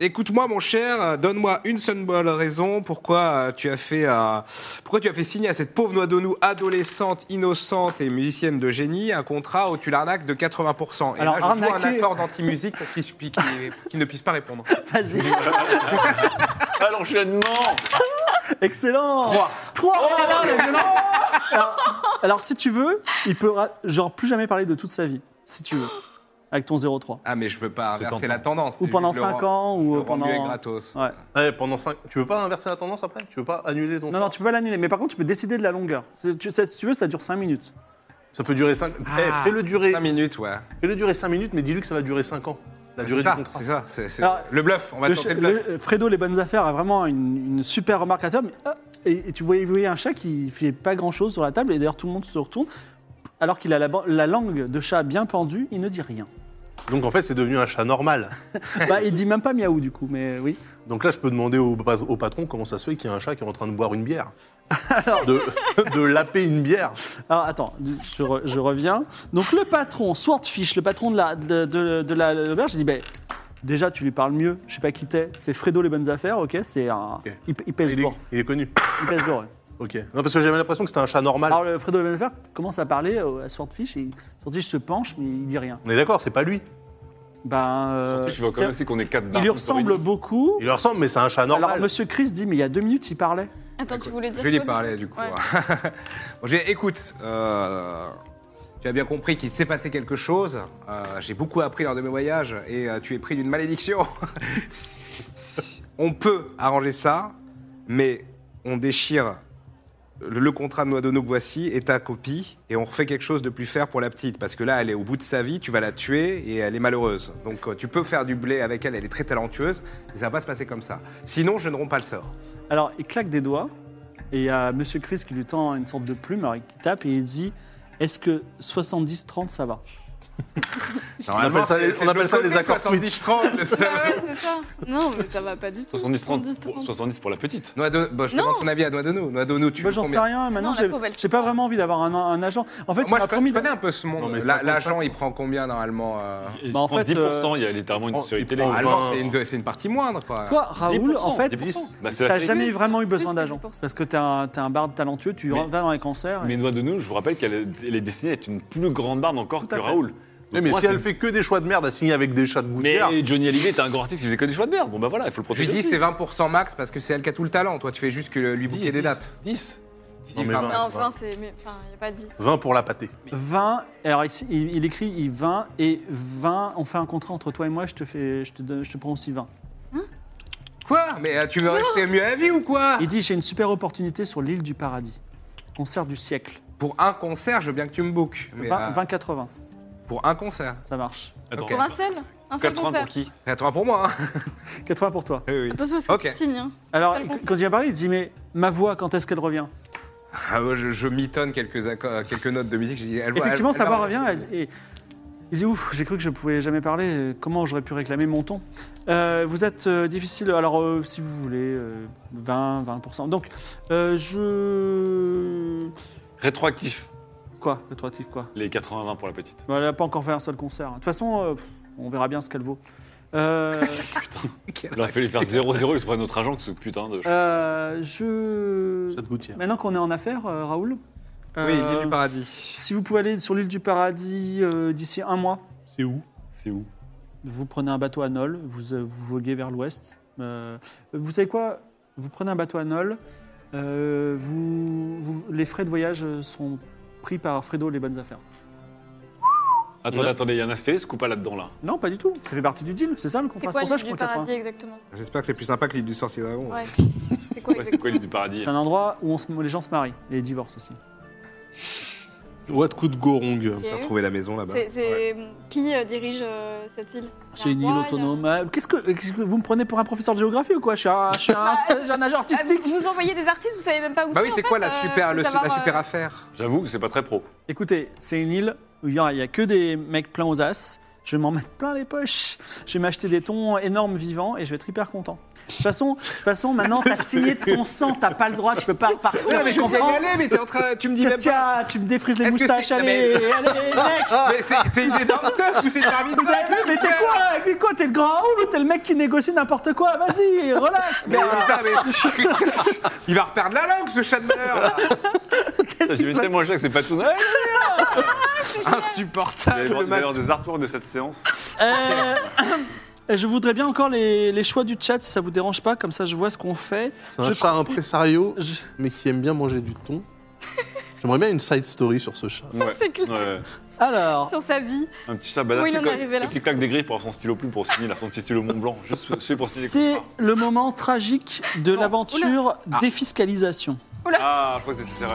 Speaker 2: Écoute-moi, mon cher, euh, donne-moi une seule bonne raison pourquoi euh, tu as fait euh, pourquoi tu as fait signer à cette pauvre noix de nous adolescente, innocente et musicienne de génie un contrat où tu l'arnaques de 80 Et
Speaker 1: Alors,
Speaker 2: là, je joue un
Speaker 1: arnaquer-
Speaker 2: accord d'anti-musique pour qu'il supplique- qu'il ne puisse pas répondre.
Speaker 1: Vas-y.
Speaker 3: Ah, l'enchaînement
Speaker 1: Excellent
Speaker 2: Trois.
Speaker 1: 3 Oh là là, la violence alors, alors, si tu veux, il peut ra- genre plus jamais parler de toute sa vie, si tu veux, avec ton 0,3.
Speaker 2: Ah, mais je peux pas
Speaker 3: C'est
Speaker 2: inverser
Speaker 3: tentant.
Speaker 2: la tendance.
Speaker 1: Ou pendant 5 ans, ou pendant...
Speaker 2: Pendant... gratos.
Speaker 1: Ouais.
Speaker 5: ouais, Eh, pendant 5... Tu veux pas inverser la tendance après Tu veux pas annuler ton...
Speaker 1: Non, non, tu peux pas l'annuler, mais par contre, tu peux décider de la longueur. Si tu, ça- si tu veux, ça dure 5 minutes.
Speaker 5: Ça peut durer 5...
Speaker 2: Ah,
Speaker 5: fais-le durer...
Speaker 2: 5 minutes, ouais.
Speaker 5: fais-le durer 5 minutes, mais dis-lui que ça va durer 5 ans. La durée
Speaker 2: Ah, C'est
Speaker 5: du
Speaker 2: ça,
Speaker 5: contrat.
Speaker 2: c'est ça. c'est- c'est-
Speaker 1: Alors,
Speaker 2: Le bluff, on va
Speaker 1: Le
Speaker 2: tenter
Speaker 1: cha-
Speaker 2: le bluff.
Speaker 1: le- euh, Fredo, les bonnes affaires, a vraiment une, une super remarque à faire, mais, ah, et, et tu voyais, vous voyez un chat qui fait pas grand-chose sur la table, et d'ailleurs, tout le monde se retourne. Alors qu'il a la, ban- la langue de chat bien pendue, il ne dit rien.
Speaker 5: Donc en fait, c'est devenu un chat normal.
Speaker 1: bah, il dit même pas miaou, du coup, mais oui.
Speaker 5: Donc là, je peux demander au, pat- au patron comment ça se fait qu'il y a un chat qui est en train de boire une bière. de, de laper une bière.
Speaker 1: Alors attends, je, re- je reviens. Donc le patron, Swordfish, le patron de la de, de- de la- de l'auberge, il dit ben déjà tu lui parles mieux. Je sais pas qui t'es. C'est Fredo les bonnes affaires, ok C'est un. Il, il pèse
Speaker 5: Il est,
Speaker 1: lourd.
Speaker 5: il est connu.
Speaker 1: Il pèse lourd. ouais.
Speaker 5: Ok. Non, parce que j'avais l'impression que c'était un chat normal.
Speaker 1: Alors le Fredo les bonnes affaires commence à parler au- à Swordfish et Swordfish se penche mais il dit rien.
Speaker 5: On est d'accord, c'est pas lui.
Speaker 1: Ben euh,
Speaker 3: Surtout, tu vois quand
Speaker 1: c'est-
Speaker 3: même aussi qu'on est quatre
Speaker 1: il
Speaker 3: barons
Speaker 1: lui
Speaker 3: de
Speaker 1: ressemble
Speaker 3: Torini.
Speaker 1: beaucoup.
Speaker 5: Il leur ressemble, mais c'est un chat normal.
Speaker 1: Alors Monsieur Chris dit mais il y a deux minutes il parlait.
Speaker 4: Attends, tu voulais dire
Speaker 2: Je vais lui
Speaker 4: quoi,
Speaker 2: parler du coup. hein.
Speaker 4: Ouais.
Speaker 2: Bon, j'ai- écoute, euh, tu as bien compris qu'il s'est passé quelque chose. Euh, j'ai beaucoup appris lors de mes voyages et euh, tu es pris d'une malédiction. Si- si- on peut arranger ça, mais on déchire le, le contrat de Noix de Nook, voici et ta copie et on refait quelque chose de plus faire pour la petite parce que là elle est au bout de sa vie, tu vas la tuer et elle est malheureuse. Donc euh, tu peux faire du blé avec elle, elle est très talentueuse, mais ça va pas se passer comme ça. Sinon je ne romps pas le sort.
Speaker 1: Alors, il claque des doigts et il y a Monsieur Chris qui lui tend une sorte de plume, alors il tape et il dit Est-ce que 70-30 ça va
Speaker 5: On appelle ça les- on appelle ça les accords Twitch.
Speaker 2: 30 le seul.
Speaker 4: Ah ouais, c'est ça. Non, mais ça va pas du tout.
Speaker 3: 70 30
Speaker 4: 70-30.
Speaker 3: pour, 70 pour la petite.
Speaker 2: Noa de- bon, je demande son avis à Noadono. Noadono, tu
Speaker 1: Moi,
Speaker 2: veux
Speaker 1: Bah, j'en sais
Speaker 2: combien
Speaker 1: rien, maintenant
Speaker 4: Non, la
Speaker 1: j'ai
Speaker 4: pauvre, elle
Speaker 1: j'ai pas vraiment envie d'avoir un, un agent. En fait, il
Speaker 2: Ah, Moi, je
Speaker 1: m'a
Speaker 2: connais,
Speaker 1: promis.
Speaker 2: je connais un peu ce monde.
Speaker 5: Non, mais
Speaker 2: La-
Speaker 5: 55.
Speaker 2: L'agent, il prend combien normalement euh
Speaker 3: Il
Speaker 1: Bah, en
Speaker 3: prend
Speaker 1: fait,
Speaker 3: 10%, il y a littéralement une
Speaker 5: il
Speaker 3: série
Speaker 5: prend-
Speaker 3: télé.
Speaker 5: il
Speaker 2: Ah,
Speaker 5: prend-
Speaker 2: non, c'est une, c'est une partie moindre, quoi.
Speaker 1: Toi, Raoul, en fait,
Speaker 3: 10%. Bah, c'est la
Speaker 1: t'as
Speaker 3: série.
Speaker 1: jamais
Speaker 4: Plus,
Speaker 1: vraiment eu besoin
Speaker 4: plus que
Speaker 1: d'agent.
Speaker 4: 10%.
Speaker 1: Parce que t'es un, t'es un barde talentueux, tu
Speaker 3: Mais-
Speaker 1: vas dans les concerts. et-
Speaker 3: Mais Noix de nous, je vous rappelle qu'elle est, elle est destinée à être une plus grande barbe encore
Speaker 1: Tout à
Speaker 3: que
Speaker 1: fait.
Speaker 3: Raoul.
Speaker 5: Oui,
Speaker 3: Donc,
Speaker 5: mais
Speaker 3: moi,
Speaker 5: si
Speaker 3: c'est-
Speaker 5: elle fait que des choix de merde à signer avec des chats de
Speaker 3: Mais
Speaker 5: gouttière.
Speaker 3: Johnny Hallyday était un grand artiste, il faisait que des choix de merde. Bon bah voilà, il faut le
Speaker 2: Je lui
Speaker 3: protéger.
Speaker 2: dis c'est 20% max parce que c'est elle qui a tout le talent. Toi, tu fais juste que le- lui bouquer des dates.
Speaker 3: 10.
Speaker 5: Non, mais
Speaker 2: Non,
Speaker 4: Non,
Speaker 5: 20,
Speaker 4: enfin, c'est. mais- Enfin, il n'y a pas 10.
Speaker 5: 20 pour la pâtée.
Speaker 1: 20, alors ici, il, il écrit il 20 et 20, on fait un contrat entre toi et moi, je te, fais, je te, donne- je te prends aussi 20.
Speaker 2: Quoi Mais euh, tu veux rester mieux à vie ou quoi
Speaker 1: Il dit J'ai une super opportunité sur l'île du paradis. Concert du siècle.
Speaker 2: Pour un concert, je veux bien que tu me bookes. mais,
Speaker 1: 20
Speaker 2: euh,
Speaker 1: 20-80.
Speaker 2: Pour un concert.
Speaker 1: Ça marche.
Speaker 3: Attends,
Speaker 2: Ok.
Speaker 4: Pour un seul Un seul
Speaker 3: 80
Speaker 4: concert
Speaker 3: pour qui
Speaker 2: 80 pour moi. hein.
Speaker 1: 80 pour toi.
Speaker 2: Oui, oui.
Speaker 4: Attention à ce que
Speaker 2: Ok.
Speaker 4: tu signes. hein.
Speaker 1: Alors,
Speaker 4: Seul concert.
Speaker 1: quand il vient parler, il dit Mais ma voix, quand est-ce qu'elle revient
Speaker 2: Ah, ouais, je, je mitonne quelques, accords- euh, quelques notes de musique. je dis, elle va-
Speaker 1: Effectivement,
Speaker 2: elle-
Speaker 1: sa
Speaker 2: elle
Speaker 1: voix
Speaker 2: va-
Speaker 1: revient. elle- et il dit Ouf, j'ai cru que je ne pouvais jamais parler. euh, Comment j'aurais pu réclamer mon ton Euh, Vous êtes euh, difficile. Alors, euh, si vous voulez, euh, 20, 20%. Donc, euh, je.
Speaker 3: Rétroactif,
Speaker 1: Quoi Le troatif, quoi
Speaker 3: les 80-20 pour la petite.
Speaker 1: Bah, Elle n'a pas encore fait un seul concert. De toute façon, euh, pff, on verra bien ce qu'elle vaut. Euh,
Speaker 3: Il aurait fallu faire 0-0 et trouver notre agent que ce putain de.
Speaker 1: euh, je.
Speaker 5: Cette gouttière.
Speaker 1: Maintenant qu'on est en affaires, euh, Raoul.
Speaker 2: Oui,
Speaker 1: euh,
Speaker 2: l'île du paradis.
Speaker 1: Si vous pouvez aller sur l'île du paradis euh, d'ici un mois,
Speaker 5: C'est où
Speaker 3: C'est où
Speaker 1: vous prenez un bateau à Nol, vous, euh, vous voguez vers l'ouest. Euh, vous savez quoi Vous prenez un bateau à Nol, euh, vous, vous- les frais de voyage euh, sont pris par Fredo les bonnes affaires.
Speaker 3: Attendez, attendez, il y a un astérisque ou pas là-dedans là
Speaker 1: Non, pas du tout. Ça fait partie du deal. C'est ça le
Speaker 4: C'est
Speaker 1: contrat. C'est
Speaker 4: quoi
Speaker 1: pour ça que je
Speaker 4: l'île du
Speaker 1: prends
Speaker 4: paradis
Speaker 1: 80.
Speaker 4: exactement
Speaker 2: J'espère que c'est plus sympa que l'île du sorcier dragon.
Speaker 4: Ouais. C'est quoi
Speaker 3: Ouais, C'est quoi
Speaker 4: exactement
Speaker 3: l'île du paradis
Speaker 1: C'est un endroit où on se- où les gens se marient, les divorces aussi.
Speaker 5: What coup de gorong
Speaker 4: Ok.
Speaker 2: On va retrouver la maison là-bas.
Speaker 4: C'est- C'est qui euh, dirige euh, cette île
Speaker 1: C'est
Speaker 4: Un
Speaker 1: une île
Speaker 4: roi, il y a-
Speaker 1: autonome. Euh, Qu'est-ce que, qu'est-ce que- vous me prenez pour un professeur de géographie ou quoi Je suis un, je suis un- je suis un nageur
Speaker 4: Ah, vous,
Speaker 1: artistique.
Speaker 4: vous envoyez des artistes, vous savez même pas où
Speaker 2: Bah oui,
Speaker 4: en
Speaker 2: c'est
Speaker 4: fait,
Speaker 2: quoi la
Speaker 4: euh,
Speaker 2: super,
Speaker 4: faut
Speaker 2: le- la
Speaker 4: savoir,
Speaker 2: super
Speaker 4: euh,
Speaker 2: affaire
Speaker 3: J'avoue, c'est pas très pro.
Speaker 1: Écoutez, c'est une île où il y, a- il y a que des mecs pleins aux as. Je vais m'en mettre plein les poches. Je vais m'acheter des thons énormes vivants et je vais être hyper content. De toute façon, de toute façon maintenant, t'as signé de ton sang, t'as pas le droit, tu peux pas repartir.
Speaker 2: Ouais, mais
Speaker 1: tu
Speaker 2: je voulais y
Speaker 1: comprends
Speaker 2: aller, mais t'es en train. Tu me dis
Speaker 1: Qu'est-ce
Speaker 2: même
Speaker 1: qu'il y
Speaker 2: pas.
Speaker 1: a Tu me défrises les
Speaker 2: Est-ce que c'est-
Speaker 1: moustaches,
Speaker 2: Non,
Speaker 1: allez,
Speaker 2: mais-
Speaker 1: allez, next
Speaker 2: Mais c'est c'est une énorme teuf ou c'est terminé
Speaker 1: Mais t'es quoi T'es quoi T'es le grand Raoul ou t'es le mec qui négocie n'importe quoi Vas-y, relax,
Speaker 2: Mais
Speaker 1: gars
Speaker 2: putain, mais- Il va reperdre la langue, ce chat de malheur là.
Speaker 1: Qu'est-ce qui
Speaker 3: J'ai
Speaker 1: se
Speaker 3: une
Speaker 1: passe
Speaker 3: tellement cher que c'est pas tout. Vous allez
Speaker 2: Insupportable,
Speaker 3: voir-
Speaker 2: le
Speaker 3: vous
Speaker 2: matin.
Speaker 3: allez voir des artworks de cette séance.
Speaker 1: Euh, Je voudrais bien encore les, les choix du chat, si ça vous dérange pas, comme ça je vois ce qu'on fait.
Speaker 5: C'est un
Speaker 1: Je-
Speaker 5: chat impresario,
Speaker 1: Je-
Speaker 5: mais qui aime bien manger du thon. J'aimerais bien une side story sur ce chat.
Speaker 3: Ouais.
Speaker 4: C'est clair.
Speaker 3: Ouais.
Speaker 1: Alors,
Speaker 4: Sur sa vie.
Speaker 3: Un petit chat badass
Speaker 4: Oui, il en
Speaker 3: qui
Speaker 4: est arrivé là.
Speaker 3: qui claque des griffes pour avoir son stylo plume pour signer là, son petit stylo Mont Blanc. Juste celui pour signer.
Speaker 1: c'est le moment tragique de
Speaker 3: Oh,
Speaker 1: l'aventure
Speaker 3: Ah.
Speaker 1: défiscalisation.
Speaker 3: Ah, je crois que c'était sérieux.